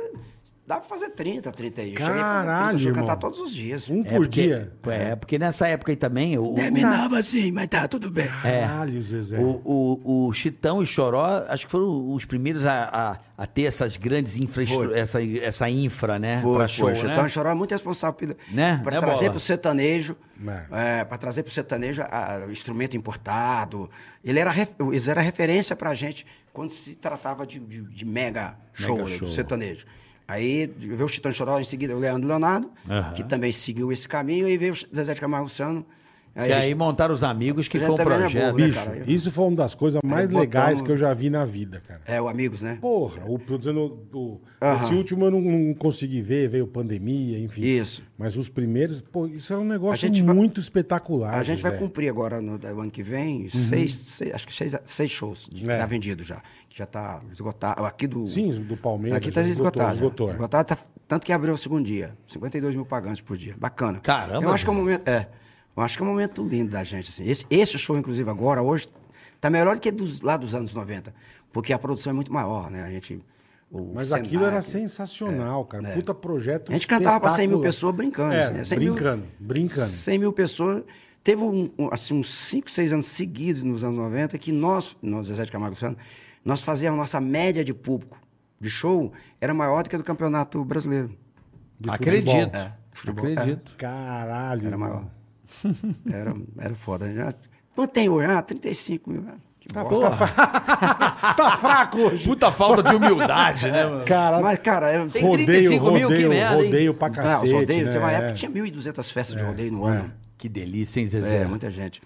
S2: Dá pra fazer 30, 31.
S4: Caralho,
S2: Cheguei um. a fazer 30, eu
S4: irmão.
S2: cantar todos os dias.
S4: Um
S5: É
S4: por
S5: porque,
S4: dia.
S5: é, porque nessa época aí também, o,
S2: Terminava assim, mas tá tudo bem.
S4: Caralho, Zezé.
S5: o, o, o Chitão e Choró, acho que foram os primeiros a, a, a ter essas grandes infraestruturas,
S2: Foi.
S5: essa, essa infra, né?
S2: Foi,
S5: pra
S2: show,
S5: show,
S2: foi.
S5: né?
S2: Chitão e Choró é muito responsável pela-
S5: Né?
S2: pra
S5: Né,
S2: trazer
S5: Bola?
S2: pro sertanejo, é. pra trazer pro sertanejo a- a- instrumento importado. Ele era, ref- eles era referência pra gente quando se tratava de, de- de mega, show, né,
S5: show.
S2: do sertanejo. Aí veio o Chitão e Choró, em seguida o Leandro Leonardo, que também seguiu esse caminho, e veio o Zezé de Camargo Luciano.
S5: E aí montaram os amigos que
S2: é Ele
S5: foi um
S2: também é
S5: projeto.
S2: bobo, né,
S4: Bicho,
S2: cara, eu-
S4: isso foi uma das coisas mais
S2: botamos-
S4: legais que eu já vi na vida, cara.
S2: É, o Amigos, né?
S4: Porra, o, tô dizendo, o-
S2: Aham.
S4: esse último eu não, não consegui ver, veio pandemia, enfim.
S2: Isso.
S4: Mas os primeiros, pô, isso era um negócio
S2: A gente vai-
S4: muito espetacular.
S2: A gente vai
S4: Zezé.
S2: cumprir agora no, no ano que vem seis, seis- acho que seis, seis shows de, que
S4: Uhum. É.
S2: está vendido já. Que já está esgotado. Aqui do.
S4: Sim, do Palmeiras,
S2: Aqui está
S4: já esgotou,
S2: esgotado. já.
S4: esgotou, é.
S2: Esgotado tá- tanto que abriu o segundo dia. 52 mil pagantes por dia. Bacana.
S5: Caramba,
S2: Eu acho que é um momento. É. Eu acho que é um momento lindo da gente. Assim. Esse, esse show, inclusive, agora, hoje, tá melhor do que dos, lá dos anos 90. Porque a produção é muito maior, né? A gente. o
S4: Mas
S2: cenário-
S4: aquilo era sensacional, cara.
S2: é.
S4: Puta projeto
S2: A gente cantava pra 100 mil
S4: espetacular.
S2: pessoas brincando.
S4: É,
S2: assim, né? 100 mil-
S4: brincando, brincando.
S2: 100 mil pessoas. Teve um, um, assim, uns 5, 6 anos seguidos nos anos 90 que nós, nós, Zezé de Camargo e Luciano, nós fazíamos a nossa média de público de show era maior do que a do campeonato brasileiro.
S4: de futebol.
S5: Acredito.
S2: É, futebol,
S5: Acredito.
S4: Caralho.
S2: Era
S4: irmão.
S2: maior. Era, era foda. né? Quanto tem hoje? Ah, 35 mil. Ah, que
S4: Tá,
S2: bosta.
S4: tá fra- tá
S2: É.
S4: fraco hoje.
S5: Puta falta de humildade, né, mano?
S4: Caralho.
S2: Mas, cara, eu...
S5: Tem
S4: rodeio,
S5: 35 mil, que
S4: rodeio,
S5: merda, hein?
S4: rodeio pra
S2: Ah,
S4: cacete.
S2: os rodeios,
S4: né?
S2: tinha uma época
S4: É.
S2: que tinha 1.200 festas de rodeio no ano.
S5: Que delícia, hein,
S2: É,
S5: Zezé?
S2: muita gente.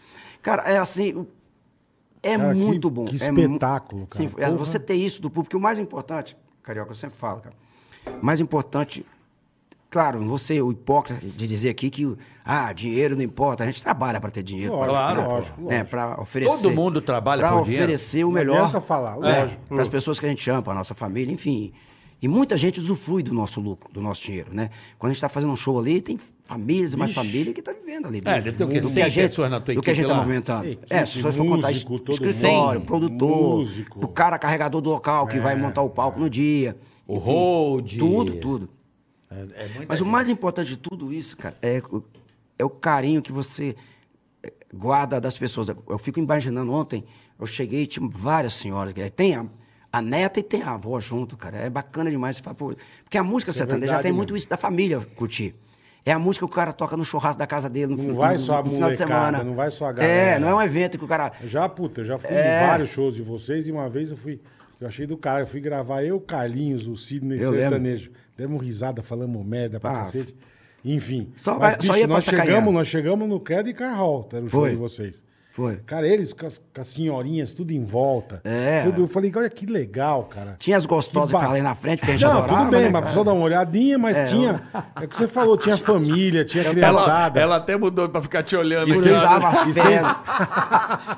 S2: Cara, é assim. É
S4: Cara, que-
S2: muito bom.
S4: que
S2: é mu-
S4: espetáculo, cara.
S2: Sim, é
S4: Porra.
S2: você ter isso do público. O mais importante, Carioca, eu sempre falo, cara. O mais importante, claro, você, o hipócrita, de dizer aqui que ah, dinheiro não importa, a gente trabalha para ter dinheiro. pra-
S4: Claro,
S2: né,
S4: lógico,
S2: né,
S4: lógico.
S2: Para oferecer.
S5: Todo mundo trabalha
S2: pra
S5: por dinheiro.
S2: oferecer o
S4: Não
S2: melhor.
S4: adianta falar, lógico.
S2: Para as pessoas que a gente ama, para nossa família, enfim. E muita gente usufrui do nosso lucro, do nosso dinheiro, né? Quando a gente está fazendo um show ali, tem famílias e mais família que está vivendo ali. do-
S5: É, deve ter o quê?
S2: do que
S5: Cem
S2: a gente-
S5: pessoas na tua
S2: Do que a gente
S5: equipe
S2: está
S5: lá?
S2: movimentando.
S4: Equipe,
S2: é, se você for contar
S4: músico,
S2: es-
S4: todo
S2: escritório,
S4: mundo.
S2: produtor,
S4: Músico.
S2: do cara carregador do local que vai montar o palco no dia.
S5: É. O hold.
S2: Tudo, tudo.
S5: É, é muita
S2: Mas o
S5: gente.
S2: mais importante de tudo isso, cara, é, o- é o carinho que você eh, guarda das pessoas. Eu fico imaginando, ontem eu cheguei e tinha várias senhoras, que tem a, a neta e tem a avó junto, cara. É bacana demais. Você fala, pô, porque a música sertaneja
S4: É verdade
S2: tem muito
S4: mesmo.
S2: isso da família curtir. É a música que o cara toca no churrasco da casa dele no,
S4: Não
S2: fi-
S4: vai
S2: no-
S4: só a
S2: no final de
S4: molecada,
S2: semana.
S4: não vai só a
S2: É,
S4: galera.
S2: não é um evento que o cara.
S4: Eu Já, puta, eu já fui
S2: É.
S4: em vários shows de vocês e uma vez eu fui. Eu achei do cara, eu fui gravar eu, Carlinhos, o Sidney
S2: Eu lembro.
S4: Sertanejo. Demos risada, falamos merda pra
S2: Ah,
S4: cacete. Enfim.
S2: Só vai- só ia pra
S4: nós
S2: sacanear.
S4: chegamos, nós chegamos no Credit Car Hall, era o show
S2: Foi.
S4: de vocês.
S2: Foi.
S4: Cara, eles com as, com as senhorinhas tudo em volta.
S2: É.
S4: Tudo, eu falei, olha que legal, cara.
S2: Tinha as gostosas
S4: Que
S2: que,
S4: ba-
S2: falam aí na frente, porque a gente
S4: Não,
S2: adorava.
S4: tudo bem,
S2: né,
S4: mas
S2: cara?
S4: precisou dar uma olhadinha, mas tinha. É o que você falou, tinha família, tinha
S5: Ela,
S4: criançada.
S5: ela até mudou pra ficar te olhando.
S4: E
S5: assim,
S4: vocês-
S5: ó.
S2: Cruzava as
S4: e
S2: pernas.
S4: vocês-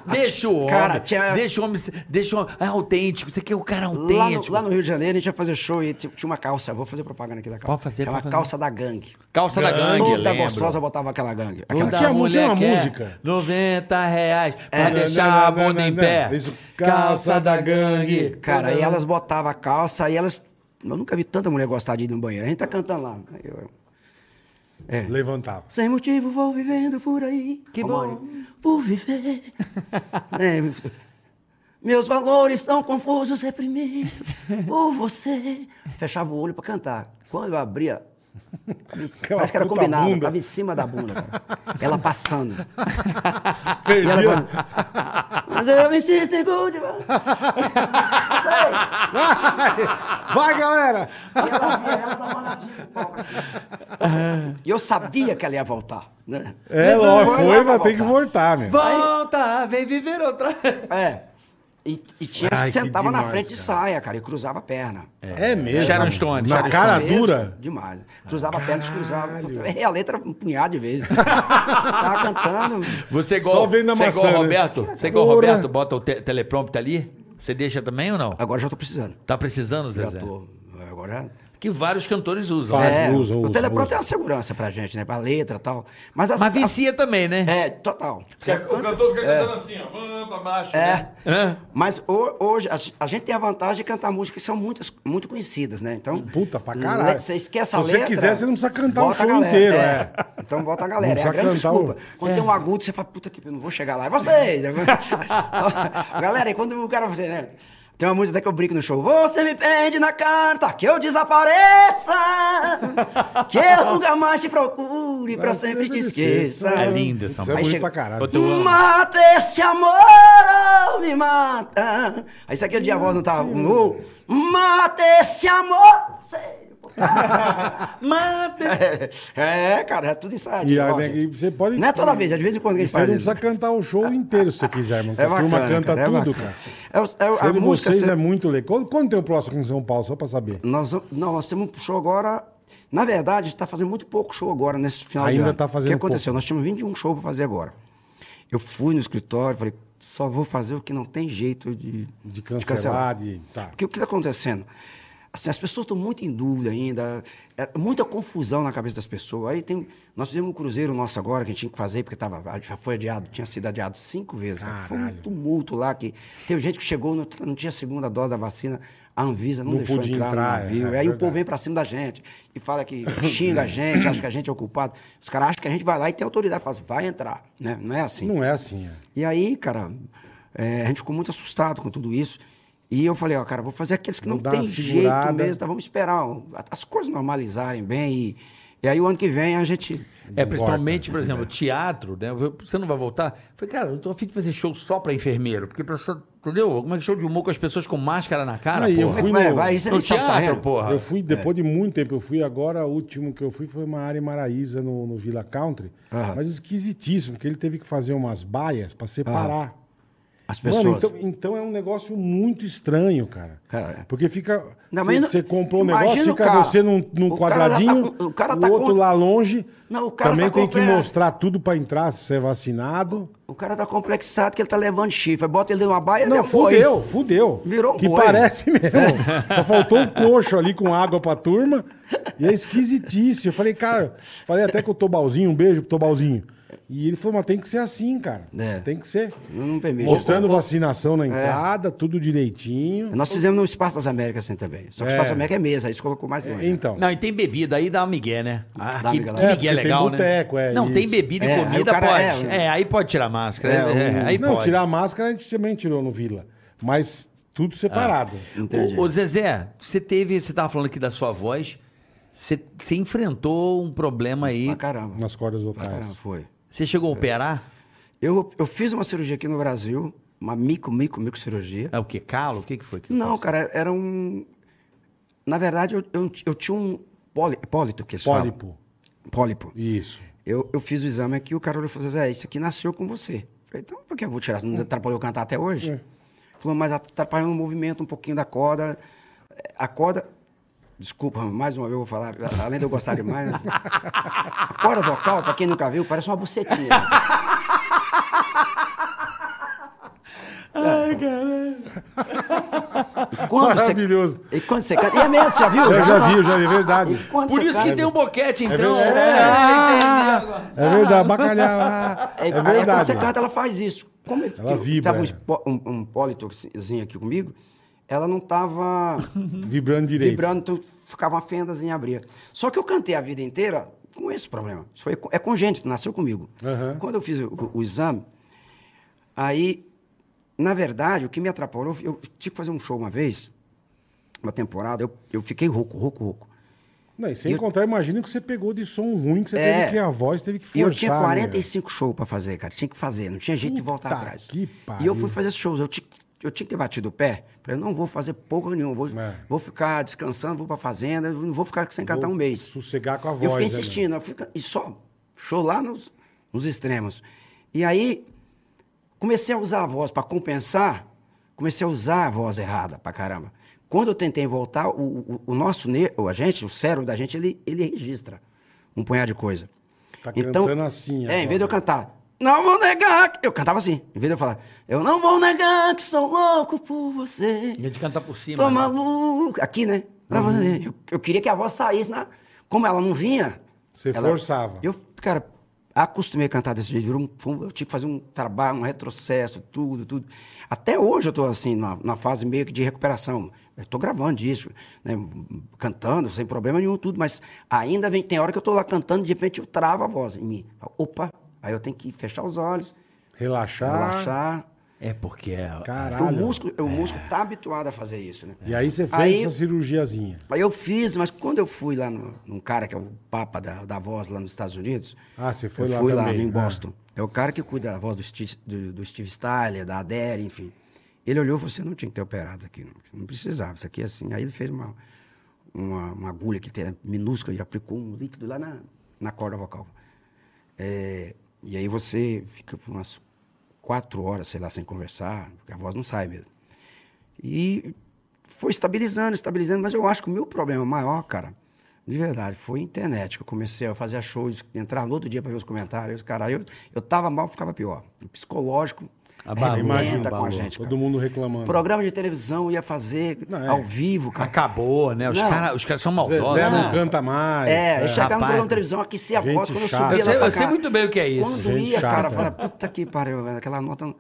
S5: Deixa o homem.
S2: Cara, tinha-
S5: Deixa o homem. Deixa o homem. É autêntico. Você quer o cara
S2: Lá no,
S5: autêntico.
S2: lá no Rio de Janeiro, a gente ia fazer show e tipo, tinha uma calça. Vou fazer propaganda aqui da calça.
S5: Pode fazer,
S2: É uma
S5: pode fazer.
S2: calça da gangue.
S5: Calça da gangue,
S2: Toda
S5: lembro.
S2: gostosa botava aquela gangue. Aquela
S5: Toda
S4: Tinha
S2: calça.
S4: mu- tinha uma
S5: mulher quer
S4: música.
S5: 90 reais pra
S4: É.
S5: deixar
S4: Não, não,
S5: a
S4: não,
S5: bunda
S4: não,
S5: em
S4: não.
S5: pé.
S4: Isso, calça da gangue.
S2: Cara, e elas botavam a calça e elas. Eu nunca vi tanta mulher gostar de ir no banheiro. A gente tá cantando lá. Eu- é.
S4: Levantava.
S2: Sem motivo vou vivendo por aí.
S5: Que
S2: Romário.
S5: bom.
S2: Por viver. É, Meus valores estão confusos, reprimidos por você. Fechava o olho pra cantar. Quando eu abria, tava em-
S4: Aquela
S2: acho que era
S4: puta
S2: combinado,
S4: bunda.
S2: tava em cima da bunda, cara. Ela passando. E
S4: Perdia.
S2: ela falando, Mas eu insisto em gol de Seis.
S4: Vai, galera!
S2: E ela, ela dava uma ladinha com o pau, assim. E eu sabia que ela ia voltar, né?
S4: É,
S2: Foi
S4: lógico,
S2: lá pra
S4: foi, vai ter que voltar, meu.
S5: Volta, vem viver outra.
S2: É. E, e tinha as
S4: Ai,
S2: que
S4: que
S2: sentava na
S4: demais,
S2: frente de
S4: cara.
S2: saia, cara, e cruzava a perna.
S4: É mesmo.
S5: Sharon Stone,
S4: Na
S5: Sharon
S4: cara
S2: Mesmo,
S4: dura.
S2: Demais. Cruzava a perna, descruzava. Eu errei a letra um punhado de vezes. Tava cantando.
S5: Você é
S4: Só
S5: igual,
S4: vendo a
S5: você é igual
S4: maçã,
S5: o
S4: né?
S5: Roberto? Você é igual o
S4: Porra.
S5: Roberto? Bota o te- teleprompter ali? Você deixa também ou não?
S2: Agora já tô precisando.
S4: é.
S5: Tá precisando, Zezé?
S2: Já tô. Agora
S5: que vários cantores usam.
S4: Faz,
S5: né?
S2: É,
S4: usa,
S2: o
S4: usa,
S2: teleprompter
S4: usa.
S2: é uma segurança pra gente, né? Pra letra e tal. Mas, as,
S5: Mas vicia também,
S2: a-
S5: né?
S2: É, total.
S3: Porque O cantor fica cantando assim, ó. Vamos pra baixo. né?
S2: É.
S5: Hã?
S2: Mas ho- hoje a, ge- a gente tem a vantagem de cantar músicas que são muitas, muito conhecidas, né? Então,
S4: Puta, pra caralho.
S2: le- Você esquece a
S4: Se você
S2: letra.
S4: quiser, você não precisa cantar o
S2: bota a
S4: show
S2: galera,
S4: inteiro,
S2: Então bota a
S4: Não
S2: galera. É a
S4: precisa
S2: grande
S4: cantar o- É.
S2: desculpa. Quando tem um agudo, você fala, puta que eu não vou chegar lá. É vocês! galera, e quando o cara. Você, né? Tem uma música até que eu brinco no show. Você me pende na carta, que eu desapareça. Que eu nunca mais te procure, pra sempre te esqueça.
S5: É linda essa
S4: Isso é
S5: música.
S4: bonito
S2: chega-
S4: pra caralho.
S5: Puta, eu amo.
S2: Mata esse amor ou me mata. Aí se aquele dia a voz não tava. No, mata esse amor. Sério, pô.
S5: Mata-
S2: é, cara, é tudo ensaiado.
S4: E aí, né, e você pode.
S2: Não é toda vez, é de vez em quando que a gente
S4: Você não
S2: faz
S4: precisa
S2: isso.
S4: cantar o show inteiro se você quiser, irmão.
S2: É
S4: a turma
S2: bacana,
S4: canta
S2: cara, é
S4: tudo,
S2: bacana.
S4: cara.
S2: É, o- é o-
S4: show
S2: a
S4: de
S2: música...
S4: vocês
S2: você-
S4: é muito legal. Quando, quando tem o próximo em São Paulo, só pra saber?
S2: Nós, vamos- não, nós temos um show agora. Na verdade, está fazendo muito pouco show agora nesse final de
S4: Ainda
S2: ano.
S4: tá fazendo
S2: O que aconteceu? Nós tínhamos 21 shows para fazer agora. Eu fui no escritório, falei, só vou fazer o que não tem jeito de,
S4: De cancelar, de. Tá.
S2: Porque o que está acontecendo? Assim, as pessoas estão muito em dúvida ainda, é muita confusão na cabeça das pessoas. Aí tem, nós fizemos um cruzeiro nosso agora que a gente tinha que fazer porque tava, já foi adiado, tinha sido adiado cinco vezes. cara. Foi um
S4: Caralho.
S2: tumulto lá que teve gente que chegou não, não tinha segunda dose da vacina, a Anvisa não,
S4: Não
S2: deixou
S4: podia
S2: entrar,
S4: entrar,
S2: no navio.
S4: é, é
S2: aí o povo
S4: verdade.
S2: vem pra cima da gente e fala que xinga a gente, acha que a gente é o culpado. Os caras acham que a gente vai lá e tem autoridade, fala, vai entrar, né? Não é assim.
S4: Não é assim, é.
S2: E aí, cara, é, a gente ficou muito assustado com tudo isso. E eu falei, ó, cara, vou fazer aqueles que
S4: Vou
S2: não,
S4: dar
S2: tem
S4: uma
S2: jeito
S4: segurada.
S2: mesmo, tá? Vamos esperar ó, as coisas normalizarem bem. E, e aí o ano que vem a gente.
S5: É, principalmente, por exemplo, teatro, né? Você não vai voltar? Eu Falei, cara, eu tô afim de fazer show só pra enfermeiro. Porque, pessoa, entendeu? Como é que show de humor com as pessoas com máscara na cara,
S4: Aí, eu
S5: porra?
S4: fui
S2: Como é,
S4: no-
S2: vai, isso é
S5: No
S2: lição
S5: teatro,
S2: sarrendo.
S5: porra.
S4: Eu fui, depois
S2: É.
S4: de muito tempo, eu fui agora, o último que eu fui foi uma área Maraíza no, no Vila Country,
S2: Aham.
S4: mas esquisitíssimo, porque ele teve que fazer umas baias pra separar.
S2: As pessoas.
S4: Mano, então, então é um negócio muito estranho, cara.
S2: Cara, é.
S4: Porque fica.
S2: Não,
S4: Você
S2: mas não-
S4: você comprou um
S2: imagina
S4: negócio,
S2: o
S4: fica
S2: cara.
S4: você num, num
S2: O cara já tá
S4: quadradinho,
S2: com- o cara
S4: o
S2: tá com-
S4: outro lá longe.
S2: Não, o cara
S4: também
S2: tá
S4: tem
S2: com-
S4: que
S2: é.
S4: mostrar tudo pra entrar, se você é vacinado.
S2: O cara tá complexado que ele tá levando chifre. Aí Bota ele numa baia
S4: Não,
S2: ele foi.
S4: fudeu, fudeu.
S2: Virou um
S4: Que
S2: boi.
S4: parece mesmo. Só faltou um coxo ali com água pra turma. E é esquisitíssimo. Eu falei, cara, falei até com o Tobalzinho, um beijo pro Tobalzinho. E ele falou, mas tem que ser assim, cara.
S2: É.
S4: Tem que ser.
S2: Não, não permite.
S4: Mostrando vacinação na entrada, tudo direitinho.
S2: Nós fizemos no Espaço das Américas assim também. Só que o Espaço das
S4: É.
S2: Américas é mesa, aí isso colocou mais longe.
S4: Então.
S5: Não, e tem bebida, aí dá uma migué, né? Ah,
S2: Dá
S5: que,
S2: migué lá.
S5: que
S2: É,
S5: migué
S4: porque
S5: legal,
S4: tem
S5: né?
S4: boteco, é,
S5: não, tem
S4: isso.
S5: bebida
S2: É,
S5: e
S2: aí
S5: comida,
S2: o cara
S5: pode.
S2: é,
S5: É, aí pode tirar máscara.
S2: É,
S5: é,
S2: um-
S5: aí
S4: não,
S5: pode.
S4: tirar a máscara a gente também tirou no Vila. Mas
S2: Ah.
S4: tudo separado.
S2: Entendi.
S5: Ô, ô, Zezé, você teve, você tava falando aqui da sua voz, você, você enfrentou um problema aí.
S2: Pra caramba.
S4: Nas cordas
S2: Pra caramba,
S4: vocais.
S2: foi.
S5: Você chegou a operar?
S2: Eu, eu fiz uma cirurgia aqui no Brasil, uma mico, mico, mico cirurgia.
S5: É o quê? Calo? O que que foi? que
S2: Não,
S5: aconteceu?
S2: cara, era um. Na verdade, eu, eu, eu tinha um poli, pólito que eles
S4: Pólipo.
S2: falam. Pólipo.
S4: Isso.
S2: Eu, eu fiz o exame aqui, o cara olhou e falou: Zé, isso aqui nasceu com você. Eu Falei, então por que eu vou tirar?
S4: É.
S2: Não atrapalhou eu cantar até hoje? Falou, mas atrapalhou o movimento um pouquinho da corda. É, A corda. Desculpa, mais uma vez eu vou falar, a- além de eu gostar demais. mas- A corda vocal, pra quem nunca viu, parece uma bucetinha.
S5: Ai, caralho.
S2: É. E quando você-
S4: Maravilhoso.
S2: E quando você canta. E é mesmo, você já viu?
S4: Eu já vi, eu
S2: vi.
S4: já vi, é verdade.
S5: Por isso que tem um boquete, então.
S4: É,
S5: Ah,
S4: verdade. é verdade, bacalhau. ah,
S2: É,
S4: É,
S2: Aí quando
S4: verdade.
S2: você canta, ela faz isso. Como eu-
S4: Ela
S2: eu
S4: vibra,
S2: Tava um,
S4: é.
S2: espo- um, um pólitozinho aqui comigo, ela não tava
S4: Vibrando direito.
S2: vibrando, então ficava uma fendazinha abria. Só que eu cantei a vida inteira com esse problema. Isso foi, é congênito, nasceu comigo.
S4: Aham.
S2: Quando eu fiz o, o- o exame, aí, na verdade, o que me atrapalhou, eu tinha que fazer um show uma vez, uma temporada, eu, eu fiquei rouco, rouco, rouco.
S4: Não, e sem contar, imagina o que você pegou de som ruim, que você
S2: É.
S4: teve que a voz teve que
S2: E
S4: forçar.
S2: eu tinha
S4: né?
S2: 45 shows pra fazer, cara. Tinha que fazer, não tinha jeito de voltar
S4: Puta
S2: atrás.
S4: que
S2: e
S4: pariu.
S2: eu fui fazer esses shows. Eu tinha, que- eu tinha que ter batido o pé. Falei, não vou fazer porra nenhuma. Vou,
S4: É.
S2: vou ficar descansando, vou pra fazenda, eu não vou ficar sem cantar um mês.
S4: Sossegar com a voz.
S2: eu fiquei
S4: né, meu?
S2: insistindo, eu fica- e só show lá nos, nos extremos. E aí comecei a usar a voz pra compensar, comecei a usar a voz errada pra caramba. Quando eu tentei voltar, o, o, o nosso, ne- o- a gente, o cérebro da gente, ele, ele registra um punhado de coisa.
S4: Tá cantando assim
S2: É, em vez de eu
S4: agora.
S2: cantar, não vou negar que... Eu cantava assim, em vez de eu falar, eu não vou negar que sou louco por você.
S5: Ia de cantar por cima.
S2: Tô
S5: né?
S2: maluco. Aqui, né?
S4: Uhum.
S2: Ela falou, eu, eu queria que a voz saísse, na... como ela não vinha.
S4: Você
S2: ela-
S4: forçava.
S2: Eu, cara, acostumei a cantar desse jeito. Virou um, foi um- eu tive que fazer um trabalho, um retrocesso, tudo, tudo. Até hoje eu tô assim, na, fase meio que de recuperação. Eu tô gravando disco, né? Cantando, sem problema nenhum, tudo, mas ainda vem, tem hora que eu tô lá cantando, de repente eu travo a voz em mim. Opa, aí eu tenho que fechar os olhos,
S4: Relaxar.
S2: relaxar.
S5: É porque. é-
S4: Caralho.
S2: Porque o músculo, o músculo tá habituado a fazer isso, né?
S4: E aí você fez
S2: Aí-
S4: essa cirurgiazinha.
S2: Aí eu fiz, mas quando eu fui lá no, num cara que é o papa da, da voz lá nos Estados Unidos.
S4: Ah, você foi
S2: eu
S4: lá
S2: fui lá
S4: também,
S2: em
S4: né?
S2: Boston. É o cara que cuida da voz do Steve, do, do Steve Styler, da Adele, enfim. Ele olhou e falou: você não tinha que ter operado aqui, não, não precisava, isso aqui é assim. Aí ele fez uma, uma, uma agulha que tem, é minúscula e aplicou um líquido lá na, na corda vocal. É, e aí você fica por umas quatro horas, sei lá, sem conversar, porque a voz não sai mesmo. E foi estabilizando, estabilizando, mas eu acho que o meu problema maior, cara, de verdade, foi a internet. Que eu comecei a fazer shows, entrar no outro dia para ver os comentários, cara, eu, eu tava mal, ficava pior. O psicológico
S5: Abalou, né?
S2: arrebenta com a
S5: abalou.
S2: gente, cara.
S4: Todo mundo reclamando.
S2: Programa de televisão ia fazer
S4: Não, é.
S2: ao vivo, cara.
S5: Acabou, né? Os
S2: Não.
S5: caras os caras são
S4: Zé,
S5: maldosos. né?
S4: Zé não canta mais. né?
S2: É, eu chegava no
S5: Rapaz,
S2: programa de televisão, aquecia a
S4: gente
S2: voz quando eu
S4: chata.
S2: subia
S5: Eu sei-
S2: lá pra
S5: eu sei
S2: cá.
S5: muito bem o que é isso.
S2: Quando
S4: Gente
S2: ia, cara,
S4: chata.
S2: fala, puta que pariu, velho, aquela nota... não-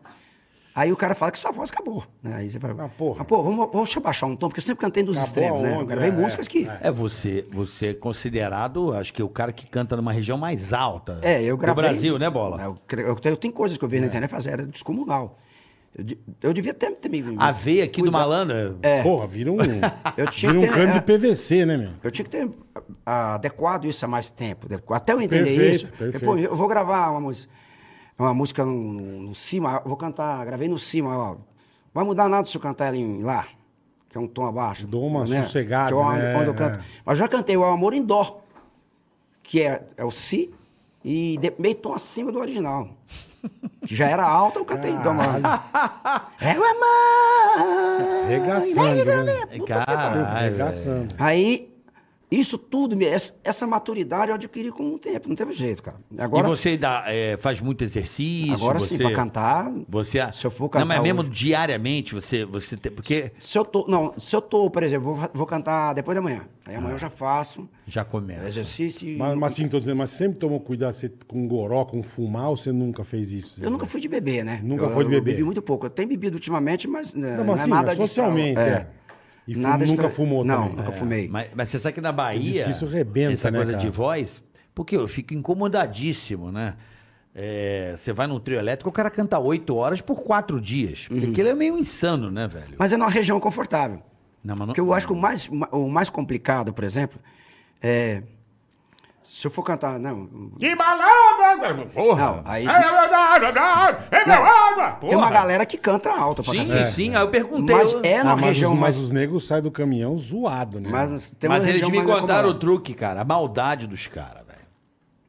S2: Aí o cara fala que sua voz acabou. Né? Aí você fala,
S4: Ah, porra.
S2: pô, vamos, deixa eu baixar um tom, porque eu sempre cantei dos
S4: Acabou
S2: extremos, né?
S4: aonde,
S2: Eu gravei
S4: é,
S2: músicas que...
S4: é.
S5: É você, você é considerado, acho que o cara que canta numa região mais alta.
S2: É, eu gravei. É,
S5: Do Brasil, né, Bola?
S2: Eu, cre- eu, tenho- tem coisas que eu
S4: É.
S2: vi na internet e falo assim, era descomunal. Eu, de- eu devia ter, ter me.
S5: A veia aqui do malandro. é
S4: Porra, vira um,
S2: Eu tinha
S4: vira um
S2: que ter-
S4: cano de
S2: é.
S4: PVC, né, meu?
S2: Eu tinha que ter ah, adequado isso há mais tempo. de- Até eu entender
S4: Perfeito,
S2: isso.
S4: perfeito.
S2: Depois, eu vou gravar uma música. Uma música no, no, no Si maior. eu Vou cantar, gravei no Si maior. Vai mudar nada se eu cantar ela em Lá, que é um tom abaixo.
S4: Dou uma sossegada,
S2: Que é onde,
S4: né?
S2: onde eu canto.
S4: É.
S2: Mas já cantei o Amor em Dó, que é, é o Si, e de- meio tom acima do original. Que já era alta, eu cantei em Dó maior. É o amor!
S4: Arregaçando, né?
S5: É, Caralho. velho.
S4: Arregaçando.
S2: Aí, isso tudo, me- essa, essa maturidade eu adquiri com o tempo, não teve jeito, cara.
S5: E
S2: Agora,
S5: você dá, é, faz muito exercício?
S2: agora sim,
S5: você-
S2: pra cantar.
S5: Você,
S2: Se eu for
S5: Não,
S2: cantar.
S5: mas mesmo
S2: hoje-
S5: diariamente você, você tem. Porque
S2: Se eu tô, não, se eu tô, por exemplo, vou, vou cantar depois de amanhã. Aí amanhã eu já faço
S5: já começa.
S2: exercício. e-
S4: Mas, assim, mas sim, tô dizendo, mas sempre tomou cuidado você, com goró, com fumar, ou você nunca fez isso? Zé?
S2: eu nunca fui de beber, né?
S4: Nunca
S2: eu,
S4: foi de
S2: eu
S4: beber.
S2: bebi muito pouco. Eu tenho bebido ultimamente, mas né,
S4: Não,
S2: não,
S4: mas
S2: é
S4: sim,
S2: nada
S4: mas
S2: de extra-
S4: socialmente, é. E fu- nunca
S2: extra-
S4: fumou
S2: Não,
S4: também.
S2: nunca
S4: É.
S2: fumei.
S5: Mas, mas você sabe que na
S4: Diz
S5: Bahia.
S4: que isso rebenta,
S5: Essa
S4: né,
S5: coisa
S4: cara?
S5: de voz. Porque eu fico incomodadíssimo, né? É, você vai num trio elétrico, o cara canta oito horas por quatro dias. Porque aquilo é meio insano, né, velho?
S2: Uhum. Mas é numa região confortável.
S5: Não, mas não-
S2: Porque eu acho que o mais, o mais complicado, por exemplo, é. Se eu for cantar. Não,
S3: Que balada! Porra!
S2: Não, aí-
S3: É verdade! É
S2: Não,
S3: balada!
S2: Tem uma
S3: porra.
S2: galera que canta alto pra
S5: Sim,
S2: cacete.
S5: sim, sim. Aí eu perguntei.
S2: né? Mas
S5: eu-
S2: é
S4: Ah,
S2: numa
S4: mas,
S2: região
S4: os, mas
S2: mais...
S4: os negros saem do caminhão zoado, né?
S2: Mas, tem uma
S5: Mas eles
S2: região
S5: me
S2: mais
S5: contaram o
S2: acomodada.
S5: truque, cara. A maldade dos caras, velho.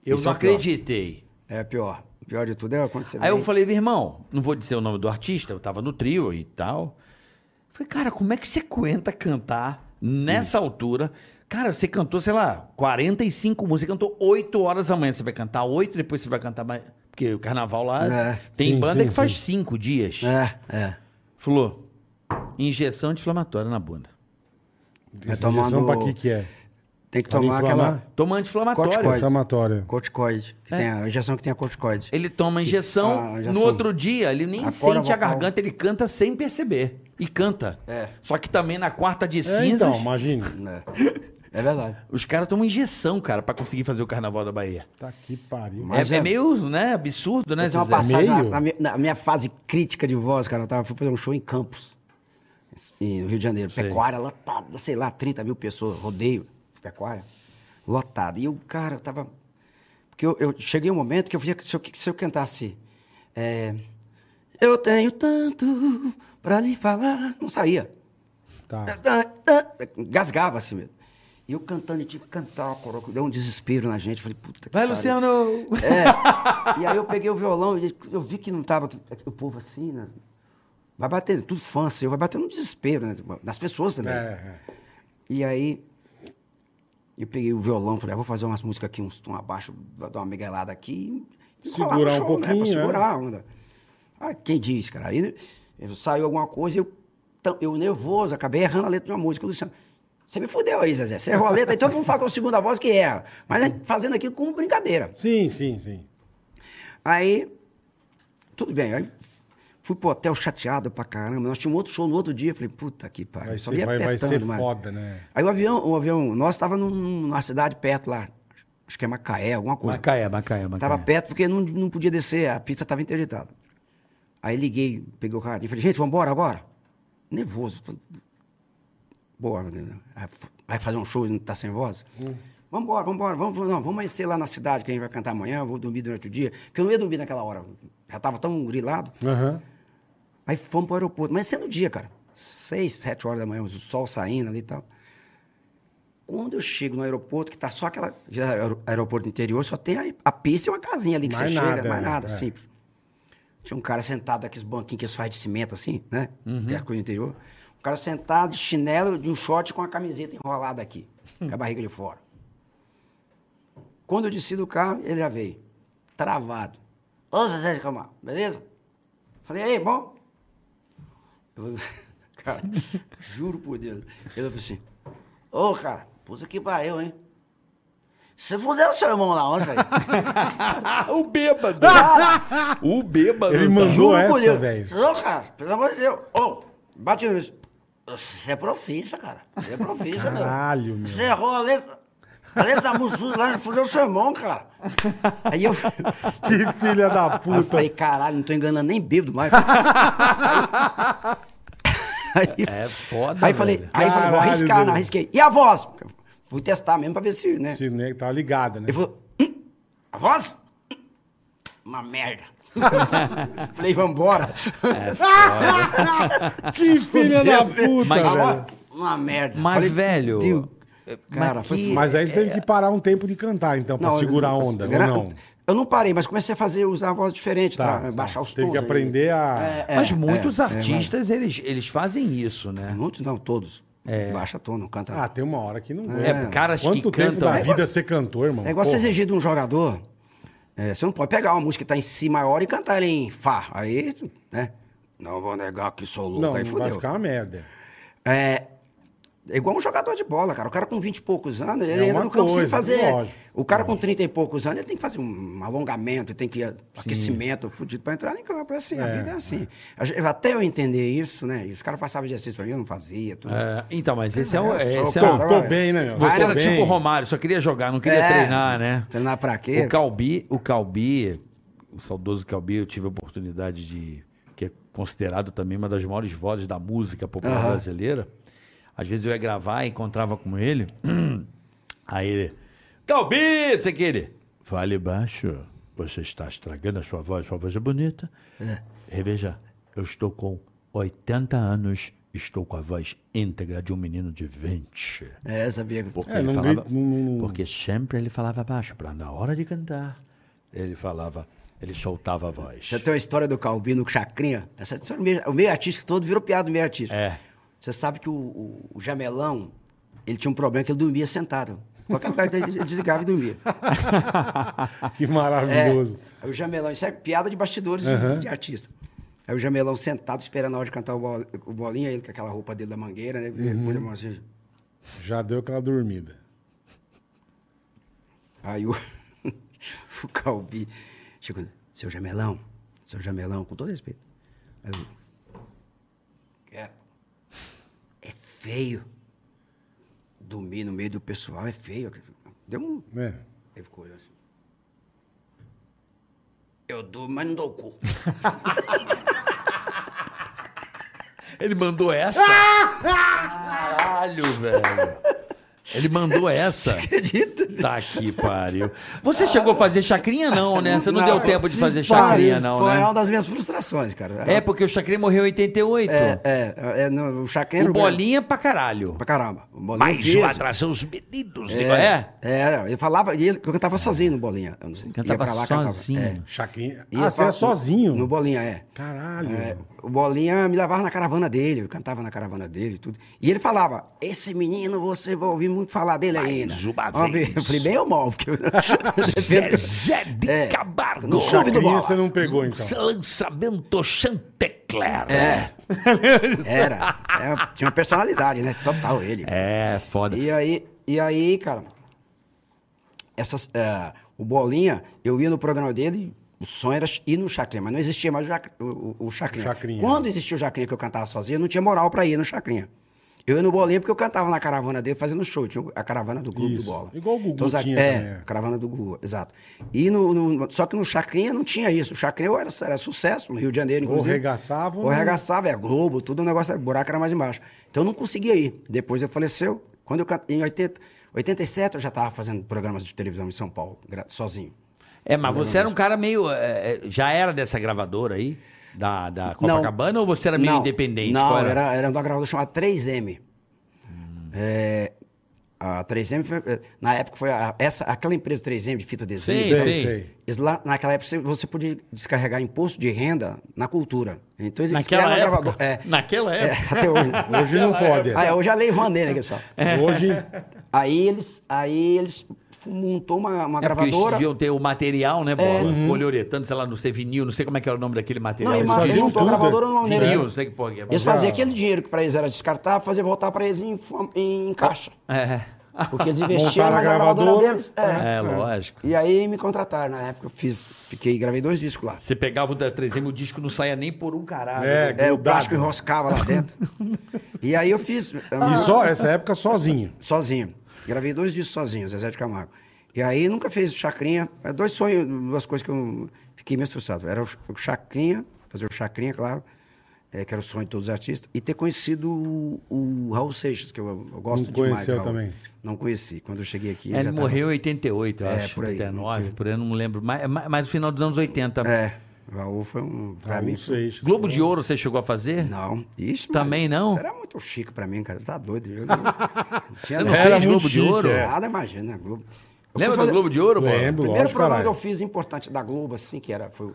S5: Eu
S2: Isso
S5: não
S2: é o pior.
S5: acreditei.
S2: É pior. O pior de tudo é quando você
S5: Aí eu
S2: vem-
S5: falei, meu irmão, não vou dizer o nome do artista, eu tava no trio e tal. Falei, cara, como é que você aguenta cantar nessa altura? Cara, você cantou, sei lá, 45 músicas, você cantou 8 horas da manhã, você vai cantar 8, depois você vai cantar mais. Porque o carnaval lá
S2: É.
S5: tem
S4: Sim,
S5: banda
S4: sim,
S5: que faz 5 dias.
S2: É, é.
S5: Falou, injeção anti-inflamatória na bunda.
S4: Essa
S2: é tomando-
S4: injeção pra que que é?
S2: Tem que
S4: Pra
S2: tomar
S4: não inflamar?
S2: aquela
S5: Toma anti-inflamatória.
S2: Corticoide.
S4: Inflamatória.
S2: corticoide.
S5: É.
S2: Que tem a a injeção que tem a corticoide.
S5: Ele toma a injeção,
S2: Ah, já
S5: no
S2: sei.
S5: outro dia ele nem
S2: A corda
S5: sente a
S2: vocal.
S5: garganta, ele canta sem perceber. E canta.
S2: É.
S5: Só que também na quarta de
S4: É,
S5: cinzas,
S4: então, imagina.
S2: É. É verdade.
S5: os caras tomam injeção, cara, pra conseguir fazer o Carnaval da Bahia.
S4: Tá que pariu.
S2: Mas
S5: é, é
S2: é.
S5: meio né, absurdo, né,
S2: Eu tenho é uma
S5: Zezé?
S2: passagem na,
S4: Meio?
S2: na minha, na minha fase crítica de voz, cara. Eu tava, fui fazer um show em Campos, em- no Rio de Janeiro. Pecuária lotada, sei lá, 30 mil pessoas, rodeio, pecuária, lotada. E eu, cara, eu tava. Porque eu, eu cheguei um momento que eu via que se eu, que se eu cantasse. é, eu tenho tanto pra lhe falar. Não saía.
S4: Tá.
S2: Gasgava assim mesmo. E eu cantando, e tive que cantar uma coroa, deu um desespero na gente. Falei, puta que
S5: Vai,
S2: pariu.
S5: Luciano!
S2: É. E aí eu peguei o violão e eu vi que não tava o povo assim, né? Vai bater, é tudo fã seu, vai bater no desespero, né? Das pessoas também.
S4: É, é.
S2: E aí eu peguei o violão, falei, ah, vou fazer umas músicas aqui, uns tom abaixo, vou dar uma miguelada aqui. e
S4: Segurar
S2: rolar no
S4: um pouquinho,
S2: Pra
S4: né?
S2: segurar a onda. Ah, quem diz, cara? eh, Aí eu- saiu alguma coisa, eu, tam- eu nervoso, acabei errando a letra de uma música. Luciano, Você me fudeu aí, Zezé. Você é roleta, então vamos falar com a segunda voz que erra. Mas a gente fazendo aquilo como brincadeira.
S4: Sim, sim, sim.
S2: Aí, tudo bem. Aí fui pro hotel chateado pra caramba. Nós tínhamos outro show no outro dia. Falei, puta que pariu.
S4: Vai
S2: Só
S4: ser,
S2: me
S4: vai, vai
S2: apertando,
S4: ser
S2: mas-
S4: foda, né?
S2: Aí o avião, o avião nosso estava numa cidade perto lá. Acho que é Macaé, alguma coisa.
S5: Macaé, Macaé, Macaé.
S2: Tava perto porque não, não podia descer, a pista estava interditada. Aí liguei, peguei o cara e falei, gente, vamos embora agora? Nervoso. Falei, Boa, né? Aí f- vai fazer um show e não tá sem voz? Vamos embora, vamos embora, vamos, não, vamos amanhecer lá na cidade que a gente vai cantar amanhã, eu vou dormir durante o dia, porque eu não ia dormir naquela hora, já estava tão grilado.
S4: Aham.
S2: Aí fomos pro aeroporto, mas sendo dia, cara. Seis, sete horas da manhã, o sol saindo ali e tal. Quando eu chego no aeroporto, que tá só aquela. já era aer- Aeroporto interior, só tem a, a pista e uma casinha ali que
S4: Mais
S2: você
S4: nada,
S2: chega, mais
S4: né?
S2: nada,
S4: É.
S2: simples. Tinha um cara sentado aqueles banquinhos que eles fazem de cimento, assim, né?
S4: Uhum.
S2: Que é a coisa interior. Um cara sentado de chinelo, de um short com a camiseta enrolada aqui,
S4: Hum.
S2: com a barriga de fora. Quando eu desci do carro, ele já veio. Travado. Ô, Zé Sérgio Camargo, beleza? Falei, aí, bom? Eu- cara, juro por Deus. Ele falou assim, ô, cara, puta que pariu, hein? Você fudeu seu irmão lá ontem, cara.
S6: o bêbado. o bêbado.
S2: tá
S4: Ele mandou
S2: Juro por
S4: essa,
S2: Deus.
S4: velho.
S2: Não, cara, pelo amor de Deus. Ô, bate no bicho. Você é profissa, cara. Você é profissa, meu.
S4: Caralho, meu.
S2: Você errou a letra. A letra da música lá, fudeu seu irmão, cara. Aí eu...
S4: Que filha da
S2: Aí eu
S4: puta.
S2: falei, caralho, não tô enganando nem bêbado mais. aí,
S5: É foda,
S2: aí falei,
S5: velho.
S2: aí falei, vou
S4: Caralho,
S2: arriscar,
S4: velho.
S2: não, arrisquei. E a voz? Fui testar mesmo pra ver se, né?
S4: Esse nego tá ligado, né?
S2: Ele falou, "Hum, a voz? Hum, Uma merda. falei, vambora.
S4: Que filha da puta,
S5: Mas-
S4: velho.
S2: Uma merda.
S5: Mas,
S2: Falei,
S5: velho,
S2: "Deus,
S5: é,
S2: Cara,
S5: mas
S2: foi
S5: que-
S4: Mas aí você teve que parar um tempo de cantar, então, pra
S2: Não,
S4: segurar a
S2: eu-
S4: onda,
S2: eu-
S4: ou não?
S2: Eu não parei, mas comecei a fazer, usar a voz diferente,
S4: Tá,
S2: tá?
S4: tá.
S2: Baixar os tons.
S4: Tem que
S2: aí.
S4: aprender a-
S5: Mas muitos
S2: é, é,
S5: artistas, eles, eles fazem isso, né?
S2: Muitos não, todos. Baixa tom, não canta.
S4: Ah, tem uma hora que não
S5: É, caras que
S4: Quanto tempo
S5: cantam-
S4: da
S5: É
S4: vida você cantou, irmão?
S2: É igual você
S4: Porra.
S2: exigir de um jogador. é, você não pode pegar uma música que tá em si maior e cantar ela em Fá. Aí, né? Não vou negar que sou louco.
S4: Não,
S2: aí
S4: não vai
S2: fudeu.
S4: ficar uma merda.
S2: É, é igual um jogador de bola, cara. O cara com 20 e poucos anos, ele
S4: É
S2: entra
S4: uma
S2: no campo sem
S4: coisa,
S2: fazer.
S4: lógico,
S2: o cara com 30 e poucos anos, ele tem que fazer um alongamento, tem que ir a- aquecimento fudido pra entrar em campo. É assim, a
S4: É,
S2: vida é assim. A gente- Até eu entender isso, né? E os caras passavam exercício pra mim, eu não fazia. Tudo.
S5: É, então, mas esse é o.
S2: É, só
S5: Esse é
S4: Tô,
S5: o
S2: Cara,
S4: tô
S2: é.
S4: bem, né, meu?
S5: você
S4: Tô
S5: era
S4: bem.
S5: tipo o Romário, só queria jogar, não queria
S2: É.
S5: treinar, né?
S2: Treinar pra quê?
S5: O Calbi, o Calbi, o saudoso Calbi, eu tive a oportunidade de. que é considerado também uma das maiores vozes da música popular
S2: Aham.
S5: brasileira. Às vezes eu ia gravar e encontrava com ele. Aí ele. Calbi! Você que ele. Fale baixo. Você está estragando a sua voz, sua voz é bonita. Reveja, eu estou com 80 anos, estou com a voz íntegra de um menino de 20.
S2: É, sabia.
S5: Porque
S4: É,
S5: ele
S4: não
S5: falava.
S4: grita- não- não-
S5: Porque sempre ele falava baixo, pra na hora de cantar. Ele falava, ele soltava a voz. tá-
S2: Já tem uma história do Calvino com Chacrinha. Essa história, o meio, o meio artístico todo virou piada do meio artístico.
S5: É.
S2: Você sabe que o, o- o Jamelão, ele tinha um problema que ele dormia sentado. Qualquer lugar que ele ele desligava e dormia.
S4: Que
S2: É.
S4: maravilhoso.
S2: Aí o Jamelão, isso é piada de bastidores de- de artista. Aí o Jamelão sentado esperando a hora de cantar o, bol, o bolinha, ele com aquela roupa dele da mangueira, né? Põe a mão assim.
S4: Já deu aquela dormida.
S2: Aí o, o Calbi chegou, seu Jamelão, seu Jamelão, com todo respeito. Aí eu, "Quer? é feio. Dormir no meio do pessoal é feio. Deu um
S4: É.
S2: Ele ficou olhando assim. Eu durmo, mas não dou cu.
S5: Ele mandou essa? Caralho, velho. Ele mandou essa.
S2: Acredita?
S5: Tá que pariu. Você chegou a fazer chacrinha, não, né? Você não, deu tempo de fazer
S2: Foi,
S5: chacrinha, não,
S2: foi
S5: né?
S2: uma das minhas frustrações, cara.
S5: É, porque o chacrinha morreu em 88.
S2: É, é, é, no, o chacreiro...
S5: o bolinha pra caralho. É.
S2: Pra caramba. O bolinha
S5: Mais
S2: fez.
S5: uma atração, os meninos. É.
S2: É, é, ele falava, e ele, eu cantava sozinho no bolinha. Eu ia
S5: Cantava
S2: pra lá,
S5: sozinho.
S2: É.
S4: Chaquinha.
S2: E
S4: Ah,
S2: eu
S4: você
S2: falo-
S4: é sozinho.
S2: No bolinha, é.
S4: Caralho.
S2: É, o Bolinha me levava na caravana dele, eu cantava na caravana dele e tudo. E ele falava: Esse menino você vai ouvir muito falar dele ainda.
S5: Juba
S2: Vamos ver.
S5: Verde.
S2: Eu falei, bem ou mal? Porque eu-
S5: Zezé de
S2: É.
S5: Camargo.
S2: No Clube do
S4: Chacrinha
S2: Bola.
S4: você não pegou, então.
S5: Lançamento Chantecler.
S2: É. Era. É, tinha uma personalidade, né? Total ele.
S5: É, foda.
S2: E aí, e aí, cara, essas, é, o Bolinha, eu ia no programa dele, o sonho era ir no Chacrinha, mas não existia mais o, Jac- o- o- o Chacrinha.
S4: Chacrinha.
S2: Quando existia o Chacrinha que eu cantava sozinho, eu não tinha moral pra ir no Chacrinha. Eu ia no Bolinha porque eu cantava na caravana dele fazendo show, tinha a caravana do Clube
S4: Isso.
S2: do Bola.
S4: Igual o Gugu
S2: os a-
S4: tinha
S2: é,
S4: também, é.
S2: caravana do Gugu, exato. E no, no- só que no Chacrinha não tinha isso. O Chacrinha eu era, era sucesso no Rio de Janeiro,
S4: Ou
S2: inclusive.
S4: regaçava ou
S2: Ou
S4: não-
S2: arregaçava, é Globo, tudo o negócio, o buraco era mais embaixo. Então eu não conseguia ir. Depois ele faleceu. Quando eu can- em 80, 87 eu já estava fazendo programas de televisão em São Paulo, gra- sozinho.
S5: É, mas você era um cara meio. é, é, já era dessa gravadora aí? Da, da Copacabana ou você era meio
S2: Não,
S5: independente?
S2: Não,
S5: Qual Hum.
S2: era? Era, de uma gravadora chamada 3M. É, a 3M foi, eh, na época foi a- essa, aquela empresa 3M de fita adesiva.
S5: Sim,
S2: e tal.
S5: sim.
S2: Eles lá, naquela época você- você podia descarregar imposto de renda na cultura. Então eles
S6: Naquela
S2: criaram uma
S6: época?
S2: gravadora- É,
S5: Naquela
S2: é,
S5: época.
S2: até hoje.
S4: Hoje É. não pode.
S2: Ah, é, hoje a lei Rouanet, né, pessoal?
S4: Hoje
S2: Aí eles, aí eles montou uma, uma
S5: É porque eles
S2: gravadora.
S5: deviam ter o material, né, bola? Poliuretano, sei lá, não sei, vinil, não sei como é que era o nome daquele material.
S2: Não, e
S4: eles
S2: ma- eles
S4: faziam
S2: montou a
S4: tudo,
S2: gravadora no maneira.
S5: vinil, não sei que porra que é.
S2: Eles faziam aquele dinheiro que pra eles era descartar, fazer voltar pra eles em, fam- em caixa.
S5: É.
S2: Porque eles investiram,
S4: Montaram a
S2: mas a gravadora,
S4: gravadora,
S2: deles.
S5: É,
S2: É.
S5: lógico.
S2: E aí me contrataram. Na época eu fiz, fiquei, gravei dois discos lá.
S5: Você pegava o da 3M, o disco não saía nem por um caralho.
S4: É.
S2: É, o
S4: Grudado.
S2: plástico enroscava lá dentro. e aí eu fiz.
S4: E só essa época sozinho.
S2: sozinho. Gravei dois discos sozinho, Zezé de Camargo. E aí nunca fez o Chacrinha. É, Dois sonhos, duas coisas que eu fiquei meio frustrado. Era o Ch- o Chacrinha, fazer o Chacrinha, claro, é, que era o sonho de todos os artistas, e ter conhecido o, o Raul Seixas, que eu, eu gosto
S4: Não
S2: demais.
S4: conheceu
S2: Raul.
S4: também.
S2: Não conheci. Quando eu cheguei aqui.
S5: É, Ele
S2: já tava-
S5: morreu em 88, eu
S2: É,
S5: acho,
S2: por aí,
S5: 89,
S2: mentira.
S5: por aí, eu não lembro. Mas, mas, mas no final dos anos 80.
S2: É, o Raul foi um. Pra
S4: Raul
S2: mim. foi-
S4: Seixas.
S5: Globo de Ouro você chegou a fazer?
S2: Não, isso
S5: Também não?
S2: Será muito chique pra mim, cara. Você tá doido. Eu não, não tinha
S5: Você não
S4: Era
S5: fez
S4: muito
S5: Globo de
S4: chique,
S5: Ouro?
S4: é.
S2: nada, imagina. Globo. Eu
S5: Lembra
S2: fui fazer-
S5: do Globo de Ouro, bola?
S2: O
S4: Lembro,
S2: primeiro
S4: lógico,
S2: programa que eu
S4: caralho.
S2: fiz importante da Globo, assim, que era, foi.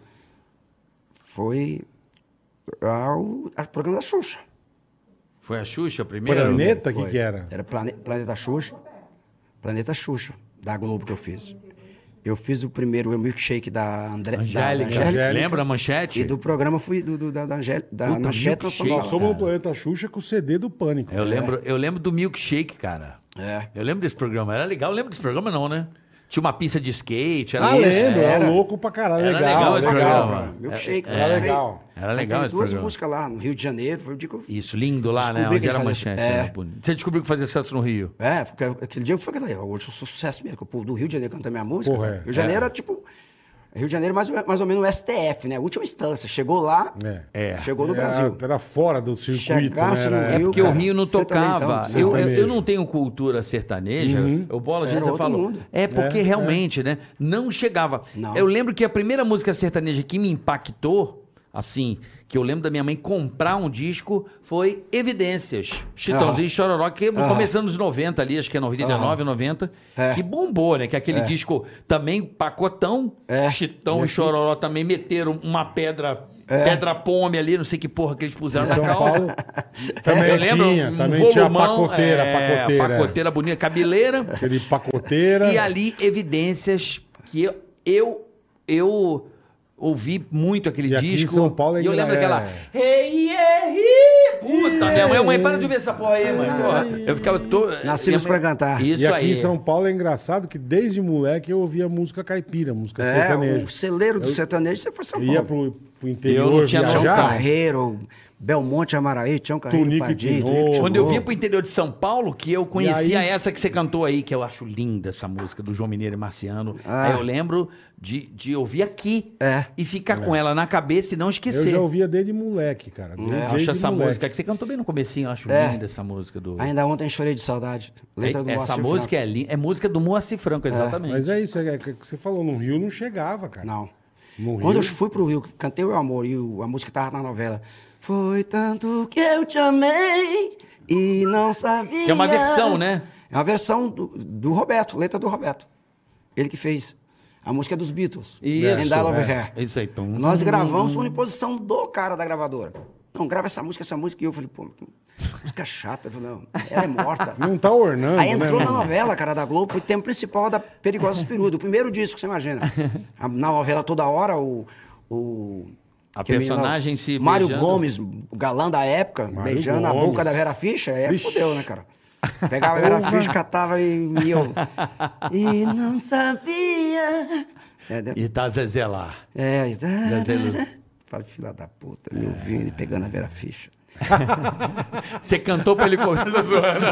S2: Foi. a- O a- programa da Xuxa.
S5: Foi a Xuxa primeiro?
S4: Planeta, o que
S2: Foi.
S4: que era?
S2: Era Plane- Planeta Xuxa. Planeta Xuxa, da Globo que eu fiz. Eu fiz o primeiro o milkshake da André. da- da
S5: Angélica.
S4: Angélica.
S5: Lembra a manchete?
S2: E do programa fui do, do- da, da Angélica. Da
S5: Puta,
S2: Manchete nós
S5: milkshake.
S2: fomos
S4: Nós
S2: lá.
S4: somos no planeta Xuxa com o CD do Pânico.
S5: Eu, lembro, eu lembro do Milkshake, cara.
S2: É.
S5: Eu lembro desse programa. Era legal. Eu lembro desse programa, não, né? Tinha uma pista de skate. Era
S4: Ah,
S5: isso, É.
S4: lembro.
S5: era.
S4: Era louco pra caralho.
S5: Era
S4: Legal,
S5: legal esse
S4: legal.
S5: programa.
S2: cara. Milkshake.
S5: É,
S2: nós
S4: é
S2: fomos.
S4: legal.
S5: Era legal
S2: Tem
S5: esse
S2: duas
S5: programa.
S2: músicas lá no Rio de Janeiro. Foi o dia que eu
S5: Isso, lindo lá, né?
S2: Descobri
S5: Onde
S2: que
S5: era a
S2: ele fazia-
S5: manchete.
S2: é.
S5: né? Bonito. Você descobriu que fazia sucesso no Rio.
S2: É, porque aquele dia eu fui cantar. Hoje eu sou sucesso mesmo, que o povo do Rio de Janeiro canta minha música.
S4: Porra, é.
S2: Rio de Janeiro é tipo. Rio de Janeiro é mais, ou- mais ou menos o STF, né? Última instância. Chegou lá,
S4: É.
S5: É.
S2: chegou no
S4: Era-
S2: Brasil.
S4: Era fora do circuito, né?
S2: Chegasse no
S4: Era-
S5: É
S2: Rio,
S5: porque o
S2: cara,
S5: Rio não
S2: você também, Uhum. então,
S5: tocava.
S2: você
S5: eu, eu,
S4: também.
S5: eu não tenho cultura sertaneja. Eu bola, às
S2: Era
S5: vezes eu
S2: outro
S5: falo.
S2: mundo.
S5: É porque
S4: É,
S5: realmente, né? Não chegava.
S2: Não.
S5: Eu lembro que a primeira música sertaneja que me impactou, assim, que eu lembro da minha mãe comprar um disco, foi Evidências. Chitãozinho
S2: Ah.
S5: e Chororó, que começando nos 90 ali, acho que é 99, 90,
S2: É.
S5: que bombou, né? Que aquele disco também pacotão.
S2: É.
S5: Chitão e Chororó também meteram uma pedra.
S2: É.
S5: Pedra pome ali, não sei que porra que eles puseram
S4: São
S5: na calça.
S4: Paulo também
S5: Eu lembro,
S4: Tá tinha,
S5: um
S4: também tinha a
S5: volumão,
S4: pacoteira,
S5: é,
S4: pacoteira.
S5: pacoteira bonita, cabeleira.
S4: Aquele pacoteira.
S5: e ali, evidências que eu, eu, eu ouvi muito aquele
S4: E aqui em
S5: disco.
S4: São Paulo é
S5: e eu lembro
S4: engra-
S5: daquela. Hey, yeah, hey. Puta, minha mãe, mãe, para de ver essa porra aí, mãe. pô. Eu ficava todo.
S2: Nascemos
S5: minha mãe-
S2: pra cantar.
S5: Isso
S4: E aqui
S5: aí.
S4: em São Paulo é engraçado que desde moleque eu ouvia música caipira, música
S2: É,
S4: sertaneja.
S2: o celeiro do sertanejo, você foi São
S4: Eu
S2: Paulo.
S4: ia pro, pro
S5: Eu
S4: interior
S5: não tinha
S2: Tião
S4: viajar.
S2: Carreiro, Belmonte Amaraí, Tião Carreiro,
S4: Tunico e
S2: Padilha,
S4: Tinoco.
S2: Tunico e
S5: Quando eu
S2: Tinoco.
S5: vim pro interior de São Paulo, que eu conhecia
S4: aí-
S5: essa que você cantou aí, que eu acho linda essa música do João Mineiro e Marciano.
S2: Ah.
S5: Aí eu lembro de, de ouvir aqui
S2: É.
S5: e ficar com ela na cabeça e não
S4: Eu
S5: esquecer.
S4: já ouvia desde moleque, cara. Desde,
S5: Eu
S4: desde
S5: É, acho essa
S4: moleque.
S5: música que você cantou bem no comecinho, eu acho
S2: É.
S5: linda essa música do. É,
S2: Ainda ontem chorei de saudade. Letra do
S5: essa
S2: Moacir
S5: música
S2: Franco.
S5: é linda. É música do Moacir Franco, exatamente.
S4: Mas é isso, é que que você falou, no Rio não chegava,
S5: é
S4: cara.
S2: Não.
S4: No
S2: Quando
S4: Rio.
S2: eu fui pro Rio, cantei o amor e o- a música tava na novela. Foi tanto que eu te amei e não sabia.
S5: Que é uma versão, né?
S2: É uma versão do, do Roberto, letra do Roberto. Ele que fez. A música é dos Beatles.
S5: Isso,
S2: And I Love
S5: é.
S2: Her.
S5: Isso aí, pum.
S2: Nós gravamos por imposição do cara da gravadora. Não, grava essa música, essa música. E eu falei, pô, que música chata. Eu falei, não, ela é morta.
S4: Não tá ornando,
S2: Aí entrou
S4: né,
S2: na
S4: mano?
S2: novela, cara, da Globo, foi o tema principal da Perigosos Peru, do primeiro disco, você imagina. A- na novela toda hora, o. o
S5: A
S2: aquele menino lá,
S5: personagem se
S2: Mário
S5: beijando.
S2: Gomes, o galã da época,
S4: Mário
S2: beijando a
S4: Gomes.
S2: boca da Vera Ficha, é
S4: Vixe.
S2: fudeu, né, cara? Pegava a Vera
S4: Porra.
S2: Ficha, catava e, e eu. E não sabia. É, né?
S5: E tá Zezé lá.
S2: É,
S5: entendeu?
S2: Fala, filha da puta, me ouvindo e pegando a Vera Ficha.
S5: Você cantou pra ele tá correr.
S3: Tô zoando.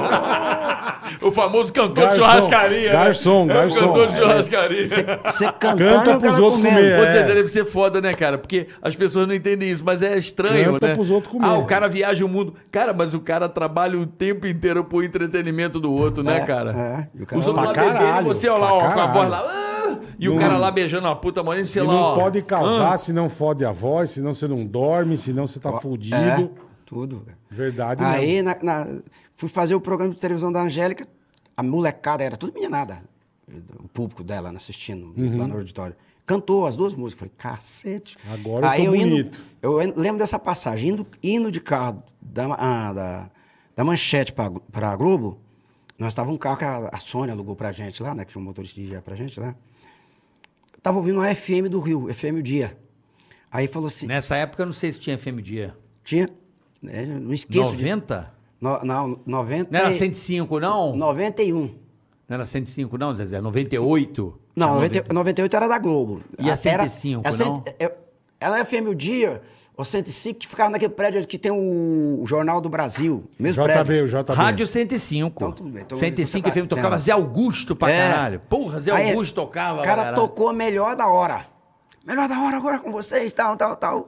S3: o famoso cantor
S4: Garçom,
S3: de churrascaria. né?
S4: garçom,
S3: É o
S4: garçom.
S3: Cantor de
S5: é
S3: churrascaria.
S2: Você você cantando
S4: Canta
S2: e o
S4: pros
S2: cara
S4: outros
S2: comendo.
S4: comer.
S5: Ou seja,
S4: É.
S5: deve ser foda, né, cara? Porque as pessoas não entendem isso, mas é estranho,
S4: Canta
S5: né?
S4: pros outros comer.
S5: Ah, o cara viaja o mundo. Cara, mas o cara trabalha o tempo inteiro pro entretenimento do outro, né,
S2: É,
S5: cara?
S2: é. E o cara
S5: Os outros
S4: lá-
S5: lá
S4: Pra
S5: bebendo e
S4: caralho,
S5: você, ó lá,
S4: pra
S5: ó, com a
S4: caralho.
S5: voz lá. "Ah!" E o cara lá beijando a puta, morando, sei
S4: E
S5: lá,
S4: não
S5: ó. Ah.
S4: pode causar, senão fode a voz, senão você não dorme, senão você tá fudido.
S2: É, tudo. cara.
S4: Verdade
S2: Aí na- na- fui fazer o programa de televisão da Angélica, a molecada era tudo meninada, o público dela né, assistindo
S4: Uhum.
S2: lá no auditório. Cantou as duas músicas. Falei, cacete.
S4: Agora eu tô
S2: indo-
S4: bonito.
S2: eu en- lembro dessa passagem, indo, indo de carro da, ma- ah, da, da Manchete para a Globo, nós estávamos um carro que a, a Sônia alugou pra gente lá, né? Que tinha um motorista dirigia pra gente lá. Eu tava ouvindo uma FM do Rio, FM o Dia. Aí falou assim,
S5: Nessa época, eu não sei se tinha FM Dia.
S2: tinha... né, eu não esqueço disso.
S5: 90?
S2: No, não, 90...
S5: Não era 105, não? Não
S2: 91.
S5: era 105, não, Zezé? 98?
S2: Não,
S5: Era
S2: 90 98 era da Globo.
S5: um. E a
S2: Até era-
S5: 105,
S2: a cent-
S5: não?
S2: eu- ela é FM o Dia, ou 105, que ficava naquele prédio que tem o Jornal do Brasil. Mesmo
S4: JB,
S2: prédio.
S4: o JB.
S5: Rádio 105.
S2: tá Então, tudo bem, então,
S5: 105
S2: você tá-
S5: FM tocava
S2: entendo.
S5: Zé Augusto pra
S2: É.
S5: caralho. Porra, Zé
S2: Aí,
S5: Augusto tocava.
S2: O cara
S5: caralho.
S2: tocou melhor da hora. Melhor da hora agora com vocês, tal, tal, tal.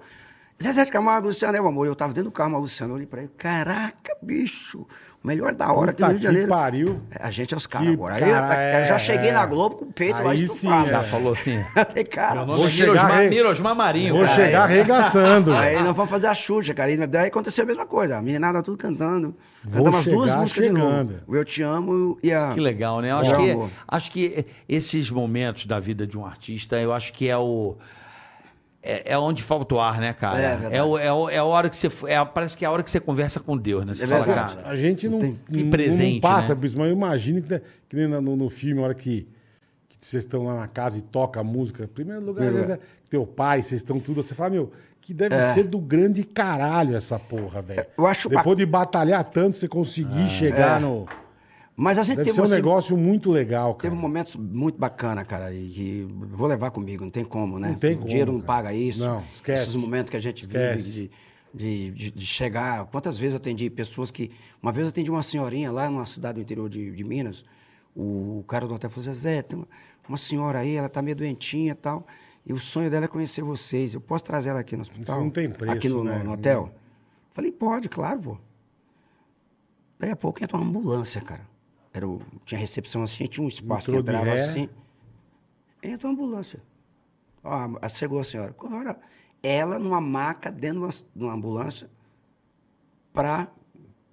S2: Zezé de Camargo, Luciano, eu, amor, eu tava dentro do carro, mas o Luciano, eu olhei pra ele, caraca, bicho, o melhor da hora aqui
S4: Puta
S2: no Rio de
S4: que
S2: Janeiro.
S4: pariu.
S2: A gente é os caras
S4: Que
S2: agora. Aí eu, tá,
S4: cara-
S2: eu já
S4: é,
S2: cheguei na
S4: é.
S2: Globo com o peito lá
S4: Aí
S2: estuprado.
S4: sim,
S5: Já
S4: é.
S5: falei falou assim.
S2: Falei, cara,
S5: Meu nome
S4: Vou
S5: é
S4: chegar
S5: Mirosmar,
S4: re-
S5: Mirosmar Marinho.
S4: Vou
S5: cara.
S4: chegar arregaçando.
S2: Aí nós vamos fazer a Xuxa, cara. E daí aconteceu a mesma coisa. A meninada tudo cantando.
S4: Vou
S2: Cantamos as
S4: chegar
S2: duas músicas de
S4: chegando.
S2: novo. O Eu Te Amo e a...
S5: Que legal, né? Eu
S2: Bom,
S5: acho, que,
S2: amor.
S5: acho que esses momentos da vida de um artista, eu acho que é o. É, é onde falta o ar, né, cara?
S2: É verdade.
S5: o- é, o- é a hora que você. É, a- parece que é a hora que você conversa com Deus, né? Você
S2: É
S5: fala,
S2: verdade.
S5: cara.
S4: A gente não,
S2: Tem-
S4: não- não
S5: presente,
S4: passa
S5: né?
S4: por isso, mas eu imagino que, que nem na- no, no filme, a hora que, que vocês estão lá na casa e toca a música, em primeiro lugar, às vezes, é teu pai, vocês estão tudo, você fala, meu, que deve ser do grande caralho essa porra, velho.
S2: É. Eu acho
S4: Depois de batalhar tanto, você conseguir
S5: É.
S4: chegar no...
S2: Mas a gente
S4: Deve
S2: teve
S4: ser um
S2: assim,
S4: negócio muito legal, cara.
S2: Teve momentos muito bacana, cara, e que vou levar comigo, não tem como, né?
S4: Não tem
S2: o dinheiro
S4: como,
S2: não
S4: cara.
S2: paga isso.
S4: Não, esquece.
S2: Esses momentos que a gente
S4: Esquece.
S2: vive de, de, de- de chegar. Quantas vezes eu atendi pessoas que. Uma vez eu atendi uma senhorinha lá numa cidade do interior de, de Minas. O, cara do hotel falou: assim, Zé, tem uma, uma senhora aí, ela tá meio doentinha e tal. E o sonho dela é conhecer vocês. Eu posso trazer ela aqui no hospital?
S4: não tem preço,
S2: Aqui no, no-
S4: né?
S2: no hotel? Falei, pode, claro, pô. Daí a pouco entra uma ambulância, cara. Era o- tinha recepção assim, tinha um espaço
S4: Entrou de
S2: que entrava
S4: ré.
S2: assim. Entra uma ambulância. Ó, a- chegou a senhora. Quando era ela numa maca dentro de uma, de uma ambulância pra,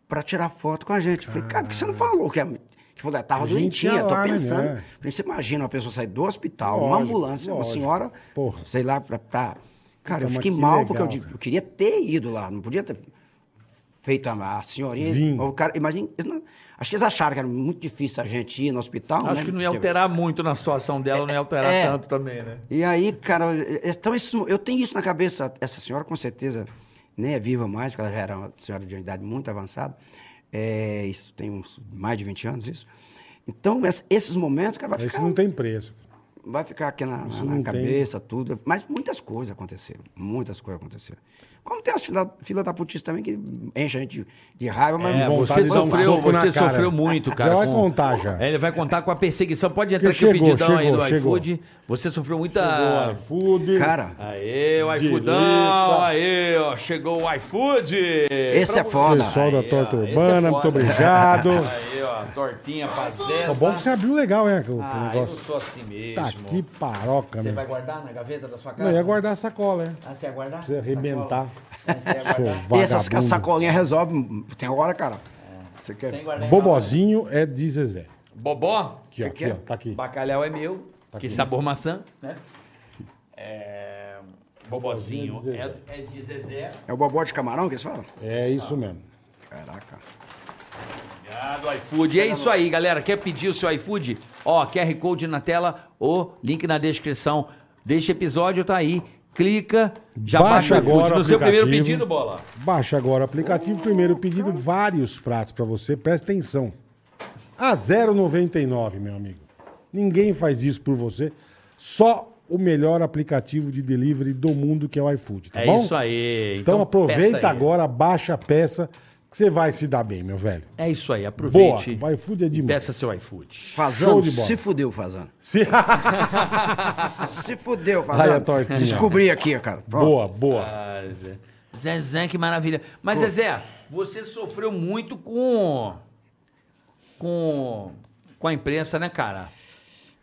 S2: pra tirar foto com a gente. Eu falei, cara, por que você não falou que a que falou, "Ah, tava
S4: A gente ia
S2: doentinha, tô
S4: lá, né,
S2: pensando.
S4: né?
S2: Falei, Você imagina uma pessoa sair do hospital,
S4: Lógico,
S2: numa ambulância,
S4: lógico.
S2: uma senhora,
S4: Porra.
S2: sei lá, pra. pra- Cara, eu
S4: Puta, mas
S2: fiquei
S4: que
S2: mal
S4: legal,
S2: porque eu, di-
S4: cara.
S2: eu queria ter ido lá, não podia ter feito a, a senhorinha.
S4: Vim.
S2: O cara, imagina, eles não- acho que eles acharam que era muito difícil a gente ir no hospital.
S5: Acho
S2: né?
S5: que não ia
S2: Porque-
S5: alterar muito na situação dela, não ia alterar
S2: É.
S5: tanto também, né?
S2: E aí, cara, então isso, eu tenho isso na cabeça. Essa senhora, com certeza, nem é viva mais, porque ela já era uma senhora de uma idade muito avançada. É, isso tem uns mais de 20 anos, isso. Então, es- esses momentos, cara, vai
S4: Isso
S2: ficar,
S4: não tem preço.
S2: vai ficar aqui na, na-
S4: Isso
S2: na
S4: não tem.
S2: cabeça, tudo. Mas muitas coisas aconteceram. Muitas coisas aconteceram. Como tem as filas fila da putice também, que enche a gente de, de raiva, mas
S5: É,
S4: vontade
S5: você
S4: de dar um
S5: sofreu,
S4: soco na
S5: você
S4: cara.
S5: sofreu muito, cara.
S4: Já vai contar, já.
S5: É, Ele vai contar com a perseguição. Pode entrar
S4: Porque
S5: aqui o
S4: chegou,
S5: pedidão aí
S4: chegou,
S5: do
S4: chegou.
S5: iFood. Você sofreu
S4: Boa,
S5: muita.
S4: iFood.
S2: Cara,
S5: Aê, o
S4: Delícia.
S5: iFoodão! Aê, ó, chegou o iFood!
S2: esse é foda.
S4: Pessoal da
S5: Aí, ó,
S4: Torta
S5: esse é
S4: Urbana, muito
S5: foda.
S4: obrigado.
S5: Aí, ó, tortinha pra
S4: É
S5: zesta.
S4: bom que você abriu legal, hein, o
S5: Ah, eu
S4: negócio.
S5: sou assim mesmo.
S4: Tá que paroca,
S5: Você
S4: meu.
S5: vai guardar na gaveta da sua casa?
S4: Não, ia guardar a sacola, né?
S5: Ah, você ia guardar?
S4: Você ia arrebentar. Seu
S5: Sacola. né?
S2: e essas
S4: vagabundo.
S2: sacolinhas resolvem. Tem hora, cara. Você quer.
S5: Sem guardar em
S4: Bobozinho é de Zezé.
S5: casa. Bobó?
S4: Aqui, ó, aqui, ó, tá aqui.
S5: Bacalhau é meu. que sabor maçã, né? É... Bobozinho
S4: Bobozinho de
S5: é,
S4: Zezé.
S5: é de Zezé.
S2: É o bobó de camarão que eles falam?
S4: É isso mesmo.
S2: Caraca.
S5: Obrigado, iFood. E é isso aí, galera. Quer pedir o seu iFood? Ó, QR Code na tela ou link na descrição deste episódio tá aí. Clica, já baixa,
S4: Baixa
S5: o iFood
S4: agora o
S5: no seu primeiro
S4: aplicativo.
S5: pedido, bola.
S4: Baixa agora o aplicativo. Primeiro pedido, vários pratos pra você. Presta atenção. A 0,99, meu amigo. Ninguém faz isso por você. Só o melhor aplicativo de delivery do mundo, que é o iFood, tá
S5: é
S4: bom?
S5: isso aí.
S4: Então,
S5: peça
S4: aproveita
S5: aí.
S4: agora, baixa a peça, que você vai se dar bem, meu velho.
S5: É isso aí, aproveite.
S4: Boa, o iFood é demais.
S5: Peça seu iFood.
S2: Fazano,
S4: de bola.
S2: se fudeu, Fazano.
S4: Se-
S2: Ah, Se fudeu,
S4: Vai a
S2: Fazano.
S4: tortinha.
S2: Descobri aqui, cara. Pronto.
S4: boa, boa.
S5: Ah, Zé. Zezé, que maravilha. Mas, Zezé, você sofreu muito com. com. com a imprensa, né, cara?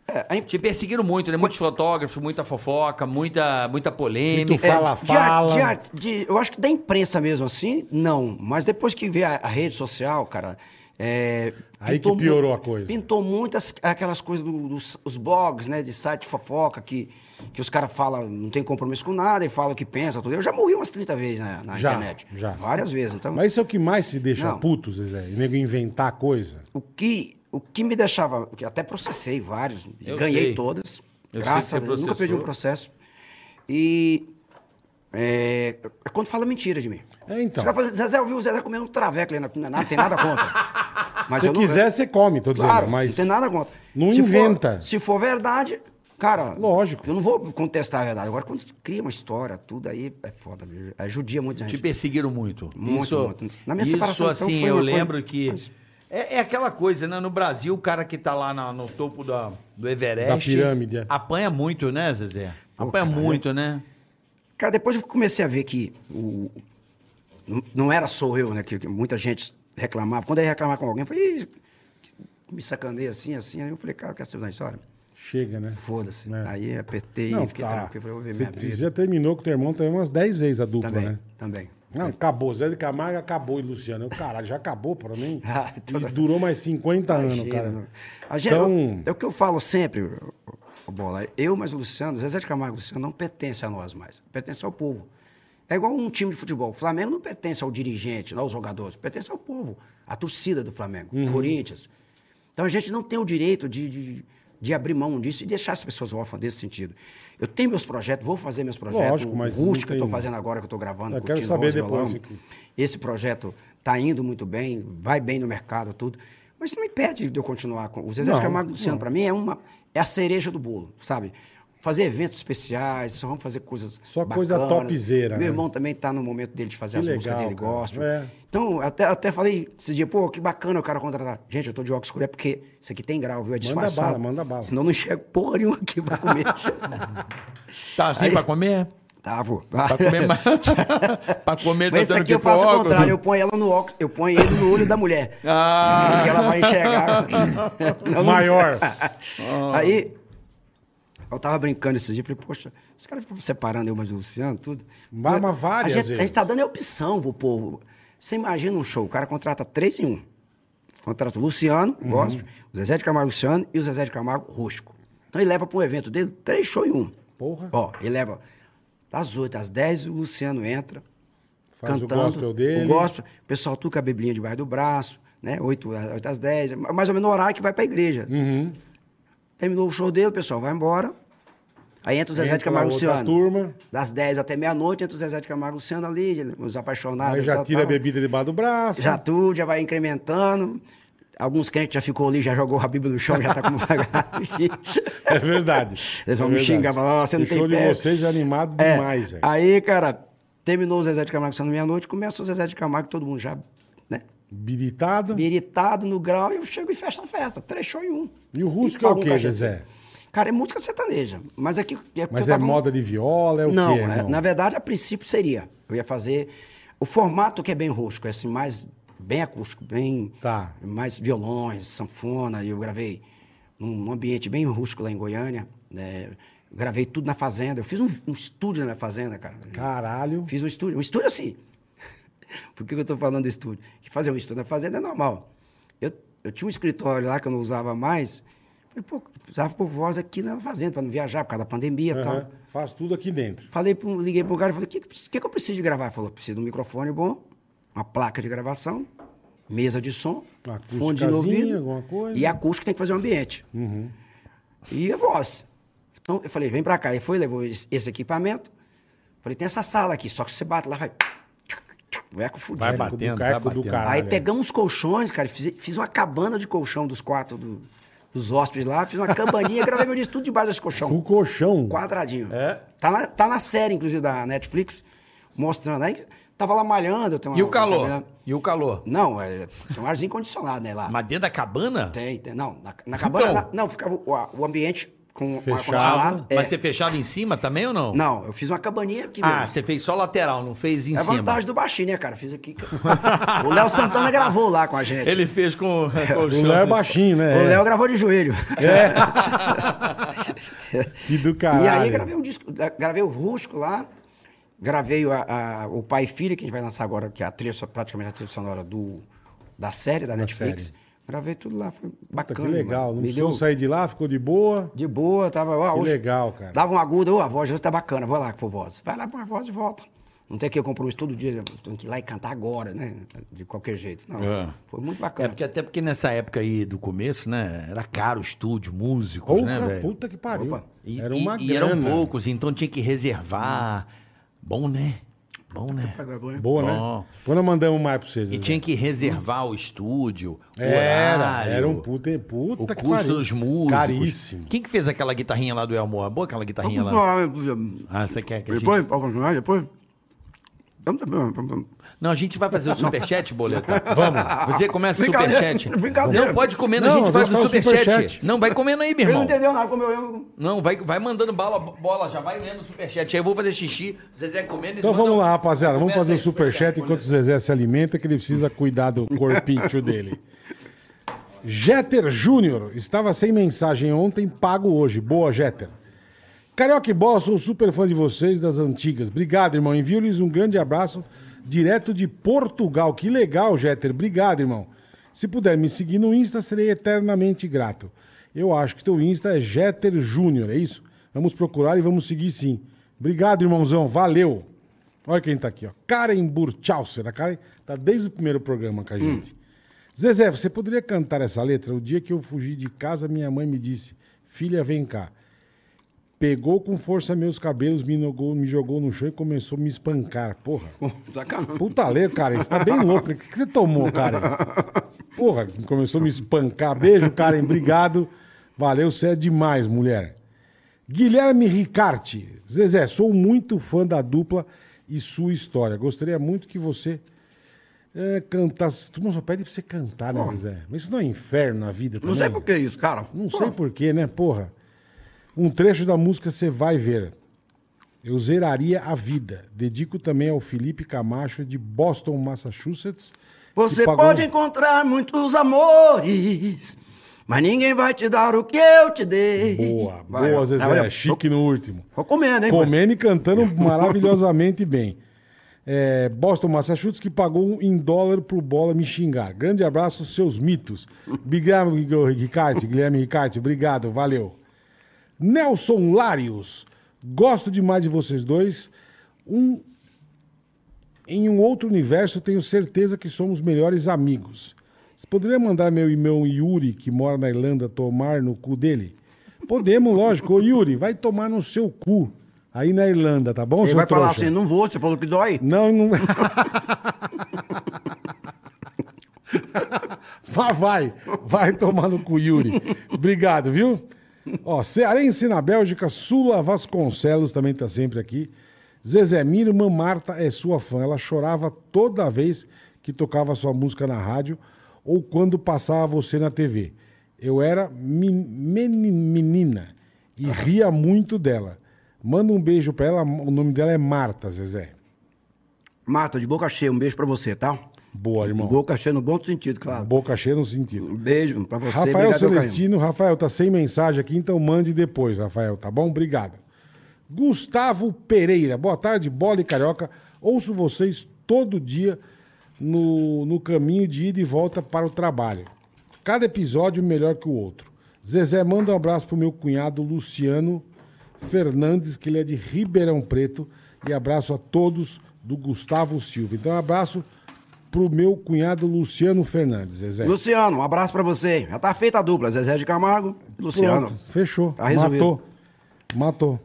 S2: É, a imp-
S5: Te perseguiram muito, né? Muitos fotógrafos, muita fofoca, muita, muita polêmica. É,
S4: Muito Fala,
S2: de
S4: fala.
S2: ar- de ar- de- eu acho que da imprensa mesmo assim, não. Mas depois que veio a, a rede social, cara. é,
S4: Aí
S2: pintou
S4: que piorou
S2: mu-
S4: a coisa.
S2: Pintou muito as- aquelas coisas do- dos os blogs, né? De site de fofoca, que, que os caras falam, não tem compromisso com nada e falam o que pensa. Tudo. Eu já morri umas 30 vezes na, na
S4: Já,
S2: internet.
S4: já.
S2: Várias vezes. Então,
S4: Mas isso é o que mais te deixa
S2: Não.
S4: puto, Zezé. O nego inventar coisa.
S2: o, que, o que me deixava. que Até processei vários,
S5: Eu
S2: ganhei
S5: sei.
S2: todas.
S5: Eu sei que
S2: graças a
S5: você
S2: Deus, nunca perdi um processo. E. É, é quando fala mentira de mim.
S4: É, então.
S2: Os caras falam, Zezé, eu vi o Zezé comendo um traveco ali, não não tem nada contra. Mas
S4: Se
S2: eu não-
S4: quiser, você come, tô dizendo.
S2: claro,
S4: mas
S2: não tem nada contra.
S4: não
S2: Se for-
S4: inventa.
S2: se for verdade, cara.
S4: Lógico.
S2: Eu não vou contestar a verdade. Agora, quando cria uma história, tudo aí é foda. bicho. Aí judia muita
S5: Te
S2: gente.
S5: perseguiram muito.
S2: Muito,
S5: isso,
S2: muito. Na minha
S5: isso,
S2: separação, então,
S5: assim,
S2: foi
S5: eu
S2: uma coisa-
S5: lembro que... É, é aquela coisa, né? No Brasil, o cara que tá lá na- no topo da, do Everest...
S4: Da pirâmide, é.
S5: Apanha muito, né, Zezé?
S2: Pô,
S5: apanha
S2: cara,
S5: muito, né?
S2: Cara, depois eu comecei a ver que o, não- não era só eu, né? Que, que muita gente reclamava. Quando eu ia reclamar com alguém, eu falei, "Ih, me sacanei assim, assim. Aí eu falei, cara, quer saber da história?
S4: chega, né?
S2: Foda-se.
S4: É.
S2: Aí apertei,
S4: Não,
S2: fiquei
S4: tá.
S2: tranquilo, falei, vou ver
S4: Você
S2: minha
S4: você
S2: vida.
S4: já terminou com o teu irmão também umas 10 vezes a dupla,
S2: Também, É.
S4: né?
S2: também.
S4: Não, acabou. Zé de Camargo acabou e Luciano. Eu, caralho, já acabou pra mim.
S2: Ah, então-
S4: E durou mais 50 anos,
S2: Imagina,
S4: cara.
S2: não. A gente,
S4: Então-
S2: é o que eu falo sempre, ô- ô Bola, eu mais o Luciano, Zezé de Camargo e Luciano não pertence a nós mais, pertence ao povo. É igual um time de futebol. O Flamengo não pertence ao dirigente, não aos jogadores, pertence ao povo, à torcida do Flamengo,
S4: Uhum.
S2: Corinthians. Então a gente não tem o direito de, de, de abrir mão disso e deixar as pessoas órfãs desse sentido. Eu tenho meus projetos, vou fazer meus projetos.
S4: Lógico, mas
S2: o
S4: não
S2: rústico que eu estou
S4: tem-
S2: fazendo agora, que eu estou gravando,
S4: Eu quero
S2: curtindo
S4: saber
S2: voz e
S4: depois,
S2: violão.
S4: Zico.
S2: Esse projeto está indo muito bem, vai bem no mercado, tudo. Mas isso não impede de eu continuar com. O Zezé
S4: Não,
S2: de Camargo e Luciano,
S4: não.
S2: para mim, é uma é a cereja do bolo, sabe? Fazer eventos especiais, só vamos fazer coisas.
S4: Só coisa
S2: bacanas.
S4: topzera,
S2: Meu
S4: né?
S2: irmão também está no momento dele de fazer
S4: Que
S2: as músicas
S4: legal,
S2: dele,
S4: cara.
S2: gospel.
S4: É.
S2: Então, até, até falei esse dia, pô, que bacana o cara contratar. Gente, eu tô de óculos escuro, é porque isso aqui tem grau, viu? É disfarçado.
S4: bala, manda bala.
S2: Senão eu não enxergo porra nenhuma aqui pra comer.
S5: Tá assim pra comer?
S2: tá, vô.
S5: Pra comer mais... pra comer...
S2: Mas isso
S5: tentando
S2: aqui eu faço o
S5: pipoca.
S2: contrário, eu ponho ela no óculos, eu ponho ele no olho da mulher.
S5: Ah.
S2: Porque ela vai enxergar. Não, não-
S4: Maior.
S2: Aí, eu tava brincando esses dias, falei, poxa, os caras ficam separando eu, mas o Luciano, tudo.
S4: Mas- mas várias
S2: a gente, a
S4: vezes.
S2: gente tá dando opção pro povo. Você imagina um show, o cara contrata três em um. Contrata o Luciano,
S4: Uhum.
S2: gospel, o Zezé de Camargo Luciano e o Zezé de Camargo Rosco. Então ele leva para um evento dele três shows em um.
S4: Porra.
S2: Ó, ele leva das oito às dez, o Luciano entra,
S4: Faz
S2: cantando.
S4: o gospel dele.
S2: O gospel. O pessoal tudo com a biblinha debaixo do braço, né? 8, às 10, mais ou menos no horário que vai pra igreja.
S4: Uhum.
S2: Terminou o show dele, o pessoal vai embora. Aí entra o Zezé de
S4: Entra
S2: Camargo e
S4: outra
S2: Luciano.
S4: turma.
S2: Das 10 até meia-noite, entra o Zezé de Camargo e Luciano ali, os apaixonados.
S4: Aí
S2: e
S4: já
S2: tal,
S4: tira a
S2: tal.
S4: bebida debaixo do braço.
S2: Já tudo, já vai incrementando. Alguns crentes já ficou ali, já jogou a Bíblia no chão, já tá com uma aqui.
S4: É verdade.
S2: Eles vão
S4: É
S2: me
S4: verdade.
S2: xingar, falar, "Ah, você não
S4: o
S2: tem
S4: show de
S2: fé."
S4: vocês é animado
S2: É,
S4: demais, velho.
S2: Aí, cara, terminou o Zezé de Camargo e Luciano meia-noite, começa o Zezé de Camargo, todo mundo já, né?
S4: Biritado.
S2: Biritado no grau, e eu chego e fecho a festa. Três shows em um.
S4: E o Rusco
S2: pago
S4: é o
S2: um
S4: quê,
S2: cachê.
S4: Zezé?
S2: Cara, é música sertaneja. Mas aqui. É porque
S4: Mas
S2: eu
S4: é
S2: tava-
S4: moda de viola, é o
S2: não,
S4: quê?
S2: é-
S4: irmão?
S2: na verdade, a princípio seria. Eu ia fazer. O formato que é bem rústico, é assim, mais bem acústico, bem.
S4: Tá.
S2: Mais violões, sanfona. E eu gravei num, num ambiente bem rústico lá em Goiânia. né? Gravei tudo na fazenda. Eu fiz um, um estúdio na minha fazenda, cara.
S4: Caralho.
S2: Fiz um estúdio. Um estúdio assim. Por que que eu estou falando do estúdio? Que fazer um estúdio na fazenda é normal. Eu, eu tinha um escritório lá que eu não usava mais. Falei, pô, precisava por voz aqui na fazenda, para não viajar por causa da pandemia e
S4: Aham.
S2: tal.
S4: Faz tudo aqui dentro.
S2: Falei pro, liguei pro cara e falei, o que, que, que eu preciso de gravar? Ele falou, preciso de um microfone bom, uma placa de gravação, mesa de som,
S4: Uma
S2: fone de
S4: acústicazinha,
S2: ouvido
S4: alguma coisa. Uhum.
S2: e acústica tem que fazer o ambiente. E a voz. Então eu falei, vem pra cá. Ele foi, levou esse esse equipamento. Falei, tem essa sala aqui, só que você bate lá, vai... Vai com fudido.
S6: Vai
S4: Carco do
S6: batendo,
S4: carco
S6: vai
S4: do
S6: batendo.
S4: caralho.
S2: Aí
S4: é.
S2: pegamos os colchões, cara, fiz, fiz uma cabana de colchão dos quatro do- dos hóspedes lá, fiz uma cabaninha, gravei meu disco tudo debaixo desse colchão.
S4: O colchão.
S2: Quadradinho.
S5: É.
S2: Tá na, tá na série, inclusive, da Netflix, mostrando aí. que Tava lá malhando. Tem uma,
S5: E o calor?
S2: uma-
S5: E o calor?
S2: Não, é, tem um arzinho condicionado, né, lá.
S5: Mas dentro da cabana?
S2: Tem, tem. Não, na, na cabana,
S5: Então.
S2: na- não, ficava o, a- o ambiente com o
S4: Fechado.
S2: ar-condicionado. é.
S5: Mas você fechava em cima também ou não?
S2: Não, eu fiz uma cabaninha aqui
S5: Ah,
S2: mesmo.
S5: você fez só lateral, não fez em
S2: É a
S5: cima.
S2: vantagem do baixinho, né, cara? Fiz aqui. o Léo Santana gravou lá com a gente.
S5: Ele fez com. com
S4: O Léo é baixinho, né?
S2: O Léo gravou de joelho.
S4: Que do caralho.
S2: E aí gravei um disco, gra- gravei o Rústico lá, gravei a- a- o Pai e Filho, que a gente vai lançar agora, que é a trilha, so- praticamente a trilha sonora do, da série, da, Netflix.
S4: série.
S2: Gravei tudo lá, foi
S4: Puta,
S2: bacana.
S4: que legal.
S2: mano.
S4: Não
S2: Me
S4: precisou
S2: deu
S4: sair de lá, ficou de boa.
S2: de boa, tava... ó,
S4: Que
S2: hoje
S4: legal, cara.
S2: Dava um agudo, ô, a voz hoje tá bacana, vou lá por voz. Vai lá por voz e volta. Não tem que eu compromisso todo dia, eu tenho que ir lá e cantar agora, né? De qualquer jeito. Não,
S5: É.
S2: foi muito
S5: É
S2: bacana.
S5: porque até porque nessa época aí do começo, né? Era caro o estúdio, músicos, né,
S4: Porra,
S5: velho?
S4: puta que pariu.
S2: Opa.
S5: E,
S4: Era um né? uma
S5: e- e eram
S4: grana.
S5: poucos, então tinha que reservar. Bom, né? Bom, né?
S4: Boa,
S5: Bom.
S4: né? Quando nós mandamos mais pra vocês.
S5: E
S4: né?
S5: tinha que reservar o estúdio, o
S4: Era,
S5: horário,
S4: era um puta, puta
S5: o
S4: que
S5: custo
S4: pariu.
S5: dos músicos.
S4: Caríssimo.
S5: Quem que fez aquela guitarrinha lá do Elmore? Boa aquela guitarrinha lá?
S2: Depois,
S5: Ah, você quer que a gente...
S2: depois, pode continuar, depois. Vamos, vamos, vamos.
S5: Não, a gente vai fazer o superchat, Boleta. Vamos. Você começa o
S2: Brincadeira,
S5: superchat.
S2: brincadeira.
S5: Não, pode comendo, a
S4: Não,
S5: gente
S4: nós
S5: faz o
S4: vamos fazer o
S5: superchat.
S4: superchat.
S5: Não, vai comendo aí, meu
S2: Ele não
S5: irmão.
S2: entendeu nada como eu lembro.
S5: Não, vai, vai mandando bala, bola, já vai lendo o superchat. Aí eu vou fazer xixi, Zezé comendo... eles
S4: Então
S5: mandam-
S4: vamos lá, rapaziada. Vamos
S5: Começa
S4: fazer o
S5: um aí,
S4: superchat enquanto o Zezé se alimenta, que ele precisa cuidar do corpinho dele. Jeter Júnior. Estava sem mensagem ontem, pago hoje. Boa, Jeter. Carioca e Bola, sou super fã de vocês das antigas. Obrigado, irmão. Envio-lhes um grande abraço direto de Portugal. Que legal, Jeter. Obrigado, irmão. Se puder me seguir no Insta, serei eternamente grato. Eu acho que teu Insta é Jeter Júnior, é isso? Vamos procurar e vamos seguir sim. Obrigado, irmãozão. Valeu. Olha quem tá aqui, ó. Karen Burchauser. A Karen tá desde o primeiro programa com a gente. Zezé, você poderia cantar essa letra? O dia que eu fugi de casa, minha mãe me disse: Filha, vem cá. Pegou com força meus cabelos, me, nogou- me jogou no chão e começou a me espancar. Porra.
S2: Sacanagem.
S4: Puta letra, cara, você tá bem louco. né? O que, que você tomou, cara? Porra, começou a me espancar. Beijo, Karen, obrigado. Valeu, você é demais, mulher. Guilherme Ricarte. Zezé, sou muito fã da dupla e sua história. Gostaria muito que você eh, cantasse. Todo mundo só pede pra você cantar, né, Zezé? Mas isso não é inferno na vida
S2: Não
S4: também?
S2: sei por que isso, cara.
S4: Tá Não sei porquê, né, porra? Um trecho da música você vai ver. Eu zeraria a vida. Dedico também ao Felipe Camacho de Boston, Massachusetts. que
S2: Você
S4: pagou- um
S2: pode encontrar muitos amores, mas ninguém vai te dar o que eu te dei.
S4: Boa,
S2: Vai,
S4: boa,
S2: ó.
S4: Zezé.
S2: Tá, olha,
S4: Chique no último.
S2: Tô, tô comendo, hein? mano?
S4: Comendo e cantando maravilhosamente bem. É, Boston, Massachusetts, que pagou um em dólar pro Bola me xingar. Grande abraço, seus mitos. Guilherme Ricarte, Guilherme Ricarte, obrigado, valeu. Nelson Larios, gosto demais de vocês dois. Um em um outro universo, tenho certeza que somos melhores amigos. Você poderia mandar meu irmão Yuri, que mora na Irlanda, tomar no cu dele? Podemos, lógico. Ô, Yuri, vai tomar no seu cu aí na Irlanda, tá bom,
S2: Ele
S4: seu
S2: vai falar
S4: trouxa?
S2: assim, não vou, você falou que dói.
S4: Não, não. Vá, vai, vai tomar no cu, Yuri. Obrigado, viu? Ó, Cearense na Bélgica, Sula Vasconcelos também tá sempre aqui. Zezé, minha irmã Marta é sua fã. Ela chorava toda vez que tocava sua música na rádio ou quando passava você na TV. Eu era mi- meni- menina e ria muito dela. Manda um beijo pra ela. O nome dela é Marta, Zezé.
S2: Marta, de boca cheia, um beijo pra você, tá?
S4: Boa, irmão.
S2: Boca cheia no bom sentido, claro.
S4: Boca cheia no sentido.
S2: Um beijo pra você.
S4: Rafael
S2: obrigado pelo carinho.
S4: Celestino, Rafael, tá sem mensagem aqui, então mande depois, Rafael, tá bom? Obrigado. Gustavo Pereira, boa tarde, bola e carioca. Ouço vocês todo dia no, no caminho de ida e volta para o trabalho. Cada episódio melhor que o outro. Zezé, manda um abraço pro meu cunhado Luciano Fernandes, que ele é de Ribeirão Preto. E abraço a todos do Gustavo Silva. Então, abraço pro meu cunhado Luciano Fernandes, Zezé.
S2: Luciano, um abraço pra você. Já tá feita a dupla, Zezé de Camargo e Luciano.
S4: Pronto, fechou.
S2: Tá resolvido.
S4: Matou. Matou.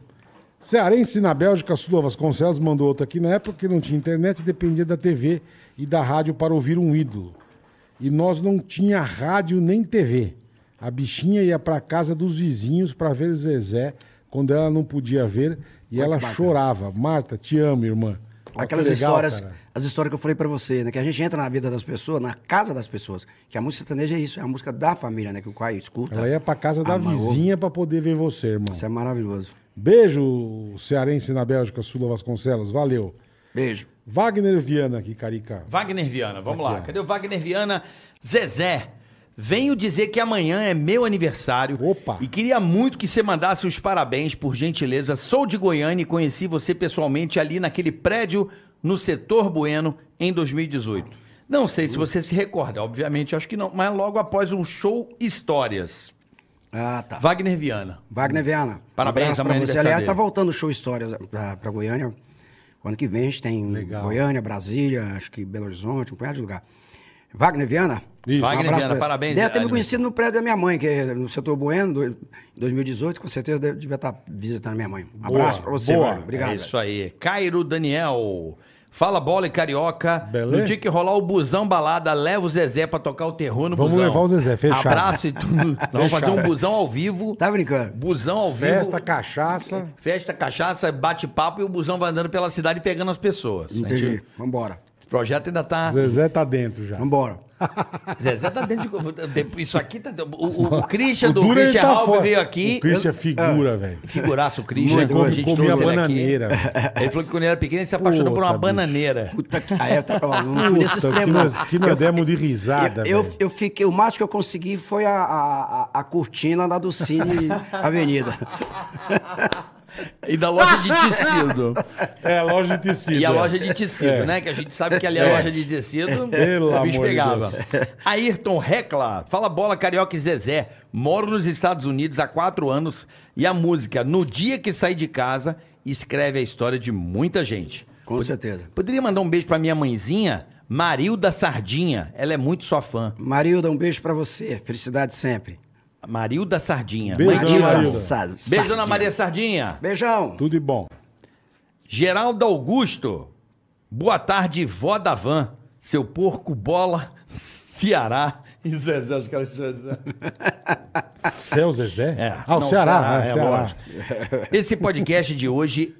S4: Cearense na Bélgica, Sula Vasconcelos mandou outro aqui. Na época que não tinha internet, dependia da TV e da rádio para ouvir um ídolo. E nós não tinha rádio nem TV. A bichinha ia pra casa dos vizinhos pra ver Zezé quando ela não podia ver e
S2: Olha
S4: ela
S2: que bacana.
S4: chorava. Marta, te amo, irmã. Ó, que
S2: Aquelas
S4: legal,
S2: histórias,
S4: cara.
S2: as histórias que eu falei pra você, né? Que a gente entra na vida das pessoas, na casa das pessoas. Que a música sertaneja é isso, é a música da família, né? Que o Caio escuta.
S4: Ela ia pra casa da
S2: ama, ouve.
S4: vizinha pra poder ver você, irmão.
S2: Isso é maravilhoso.
S4: Beijo, cearense na Bélgica, Sula Vasconcelos. Valeu.
S2: Beijo.
S4: Wagner Viana aqui, Carica.
S5: Wagner Viana, vamos
S4: Aqui,
S5: lá.
S4: ó.
S5: Cadê o Wagner Viana? Zezé, venho dizer que amanhã é meu aniversário.
S4: Opa.
S5: E queria muito que você mandasse os parabéns, por gentileza. Sou de Goiânia e conheci você pessoalmente ali naquele prédio no setor Bueno em 2018. Não sei se
S4: Uhum.
S5: você se recorda, obviamente, acho que não, mas logo após um show Histórias.
S2: Ah, tá.
S5: Wagner Viana.
S2: Wagner Viana.
S5: Parabéns,
S2: abraço
S5: amanhã é
S2: pra você.
S5: aniversário
S2: Aliás,
S5: dele.
S2: tá voltando o show Histórias pra, pra Goiânia. O ano que vem a gente tem
S4: Legal.
S2: Goiânia, Brasília, acho que Belo Horizonte, um punhado de lugar. Wagner Viana. um
S4: Isso.
S5: Wagner
S2: abraço
S5: Viana,
S2: pra-
S5: parabéns,
S2: Deve ter me
S5: Aline.
S2: conhecido no prédio da minha mãe, que é no setor Bueno, do- em 2018, com certeza deve- devia estar visitando minha mãe. Um abraço pra você,
S4: boa.
S2: Wagner. Obrigado.
S5: É
S2: velho.
S5: isso aí. Cairo Daniel. Fala bola e carioca.
S4: Beleza?
S5: No dia que rolar o busão balada, leva o Zezé pra tocar o terror no
S4: Vamos
S5: busão.
S4: levar o Zezé, fechado.
S5: Abraço e tudo. Nós Vamos fazer um busão ao vivo.
S2: Tá brincando?
S5: Busão ao vivo.
S4: Festa, cachaça.
S5: Festa, cachaça, bate-papo e o busão vai andando pela cidade pegando as pessoas.
S2: Entendi. Vambora.
S5: O projeto ainda tá.
S4: Zezé tá dentro já.
S2: Vambora.
S5: Zezé tá dentro de. Isso aqui tá. O, o, o Christian
S4: O
S5: do
S4: Dura, ele
S5: Christian
S4: tá
S5: Ralph
S4: fora.
S5: veio aqui. Ah.
S4: O Christian é figura, velho.
S5: Figuraço, o Christian.
S2: Muito,
S5: a
S2: muito.
S5: gente
S4: Comia
S5: trouxe ele aqui.
S4: bananeira.
S5: Ele falou que quando ele era pequeno ele se apaixonou por uma
S4: Puta, bicho.
S5: bananeira.
S2: Puta que. Ah, é, tá, ó, não fui nesse
S4: Puta,
S2: extremo,
S4: que
S2: não.
S4: nós, que nós demos de risada,
S2: Eu,
S4: velho.
S2: eu fiquei, o máximo que eu consegui foi a, a, a- a cortina lá do Cine Avenida.
S5: E da loja de tecido.
S4: É, loja de tecido.
S5: E a
S4: é.
S5: loja de tecido,
S4: É.
S5: né? Que a gente sabe que ali a loja de tecido,
S4: Pelo
S5: o bicho
S4: amor de
S5: pegava.
S4: Deus.
S5: Ayrton Recla, fala bola carioca e Zezé. Moro nos Estados Unidos há quatro anos e a música No Dia Que Saí de Casa escreve a história de muita gente.
S2: Com certeza.
S5: Poderia mandar um beijo pra minha mãezinha, Marilda Sardinha. Ela é muito sua fã.
S2: Marilda, um beijo pra você. Felicidade sempre.
S5: Marilda Sardinha.
S4: Beijo,
S5: mãe de-
S4: dona Marilda.
S2: Sa-
S5: Beijo, Dona
S2: sardinha.
S5: Maria Sardinha.
S2: Beijão.
S4: Tudo de bom.
S5: Geraldo Augusto. Boa tarde, vó da van. Seu porco bola, Ceará. E Zezé, acho que ela chama-
S4: Céu, Zezé?
S5: É,
S4: Ah, o
S5: não,
S4: Ceará.
S5: Ceará,
S4: é,
S5: é,
S4: Ceará.
S5: lógico. Esse podcast de hoje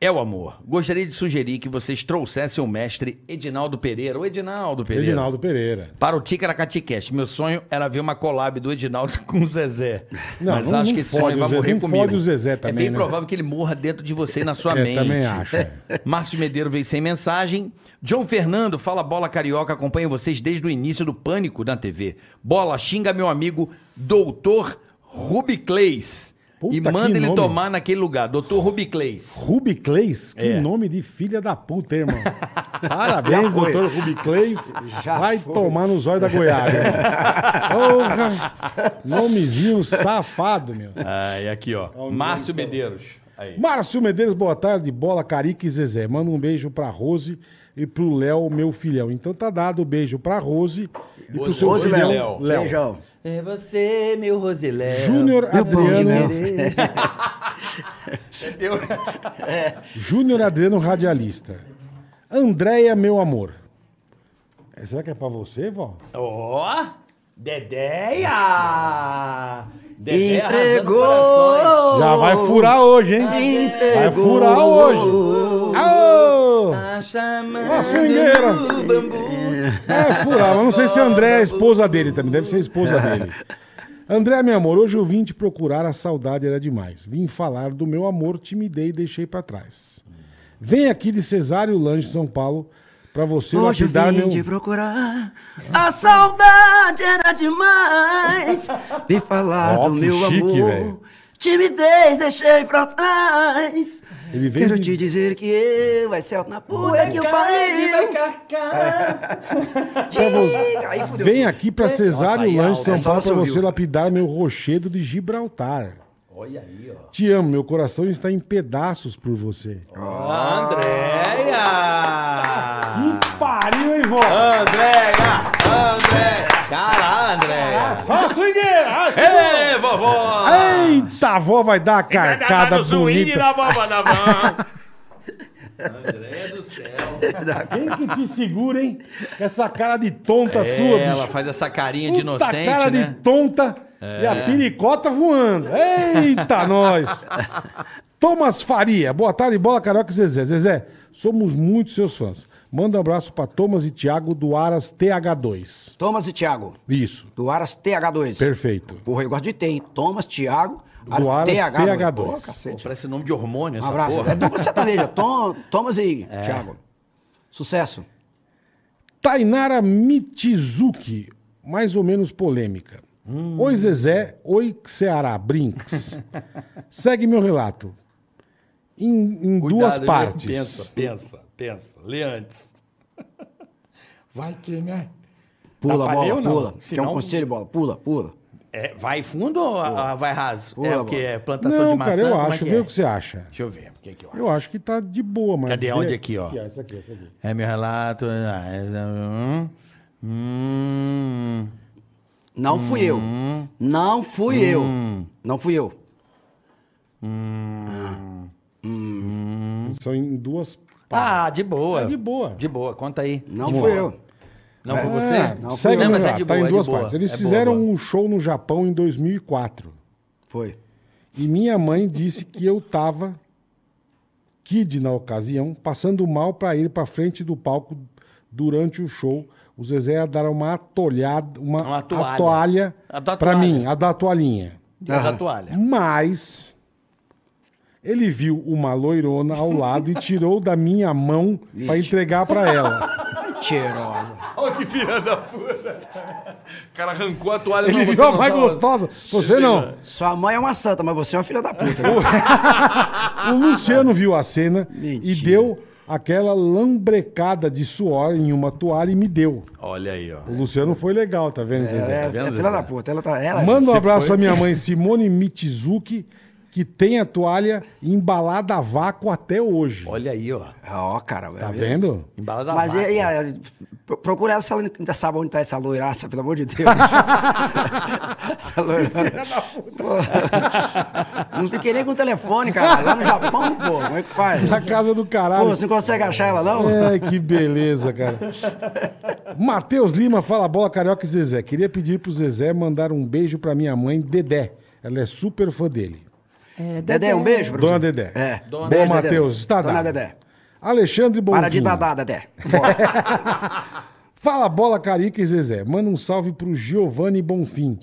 S5: é o amor. Gostaria de sugerir que vocês trouxessem o mestre Edinaldo Pereira. O Edinaldo Pereira.
S4: Reginaldo Pereira.
S5: Para o Ticaracatecast. Meu sonho era ver uma collab do Edinaldo com o Zezé.
S4: Não,
S5: Mas
S4: não-
S5: acho
S4: não
S5: que esse
S4: fode
S5: sonho vai
S4: o Zezé,
S5: morrer
S4: não
S5: comigo.
S4: fode o Zezé
S5: é
S4: também,
S5: bem
S4: né?
S5: provável que ele morra dentro de você e na sua
S4: É,
S5: mente.
S4: também acho, é.
S5: Márcio Medeiro veio sem mensagem. John Fernando, fala bola carioca, acompanho vocês desde o início do Pânico na TV. Bola, xinga meu amigo, doutor Rubicleis.
S4: Puta,
S5: E
S4: que
S5: manda ele
S4: nome.
S5: tomar naquele lugar, doutor Rubicleis.
S4: Rubi Clays? Que
S5: É.
S4: nome de filha da puta, hein, irmão. Parabéns,
S2: Já foi.
S4: doutor Rubi Clays.
S2: Já
S4: Vai
S2: foi.
S4: tomar no zóio da Goiás. Porra! Nomezinho safado, meu.
S5: Ah, e aqui, ó. Márcio Medeiros. Aí.
S4: Márcio Medeiros, boa tarde. Bola, Carica e Zezé. Manda um beijo pra Rose e pro Léo, meu filhão. Então tá dado o beijo pra Rose e pro seu
S2: Rose
S4: filhão,
S2: Léo.
S4: Léo.
S2: Beijão.
S5: É você, meu Rosilé.
S4: Júnior
S2: Meu pão de mel.
S4: Adriano, Júnior Adriano Radialista. Andréia, meu amor. É, será que é pra você, vó?
S5: Ó, Dedéia! Dedé
S2: Entregou.
S4: Já vai furar hoje, hein?
S2: Entregou.
S4: Vai furar hoje. Aô!
S5: Tá chamando
S4: Ó, swingueira.
S5: o bambu.
S4: É, furar, mas não sei se André é a esposa dele também, deve ser a esposa dele. André, meu amor, hoje eu vim te procurar, a saudade era demais. Vim falar do meu amor, te me dei e deixei pra trás. Vem aqui de Cesário Lange, São Paulo, pra você
S2: Hoje eu
S4: lapidar
S2: vim
S4: meu...
S2: te procurar. A saudade era demais. De falar
S4: Ó,
S2: do
S4: que
S2: meu
S4: chique,
S2: amor.
S4: velho.
S2: Timidez deixei pra trás.
S4: Ele vem
S2: Quero
S4: de-
S2: te dizer que eu, é céu na puta que eu parei.
S4: pra vo-
S2: Aí fudeu
S4: Vem
S2: tudo.
S4: aqui pra Cesário
S5: aí,
S4: Lange, São
S2: é só
S4: Paulo,
S2: você
S4: pra
S2: ouvir.
S4: você lapidar meu rochedo de Gibraltar.
S5: Olha aí, ó.
S4: Te amo, meu coração está em pedaços por você.
S5: Andréia!
S4: Que pariu, hein, vó?
S5: Andréia! Andréia! Caralho, Andréia!
S4: Só swingueira! ó, swingueira.
S5: Ê, vovó!
S4: Eita, a vó Ah. vai dar um a carcada bonita.
S3: da bomba da mão.
S5: Andréia do céu!
S4: Quem que te segura, hein? Com Essa cara de tonta sua,
S5: É,
S4: bicho.
S5: ela faz essa carinha de
S4: Puta
S5: inocente,
S4: cara
S5: né? É.
S4: de tonta e a piricota voando. Eita, nós! Thomas Faria. Boa tarde, bola carioca e Zezé. Zezé, somos muito seus fãs. Manda um abraço pra Thomas e Thiago do Aras TH2.
S2: Thomas e Thiago,
S4: Isso,
S2: do Aras TH2.
S4: perfeito.
S2: Porra, eu gosto de ter, hein? Thomas, Thiago,
S4: Do Aras TH2.
S2: Porra,
S5: Pô,
S2: cacete.
S5: parece nome de hormônio
S2: Um
S5: essa
S2: abraço.
S5: porra. É.
S2: É dupla sertaneja. Tom, Thomas e Thiago. Sucesso.
S4: Tainara Michizuki, mais ou menos polêmica.
S5: Hum.
S4: Oi Zezé, oi Ceará, brinks. Segue meu relato. Em, em
S5: Cuidado,
S4: duas
S5: né?
S4: partes.
S6: Pensa, pensa, pensa. Lê antes. Vai que, né?
S2: Pula,
S6: Atrapalhei
S2: bola,
S6: ou não?
S2: pula.
S6: Se
S2: Quer um
S6: não-
S2: conselho, bola? Pula, pula.
S5: É, vai fundo ou ah, vai raso?
S2: Pô,
S5: é o
S2: mano.
S5: que? É plantação
S4: Não,
S5: de maçã?
S4: cara, eu
S5: Como
S4: acho.
S5: É que
S4: Vê
S5: é?
S4: o que você acha.
S5: Deixa eu ver. O que é que eu acho?
S4: Eu acho que tá de boa, mas.
S5: Cadê? Onde aqui, ó?
S4: Aqui, ó, essa aqui, essa aqui.
S5: É meu relato.
S4: né?
S5: ah, é, hum,
S4: é,
S5: hum.
S2: Não fui eu. Não fui eu.
S5: Hum.
S2: Não fui eu.
S4: Hum. São em duas.
S5: Ah, de boa.
S4: É de boa.
S5: De boa, conta aí.
S2: Não
S5: De
S2: fui
S5: boa.
S2: eu.
S5: Não foi
S4: É,
S5: você?
S4: não, segue
S5: não,
S4: o
S5: mas é
S4: relato,
S5: de
S4: tá
S5: boa.
S4: em
S5: é de
S4: duas
S5: boa.
S4: partes. Eles
S5: É boa,
S4: fizeram
S5: boa.
S4: um show no Japão em 2004.
S2: Foi.
S4: E minha mãe disse que eu tava kid na ocasião, passando mal pra ir pra frente do palco durante o show. O Zezé ia dar uma atolhada, uma,
S5: Uma toalha.
S4: atoalha
S5: A da
S4: pra
S5: toalha.
S4: mim, a da toalhinha.
S5: Diz a
S2: Aham.
S5: toalha.
S4: Mas ele viu uma loirona ao lado e tirou da minha mão pra entregar pra ela.
S2: Cheirosa.
S3: Olha que filha da puta. O cara arrancou a toalha.
S4: Ele
S3: você
S4: viu a
S3: não
S4: mais
S3: tá-
S4: gostosa. Você não.
S2: Sua mãe é uma santa, mas você é uma filha da puta.
S4: O Luciano viu a cena e
S2: Mentira.
S4: deu aquela lambrecada de suor em uma toalha e me deu.
S5: Olha aí, ó.
S4: O Luciano foi legal, tá vendo,
S2: É,
S4: Zezé?
S2: é
S5: vendo,
S2: filha
S5: Zezé?
S2: da puta. Ela tá. Ela
S4: Manda um abraço pra minha mãe, Simone Michizuki, que tem a toalha embalada a vácuo até hoje.
S5: Olha aí, ó.
S2: Ó, cara.
S4: Tá vendo?
S5: Embala da
S2: Mas e,
S4: é,
S5: vaca.
S2: e a, pro- procura ela se ela ainda sabe onde tá essa loiraça, pelo amor de Deus. essa loiraça. Pô, Não fiquei nem com o telefone, cara. Lá no Japão, pô. Como é que faz?
S4: Na casa do
S2: Pô,
S4: caralho.
S2: você não consegue achar ela, não?
S4: É, que beleza, cara. Matheus Lima fala bola carioca e Zezé. Queria pedir pro Zezé mandar um beijo pra minha mãe, Dedé. Ela é super fã dele.
S2: Dedé, um beijo pra
S4: Dona
S2: você.
S4: Dedé.
S2: É.
S4: Dona
S2: Beijo,
S4: Boa,
S2: Dedé.
S4: Matheus. Está dado.
S2: Dona Dedé.
S4: Alexandre Bonfim.
S2: Para de dadar, Dedé. Bora.
S4: Fala bola carica e Zezé. Manda um salve pro Giovanni Bonfim.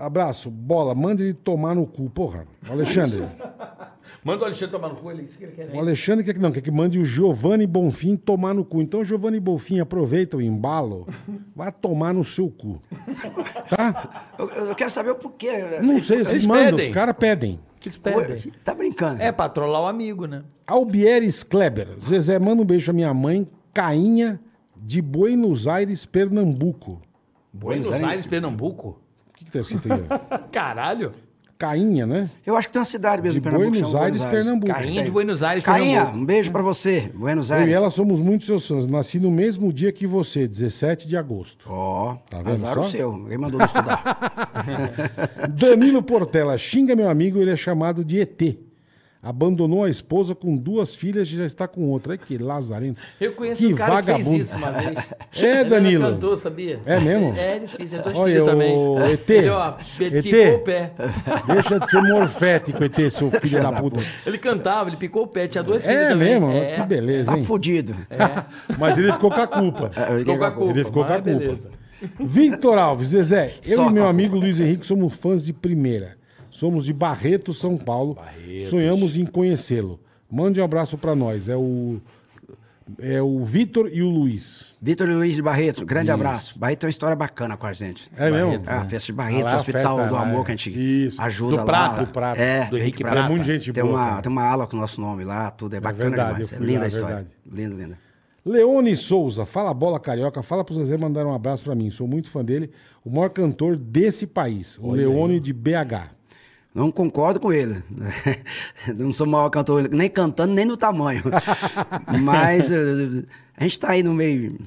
S4: Abraço, bola, manda ele tomar no cu, porra. O Alexandre. é.
S3: Manda o Alexandre tomar no cu, ele disse que ele quer. né?
S4: O Alexandre quer que não, quer que mande o Giovanni Bonfim tomar no cu. Então, Giovanni Bonfim, aproveita o embalo, vai tomar no seu cu. Tá?
S2: Eu, eu quero saber o porquê. né?
S4: Não sei, vocês
S5: Eles
S4: mandam,
S5: pedem.
S4: os caras pedem.
S5: Que pedem.
S2: Tá brincando.
S5: É pra trollar o amigo, né?
S4: Albieres Kleber. Zezé, manda um beijo pra minha mãe, Cainha, de Buenos Aires, Pernambuco.
S5: Buenos,
S2: Aires.
S5: Aires, Pernambuco?
S4: O que, que tá escrito aí? ó?
S5: Caralho.
S4: Cainha, né?
S2: Eu acho que tem uma cidade mesmo
S4: De
S2: em Pernambuco.
S4: Buenos
S2: chama
S4: Aires, Pernambuco.
S2: Acho que
S5: Cainha de
S2: tem.
S5: Buenos Aires,
S2: Cainha,
S5: Pernambuco.
S2: um beijo pra você. Buenos
S6: É
S4: Eu e
S2: Aires.
S4: ela somos muito seus fãs. Nasci no mesmo dia que você, 17 de agosto.
S2: Ó,
S4: Tá vendo
S2: azar o
S4: só?
S2: seu. Ninguém mandou não estudar.
S4: Danilo Portela, xinga meu amigo, ele é chamado de ET. Abandonou a esposa com duas filhas e já está com outra. Ai, que lazarento.
S6: Eu conheço
S4: que
S6: um cara que
S4: vagabundo.
S6: fez isso uma vez.
S4: É,
S6: Ele
S4: Danilo.
S6: já cantou, sabia?
S4: É mesmo?
S6: É, ele fez. É dois
S4: Olha,
S6: filhos também.
S4: o ET.
S6: Ele, ó, ele
S4: ET.
S6: picou o pé.
S4: Deixa de ser morfético, ET, seu filho da puta.
S6: Ele cantava, ele picou o pé. Tinha dois filhos
S4: É
S6: também.
S4: mesmo?
S6: É.
S4: Que beleza,
S2: Tá
S4: hein?
S2: fudido.
S4: Mas ele É, ficou com a culpa.
S2: Eu
S6: Ficou com a culpa.
S4: Ele ficou com a
S6: mas beleza.
S4: culpa. Victor Alves, Zezé, eu
S2: Só
S4: e
S2: com
S4: meu
S2: a
S4: amigo Luiz Henrique somos fãs de primeira. Somos de Barreto, São Paulo. Sonhamos em conhecê-lo. Mande um abraço pra nós. É o é o Victor e o Luiz.
S2: Vitor e Luiz de Barreto, grande abraço. Barreto tem uma história bacana com a gente.
S4: É mesmo?
S2: Ah, a festa de Barreto,
S4: Ah, lá, a
S2: Hospital
S4: festa
S2: do
S4: lá,
S2: Amor
S4: é.
S2: que a gente
S4: Isso.
S2: ajuda
S4: Do
S2: lá.
S4: Prata, do Prata,
S2: É,
S4: do Henrique
S2: Prata.
S4: Prata. É muito gente
S2: tem
S4: boa,
S2: Uma,
S4: cara.
S2: tem uma ala com o nosso nome lá, tudo. É bacana
S4: verdade,
S2: demais.
S4: eu
S2: É
S4: fui
S2: linda
S4: lá,
S2: a história.
S4: verdade.
S2: Linda, linda.
S4: Leone Souza, fala bola carioca, fala pro Zezé mandar um abraço pra mim. Sou muito fã dele, o maior cantor desse país, o Leone de BH.
S2: Não concordo com ele. Não sou o maior cantor, nem cantando, nem no tamanho. Mas eh, a gente tá aí no meio.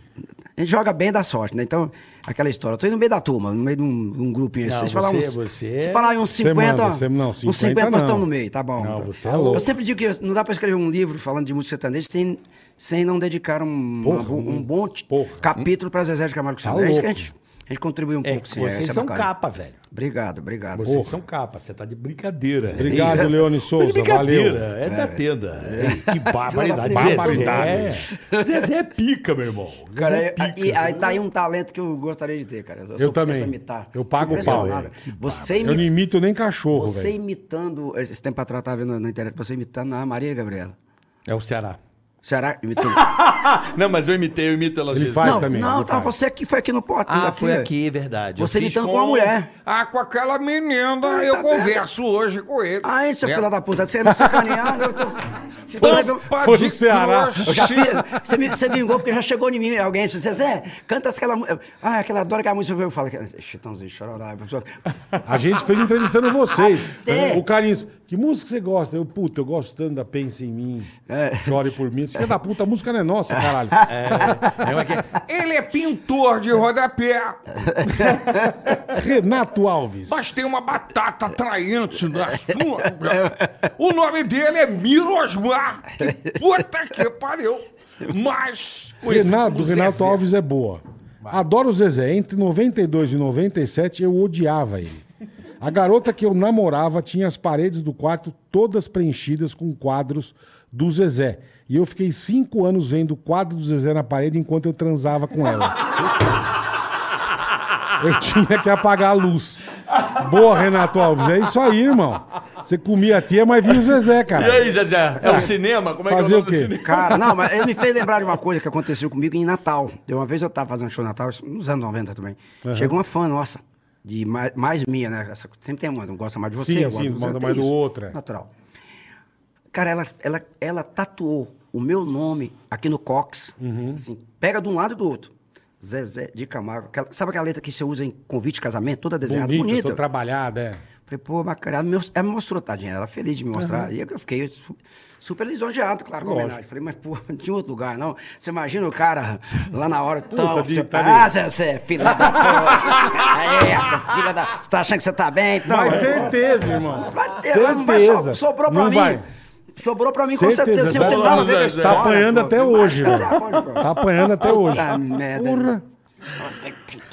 S2: A gente joga bem da sorte, né? Então, aquela história. Eu tô aí no meio da turma, no meio de um, de um grupinho.
S6: Não,
S2: Vocês falar
S6: você-
S2: uns,
S6: você-
S2: Se falar em uns
S4: Você
S2: 50,
S4: manda, você- não,
S2: uns
S4: 50
S2: 50 nós
S4: não.
S2: estamos no meio, tá bom.
S4: Não,
S2: Tá.
S4: você é louco.
S2: Eu sempre digo que não dá pra escrever um livro falando de música sertaneja sem, sem não dedicar um,
S4: Porra,
S2: uma bo- um bom t-
S4: porra. Tá
S2: capítulo pra Zezé de Camargo Santos. É isso que a gente, a gente contribui um
S6: É,
S2: pouco. sim, é,
S6: vocês
S2: isso é
S6: são
S2: bacana.
S6: capa, velho.
S2: Obrigado, obrigado.
S6: Vocês
S4: Porra.
S6: são capa. Você tá de brincadeira.
S2: é,
S4: Obrigado, Leone
S6: Foi de
S4: Souza.
S6: brincadeira,
S4: Valeu.
S6: é da tenda. É, Que barbaridade.
S4: Barbaridade.
S6: Zezé, Zezé é pica, meu irmão. Zezé
S2: Cara,
S6: é
S2: aí-
S6: pica.
S2: aí, aí tá aí um talento que eu gostaria de ter, cara. Eu, sou péssimo
S4: também.
S2: em imitar.
S4: Eu pago o pau,
S2: Impressionado.
S4: velho.
S2: Você,
S4: Eu não
S2: imi-
S4: imito nem cachorro,
S2: você
S4: velho.
S2: imitando. Esse tempo atrás eu tava vendo na internet, você imitando a Maria Gabriela.
S6: É o Ceará.
S2: Será? Imitando.
S6: Não, mas eu imitei, eu imito ela. às
S4: Ele
S6: vezes.
S4: faz
S2: não,
S4: também.
S2: não,
S4: ele
S2: tá,
S4: faz.
S2: você aqui foi aqui no porto.
S5: Ah,
S2: aqui,
S5: foi
S2: né?
S5: aqui, verdade. Eu
S2: Você
S5: fiz
S2: imitando com uma mulher.
S5: Ah, com aquela menina,
S2: Ah,
S5: eu
S2: tá
S5: converso hoje com ele.
S2: Ai, Ah, seu
S5: É.
S2: filho da puta, você me sacaneando, eu tô. Ficou
S5: Tampa
S2: mais um-
S4: Foi
S5: de
S4: no Ceará.
S5: crochê.
S2: Eu já fiz, você, me, você vingou porque já chegou em mim alguém. Você Zé, canta aquela. mu- Ah, aquela adora aquela música. Eu falo, que- é, Chitãozinho, chororá. a pessoa-
S4: A gente fez entrevistando vocês.
S2: Até.
S4: O Carlinhos, que música você gosta? Eu, puta, eu gosto tanto da Pense em Mim. Chore por mim. Esse filho da puta, a música não é nossa, caralho.
S5: Ele é pintor de rodapé,
S4: É Renato Alves.
S5: mas tem uma batata atraente na sua. O nome dele é Mirosmar. Que puta que pariu. Mas. conhecido
S4: Renato,
S5: como
S4: Renato
S5: é, Zezé.
S4: Alves é boa. Adoro o Zezé. Entre 92 e 97 eu odiava ele. A garota que eu namorava tinha as paredes do quarto todas preenchidas com quadros do Zezé. E eu fiquei cinco anos vendo o quadro do Zezé na parede enquanto eu transava com ela. Eu tinha que apagar a luz. Boa, Renato Alves. É isso aí, irmão. Você comia a tia, mas via o Zezé, cara.
S6: E aí, Zezé? É o cinema? Como é que
S4: Ah, Fazer
S6: é o
S4: o
S6: nome do
S4: quê?
S6: cinema?
S2: Cara, não, mas ele me fez lembrar de uma coisa que aconteceu comigo em Natal. De uma vez eu tava fazendo show em Natal, isso nos anos 90 também. Chegou uma fã nossa, de mais, mais minha, né? Essa- sempre tem uma, não gosta mais de você,
S4: Sim,
S2: eu gosto
S4: sim,
S2: de você,
S4: gosta
S2: tem
S4: mais do
S2: isso.
S4: outro, é.
S2: Natural. Cara, ela, ela, ela tatuou o meu nome aqui no cox.
S4: Uhum.
S2: Assim, pega de um lado e do outro. Zezé de Camargo. Aquela- sabe aquela letra que você usa em convite de casamento? Toda desenhada,
S4: Bonito,
S2: bonita.
S4: tô trabalhado, é.
S2: Falei, pô, bacana. Ela me mos- ela me mostrou, tadinha. Ela feliz de me mostrar. E eu eu fiquei su- super lisonjeado, claro, com a homenagem. Falei, mas, pô, não tinha outro lugar, não. Você imagina o cara lá na hora, tal.
S4: de-
S2: você-
S4: tá de-
S2: ah, Zé, Zé, filha da porra. É, essa filha da... Você tá achando que você tá bem? Então,
S4: Mas certeza, irmão.
S2: Mas-
S4: certeza.
S2: mas so- sobrou pra
S4: Não
S2: mim.
S4: vai.
S2: Sobrou pra mim, com certeza. Assim, eu
S4: Tá,
S2: tentava ver a
S4: tá
S2: história,
S4: apanhando
S2: pô,
S4: até
S2: demais.
S4: hoje, velho. Tá apanhando até hoje.
S2: Puta merda.
S4: Porra. Ah.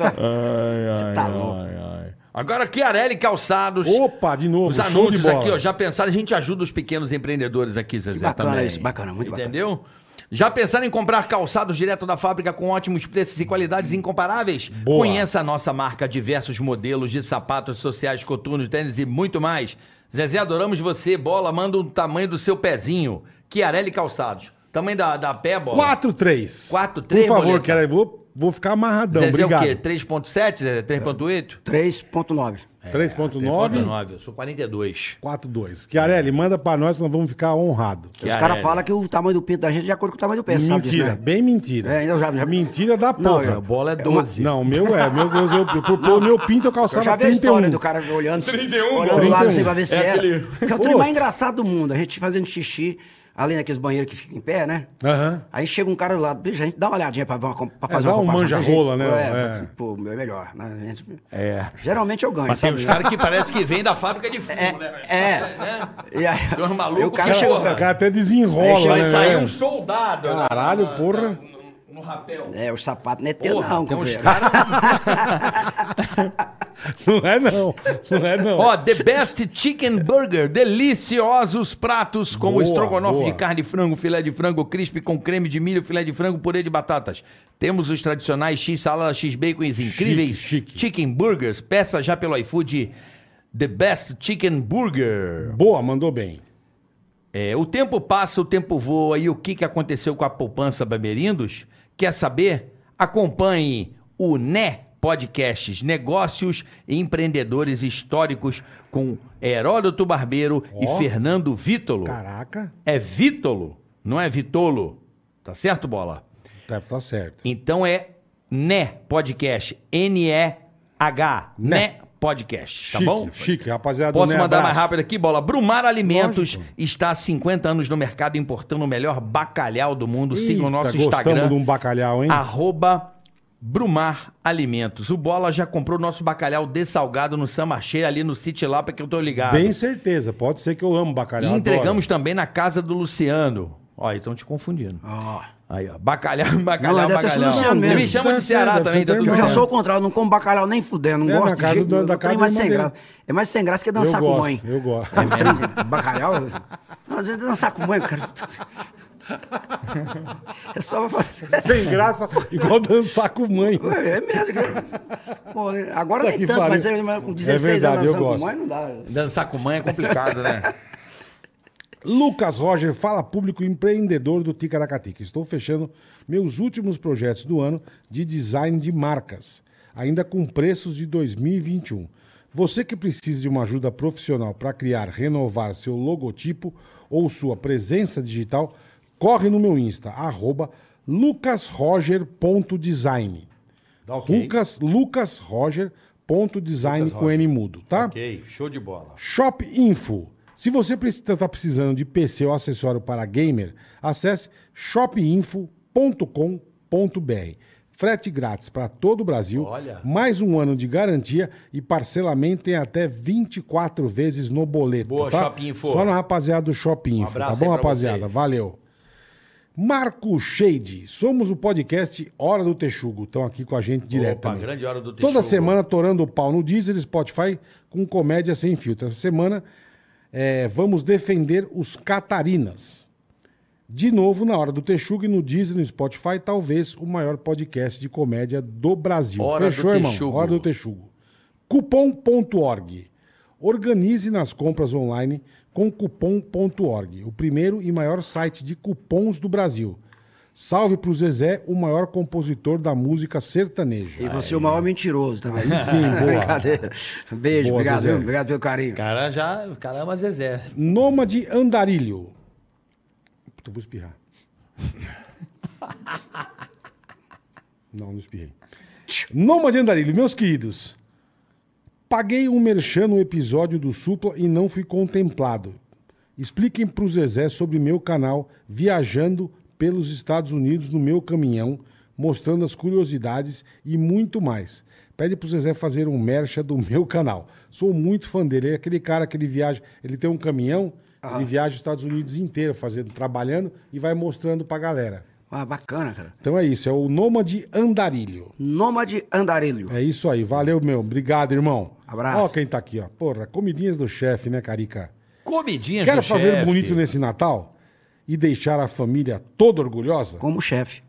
S6: Ai, ai,
S2: tá
S6: ai,
S2: louco.
S6: ai.
S5: Agora, Chiarelli Calçados.
S4: Opa, de novo,
S5: Os
S4: show de
S5: anúncios
S4: bola.
S5: aqui, ó, já pensaram, a gente ajuda os pequenos empreendedores aqui, Zezé,
S2: bacana
S5: também.
S2: isso, bacana, muito bacana.
S5: Entendeu? Já pensaram em comprar calçados direto da fábrica com ótimos preços e qualidades incomparáveis?
S4: Boa.
S5: Conheça a nossa marca, diversos modelos de sapatos sociais, coturnos, tênis e muito mais. Zezé, adoramos você. Bola, manda o tamanho do seu pezinho. Chiarelli Calçados. Tamanho da, da pé, bola?
S4: 4, 3.
S5: 4, 3,
S4: Por favor,
S5: boleta.
S4: cara, eu vou, vou ficar amarradão.
S5: Zezé
S4: Obrigado.
S5: é o quê? 3.7, Zezé? 3.8?
S2: 3.9.
S4: É, 3.9,
S5: 3.9, eu sou 42.
S4: 4.2. Chiarelli, manda pra nós, nós vamos ficar honrados.
S2: Os caras falam que o tamanho do pinto da gente é de acordo com o tamanho do pé, sabe disso,
S4: Mentira,
S2: né?
S4: bem mentira.
S2: É, eu já- já-
S4: Mentira da porra.
S2: eu-
S5: A bola é
S2: É uma-
S5: 12.
S4: Não, o meu é. Meu, Deus, eu, eu, pro- meu pinto eu
S2: Eu
S4: calçava
S2: já vi a
S4: 31.
S2: história do cara olhando,
S6: 31,
S2: olhando lá
S4: 31.
S2: assim pra ver se
S6: É
S2: é.
S6: aquele-
S2: Porque é o trem mais engraçado do mundo. A gente fazendo xixi, além daqueles banheiros que ficam em pé, né?
S4: Aham.
S2: Aí chega um cara do lado, bicho, a gente dá uma olhadinha pra, ver uma, com- pra fazer
S4: dá
S2: uma
S4: um
S2: comparação. Tem
S4: manja-rola,
S2: jeito.
S4: né?
S2: É,
S4: É.
S2: fala assim, pô, o meu é melhor. né? A gente- Geralmente eu ganho,
S5: Mas tem
S2: sabe?
S5: os caras que parece que vem da fábrica de fumo,
S2: É,
S5: né?
S2: é. E aí-
S5: Tem uns malucos
S2: e o cara
S5: que-
S2: chegou...
S4: O cara até
S2: Aí chega
S4: desenrola,
S5: Vai
S4: né?
S5: sair
S4: é.
S5: um soldado. né?
S4: Caralho,
S5: Na-
S4: porra.
S5: na- No, no rapel.
S2: É, os sapatos não é teu
S5: Porra,
S2: não,
S5: tem uns
S2: companheiro.
S5: caras...
S4: Não é não. Não é não.
S5: Ó, The Best Chicken Burger. Deliciosos pratos como
S4: Boa,
S5: estrogonofe
S4: boa.
S5: de carne, frango, filé de frango, crisp com creme de milho, filé de frango, purê de batatas. Temos os tradicionais X-salada, X-bacons incríveis.
S4: chique.
S5: Chicken Burgers. Peça já pelo iFood. The Best Chicken Burger.
S4: Boa, mandou bem.
S5: É, o tempo passa, o tempo voa. E o que, que aconteceu com a poupança Bamerindos? Quer saber? Acompanhe o NE Podcasts, Negócios e Empreendedores Históricos com Heródoto Barbeiro
S4: Ó.
S5: e Fernando Vítolo.
S4: Caraca.
S5: É Vítolo, não é Vitolo. Tá certo, Bola? Né
S4: Deve estar tá, certo.
S5: Então é NE Podcast, N-E-H, NE
S4: Né.
S5: podcast, tá
S4: Chique,
S5: bom?
S4: chique, rapaziada.
S5: Posso
S4: né?
S5: mandar
S4: Abraço.
S5: mais rápido aqui, bola? Brumar Alimentos
S4: Lógico.
S5: está há 50 anos no mercado importando o melhor bacalhau do mundo. Siga o
S4: Eita,
S5: nosso
S4: Gostamos
S5: Instagram, Ah,
S4: de um bacalhau, hein?
S5: arroba Brumar Alimentos. O Bola já comprou nosso bacalhau dessalgado no Samachê, ali no City Lapa, que eu tô ligado.
S4: Bem certeza. Pode ser que eu amo
S5: e
S4: bacalhau. adoro.
S5: entregamos também na casa do Luciano. Ó, estão te confundindo.
S2: Ó.
S5: Aí, ó, bacalhau,
S2: Não,
S5: bacalhau,
S2: mas deve ter sido
S5: bacalhau.
S2: Luciano
S5: Ele me
S2: mesmo.
S5: chama de
S4: Deve ser,
S5: Ceará
S4: deve
S5: também,
S4: ser
S5: tá tudo
S2: Eu
S4: teu
S2: já
S4: irmão.
S5: certo.
S2: sou o contrário, não como bacalhau nem fudendo, não
S4: É, na
S2: gosto de
S4: casa
S2: jeito
S4: do-
S2: nenhum,
S4: da
S2: eu
S4: casa
S2: tenho
S4: do
S2: mais
S4: irmão
S2: sem
S4: dele.
S2: graça. É mais sem graça que
S4: Eu
S2: dançar com
S4: gosto,
S2: mãe.
S4: eu gosto.
S2: É, trem de bacalhau? Não, às vezes dançar com mãe, cara. É só pra fazer.
S4: Sem graça, igual dançar com mãe.
S2: Ué, É mesmo, cara. Pô, agora
S4: Tá
S2: nem
S4: que
S2: tanto,
S4: pariu.
S2: mas eu, mas com
S4: É
S2: 16
S4: verdade, eu
S2: anos dançando
S4: gosto.
S2: com mãe não dá.
S5: Dançar com mãe é complicado, né?
S4: Lucas Roger, fala público empreendedor do Ticaracatica. Estou fechando meus últimos projetos do ano de design de marcas, ainda com preços de 2021. Você que precisa de uma ajuda profissional para criar, renovar seu logotipo ou sua presença digital, corre no meu Insta, arroba lucasroger.design. Lucas, Lucas Roger ponto design com N mudo, tá?
S5: ok, show de bola.
S4: Shop Info. Se você está precisando de PC ou acessório para gamer, acesse shopinfo.com.br. Frete grátis para todo o Brasil,
S5: Olha.
S4: mais um ano de garantia e parcelamento em até 24 vezes no boleto.
S5: Boa,
S4: tá?
S5: Shop Info. Um
S4: Só na rapaziada do Shop Info, tá
S5: abraço
S4: bom,
S5: aí pra
S4: rapaziada?
S5: vocês.
S4: Valeu. Marco Shade, somos o podcast Hora do Texugo. Estão aqui com a gente direto.
S5: Opa,
S4: também.
S5: grande Hora do
S4: Toda
S5: Texugo.
S4: semana torando o pau no Deezer, Spotify, com comédia sem filtro. Essa semana é, vamos defender os Catarinas. De novo, na Hora do Texugo e no Deezer, no Spotify, talvez o maior podcast de comédia do Brasil.
S5: Hora do
S4: Fechou, irmão?
S5: Texugo.
S4: Hora do Texugo. Cupom.org. Organize nas compras online com cupom.org, o primeiro e maior site de cupons do Brasil. Salve pro Zezé, o maior compositor da música sertaneja.
S2: E você é o maior mentiroso também.
S4: Aí sim, boa.
S2: Brincadeira. Beijo,
S4: Boa,
S2: obrigado,
S4: Zezé.
S2: viu? obrigado pelo carinho.
S5: Cara, já. Caramba, Zezé.
S4: Nômade Andarilho. Puta, eu vou espirrar. Não, não espirrei. Nômade Andarilho, meus queridos. Paguei um merchan no episódio do Supla e não fui contemplado. Expliquem pro Zezé sobre meu canal Viajando pelos Estados Unidos no meu caminhão, mostrando as curiosidades e muito mais. Pede pro Zezé fazer um mercha do meu canal. Sou muito fã dele. É aquele cara que ele viaja, ele tem um caminhão, ele viaja os Estados Unidos inteiro fazendo, trabalhando e vai mostrando pra galera.
S2: Ah, bacana, cara.
S4: Então é isso, é o Nômade Andarilho.
S2: Nômade Andarilho.
S4: É isso aí, valeu, meu. Obrigado, irmão.
S2: Abraço.
S4: Ó quem tá aqui, ó. Porra, comidinhas do chefe, né, Carica?
S5: Comidinha,
S4: Quero
S5: do
S4: fazer
S5: chefe.
S4: bonito nesse Natal e deixar a família toda orgulhosa?
S2: Como chefe.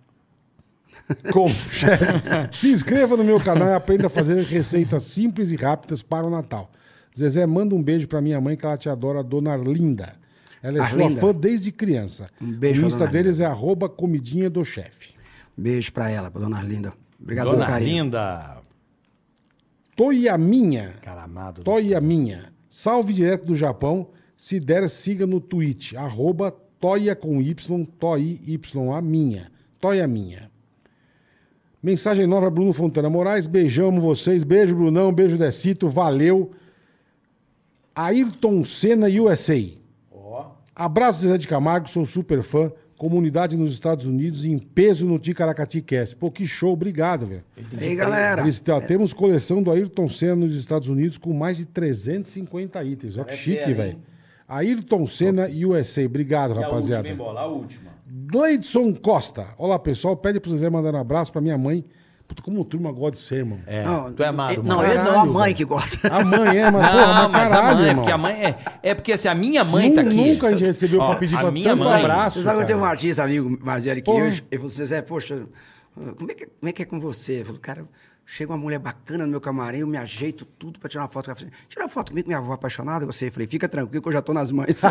S4: Como, chefe? Se inscreva no meu canal e aprenda a fazer receitas simples e rápidas para o Natal. Zezé, manda um beijo pra minha mãe que ela te adora, a dona Arlinda. Ela é
S2: Arlinda.
S4: sua fã desde criança.
S2: Um beijo
S4: O
S2: pra
S4: Insta
S2: dona
S4: deles é arroba comidinha do chefe.
S2: Beijo pra ela, pra dona Arlinda. Obrigado pelo
S6: Dona
S2: carinho.
S6: Linda.
S4: Toia minha.
S6: Cara amado.
S4: Toia é Minha. Salve direto do Japão. Se der, siga no tweet. Arroba Toia com Y, Toi Y, a minha. Toia Minha. Mensagem nova, Bruno Fontana Moraes. Beijão amo vocês. Beijo, Brunão. Beijo, Decito. Valeu. Ayrton Senna USA. Abraço, Zezé de Camargo. Sou super fã. Comunidade nos Estados Unidos em peso no Ticaracati Cast. Pô, que show. Obrigado, velho.
S2: E aí, galera?
S4: Eles, ó, Temos coleção do Ayrton Senna nos Estados Unidos com mais de 350 itens.
S5: É
S4: Olha que chique, velho. Ayrton Senna USA. Obrigado, rapaziada.
S5: bola, a última.
S4: Gleidson Costa. Olá, pessoal. Pede pro Zé mandar um abraço pra minha mãe. Puta, como o turma gosta de ser, irmão.
S5: É,
S2: Não,
S5: tu é amado,
S2: Não,
S5: mano.
S2: ele não é a
S4: Caralho,
S2: mãe
S4: velho.
S2: que gosta.
S4: A mãe é, mas
S5: Não,
S4: porra, mas,
S5: mas
S4: caralho,
S5: a mãe, é
S4: irmão.
S5: porque a mãe é, é porque assim, a minha mãe tá aqui.
S4: Nunca a gente recebeu
S5: Ó,
S4: pra pedir
S5: a
S4: pra
S5: minha
S4: tanto
S5: mãe-
S4: abraço.
S2: Você sabe que eu tenho um
S4: cara.
S2: artista, amigo Marzieri, que
S4: Porra.
S2: eu, eu falei, Zezé, poxa, como é, que, como é que é com você? Eu falei, cara, chega uma mulher bacana no meu camarim, eu me ajeito tudo pra tirar uma foto. Ela falou assim, Tira uma foto comigo, minha avó apaixonada, você. Eu falei, fica tranquilo que eu já tô nas mães.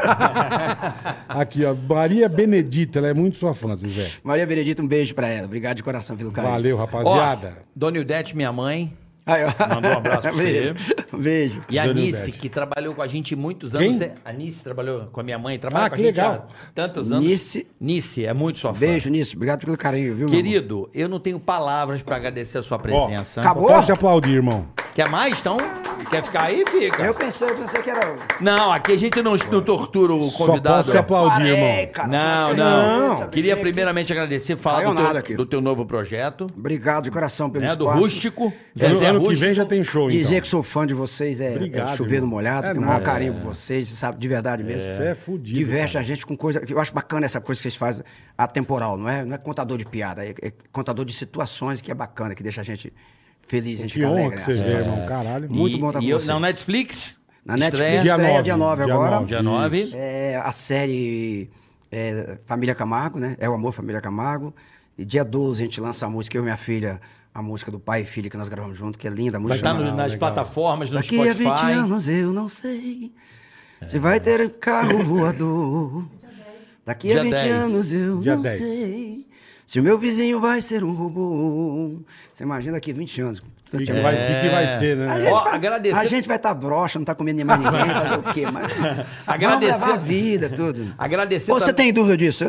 S4: Aqui, ó. Maria Benedita, ela é muito sua fã, Zé.
S2: Maria Benedita, um beijo pra ela. Obrigado de coração pelo carinho.
S4: Valeu,
S5: Tá Ó,
S4: rapaziada.
S5: Dona Ildete, minha mãe.
S2: Aí, ó.
S5: Mandou um abraço pra
S2: beijo. Beijo.
S5: E a
S4: Dona
S5: Anice,
S4: Ildete.
S5: que trabalhou com a gente muitos
S4: Quem?
S5: anos. É, A Anice trabalhou com a minha mãe, trabalha
S4: Ah,
S5: com a
S4: que
S5: gente
S4: legal.
S5: há tantos anos.
S2: Nice.
S5: Nice, é muito sua fã.
S2: Beijo, Nisso. Obrigado pelo carinho, viu, meu amor?
S5: Querido, eu não tenho palavras pra agradecer a sua presença.
S2: acabou?
S4: Pode te aplaudir, irmão.
S5: Quer mais? Então, Quer ficar aí? Fica.
S2: Eu pensei, eu pensei que era.
S5: Não, aqui a gente não, não tortura o
S4: Só
S5: convidado.
S4: posso te aplaudir,
S2: Parei,
S4: irmão.
S2: cara,
S5: Não,
S2: só-
S5: não.
S2: Eita,
S5: Queria
S2: gente.
S5: primeiramente agradecer, falar
S2: Caiu
S5: do teu,
S2: nada aqui.
S5: do teu novo projeto,
S2: Obrigado de coração pelo
S5: né? Do
S2: espaço.
S5: Rústico.
S4: Ano,
S5: Zezé
S4: ano que
S5: Rústico.
S4: vem já tem show, então.
S2: Dizer que sou fã de vocês é,
S4: Obrigado,
S2: é chover
S4: irmão.
S2: no molhado.
S4: É
S2: tenho o maior
S4: nada.
S2: carinho por vocês, você sabe, de verdade mesmo.
S4: Você é fudido,
S2: Diverte
S4: cara.
S2: a gente com coisa. que Eu acho bacana essa coisa que vocês fazem atemporal, não é? Não é contador de piada, é, é contador de situações que é bacana, que deixa a gente feliz, a gente
S4: Que
S2: fica
S4: honra
S2: alegre.
S4: que
S2: né?
S4: você vê,
S2: Assim,
S5: É.
S4: irmão. Caralho.
S5: E-
S2: Muito bom estar
S5: e
S2: com
S5: eu-
S2: vocês.
S5: Na Netflix.
S2: Na Netflix, né?
S5: estreia
S2: dia estreia dia 9 agora.
S5: Dia 9.
S2: É, a série é, Família Camargo, né? É o Amor Família Camargo. E dia 12 a gente lança a música, eu e minha filha, a música do pai e filha que nós gravamos junto, que é linda. A
S5: Vai
S2: música
S5: estar Tá no-
S2: chama-
S5: nas plataformas, no
S2: Daqui a
S5: Spotify. É.
S2: 20 é anos eu não sei se vai ter carro voador. Daqui
S5: Dia
S2: a 20
S5: 10.
S2: anos eu
S4: Dia
S2: não
S4: 10.
S2: sei se o meu vizinho vai ser um robô. Você imagina daqui a 20 anos. É.
S4: O que, que vai- que que vai ser, né?
S2: A
S5: É.
S2: gente,
S5: Ó,
S2: vai,
S5: agradecer-
S2: a gente vai estar broxa, não tá comendo mais ninguém, fazer o quê? Mas,
S5: Agradecer-
S2: Vamos levar a vida, tudo.
S5: Agradecer
S2: Ou você
S5: também-
S2: tem dúvida disso?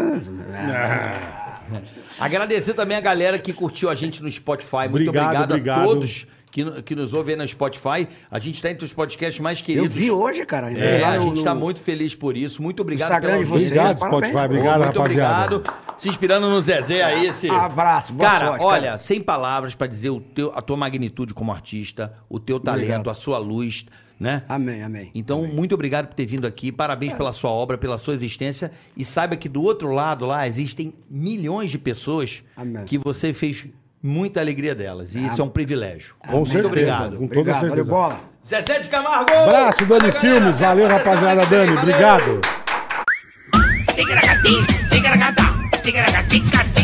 S2: Ah,
S5: Agradecer também a galera que curtiu a gente no Spotify. Muito
S4: Obrigado,
S5: obrigado,
S4: obrigado.
S5: a todos que, no- que nos ouvem aí no Spotify. A gente está entre os podcasts mais
S2: Eu
S5: queridos.
S2: vi hoje, cara. entrei
S5: É,
S2: lá
S5: a
S2: no-
S5: gente está
S2: no-
S5: muito feliz por isso. Muito obrigado
S2: Instagram de
S5: audiência.
S2: vocês,
S4: Obrigado,
S2: parabéns.
S4: Spotify. Obrigado,
S5: Muito
S4: rapaziada.
S5: obrigado. Se inspirando no Zezé aí, esse.
S2: Abraço, boa
S5: cara,
S2: sorte, cara.
S5: Olha, sem palavras pra dizer o teu, a tua magnitude como artista, o teu talento,
S2: Obrigado.
S5: a sua luz, né?
S2: Amém, amém.
S5: Então, muito obrigado por ter vindo aqui. Parabéns pela sua obra, pela sua existência. E saiba que do outro lado lá existem milhões de pessoas
S2: Amém.
S5: que você fez muita alegria delas. E isso é um privilégio.
S4: Com certeza.
S5: obrigado.
S4: Com toda
S2: Obrigado, valeu,
S4: certeza.
S2: bola.
S5: Zezé de Camargo!
S4: Abraço, Dani Filmes. Valeu, rapaziada, Dani. Obrigado.
S1: Tigra-gatim, tigra-gata, tigra-gatica, tigra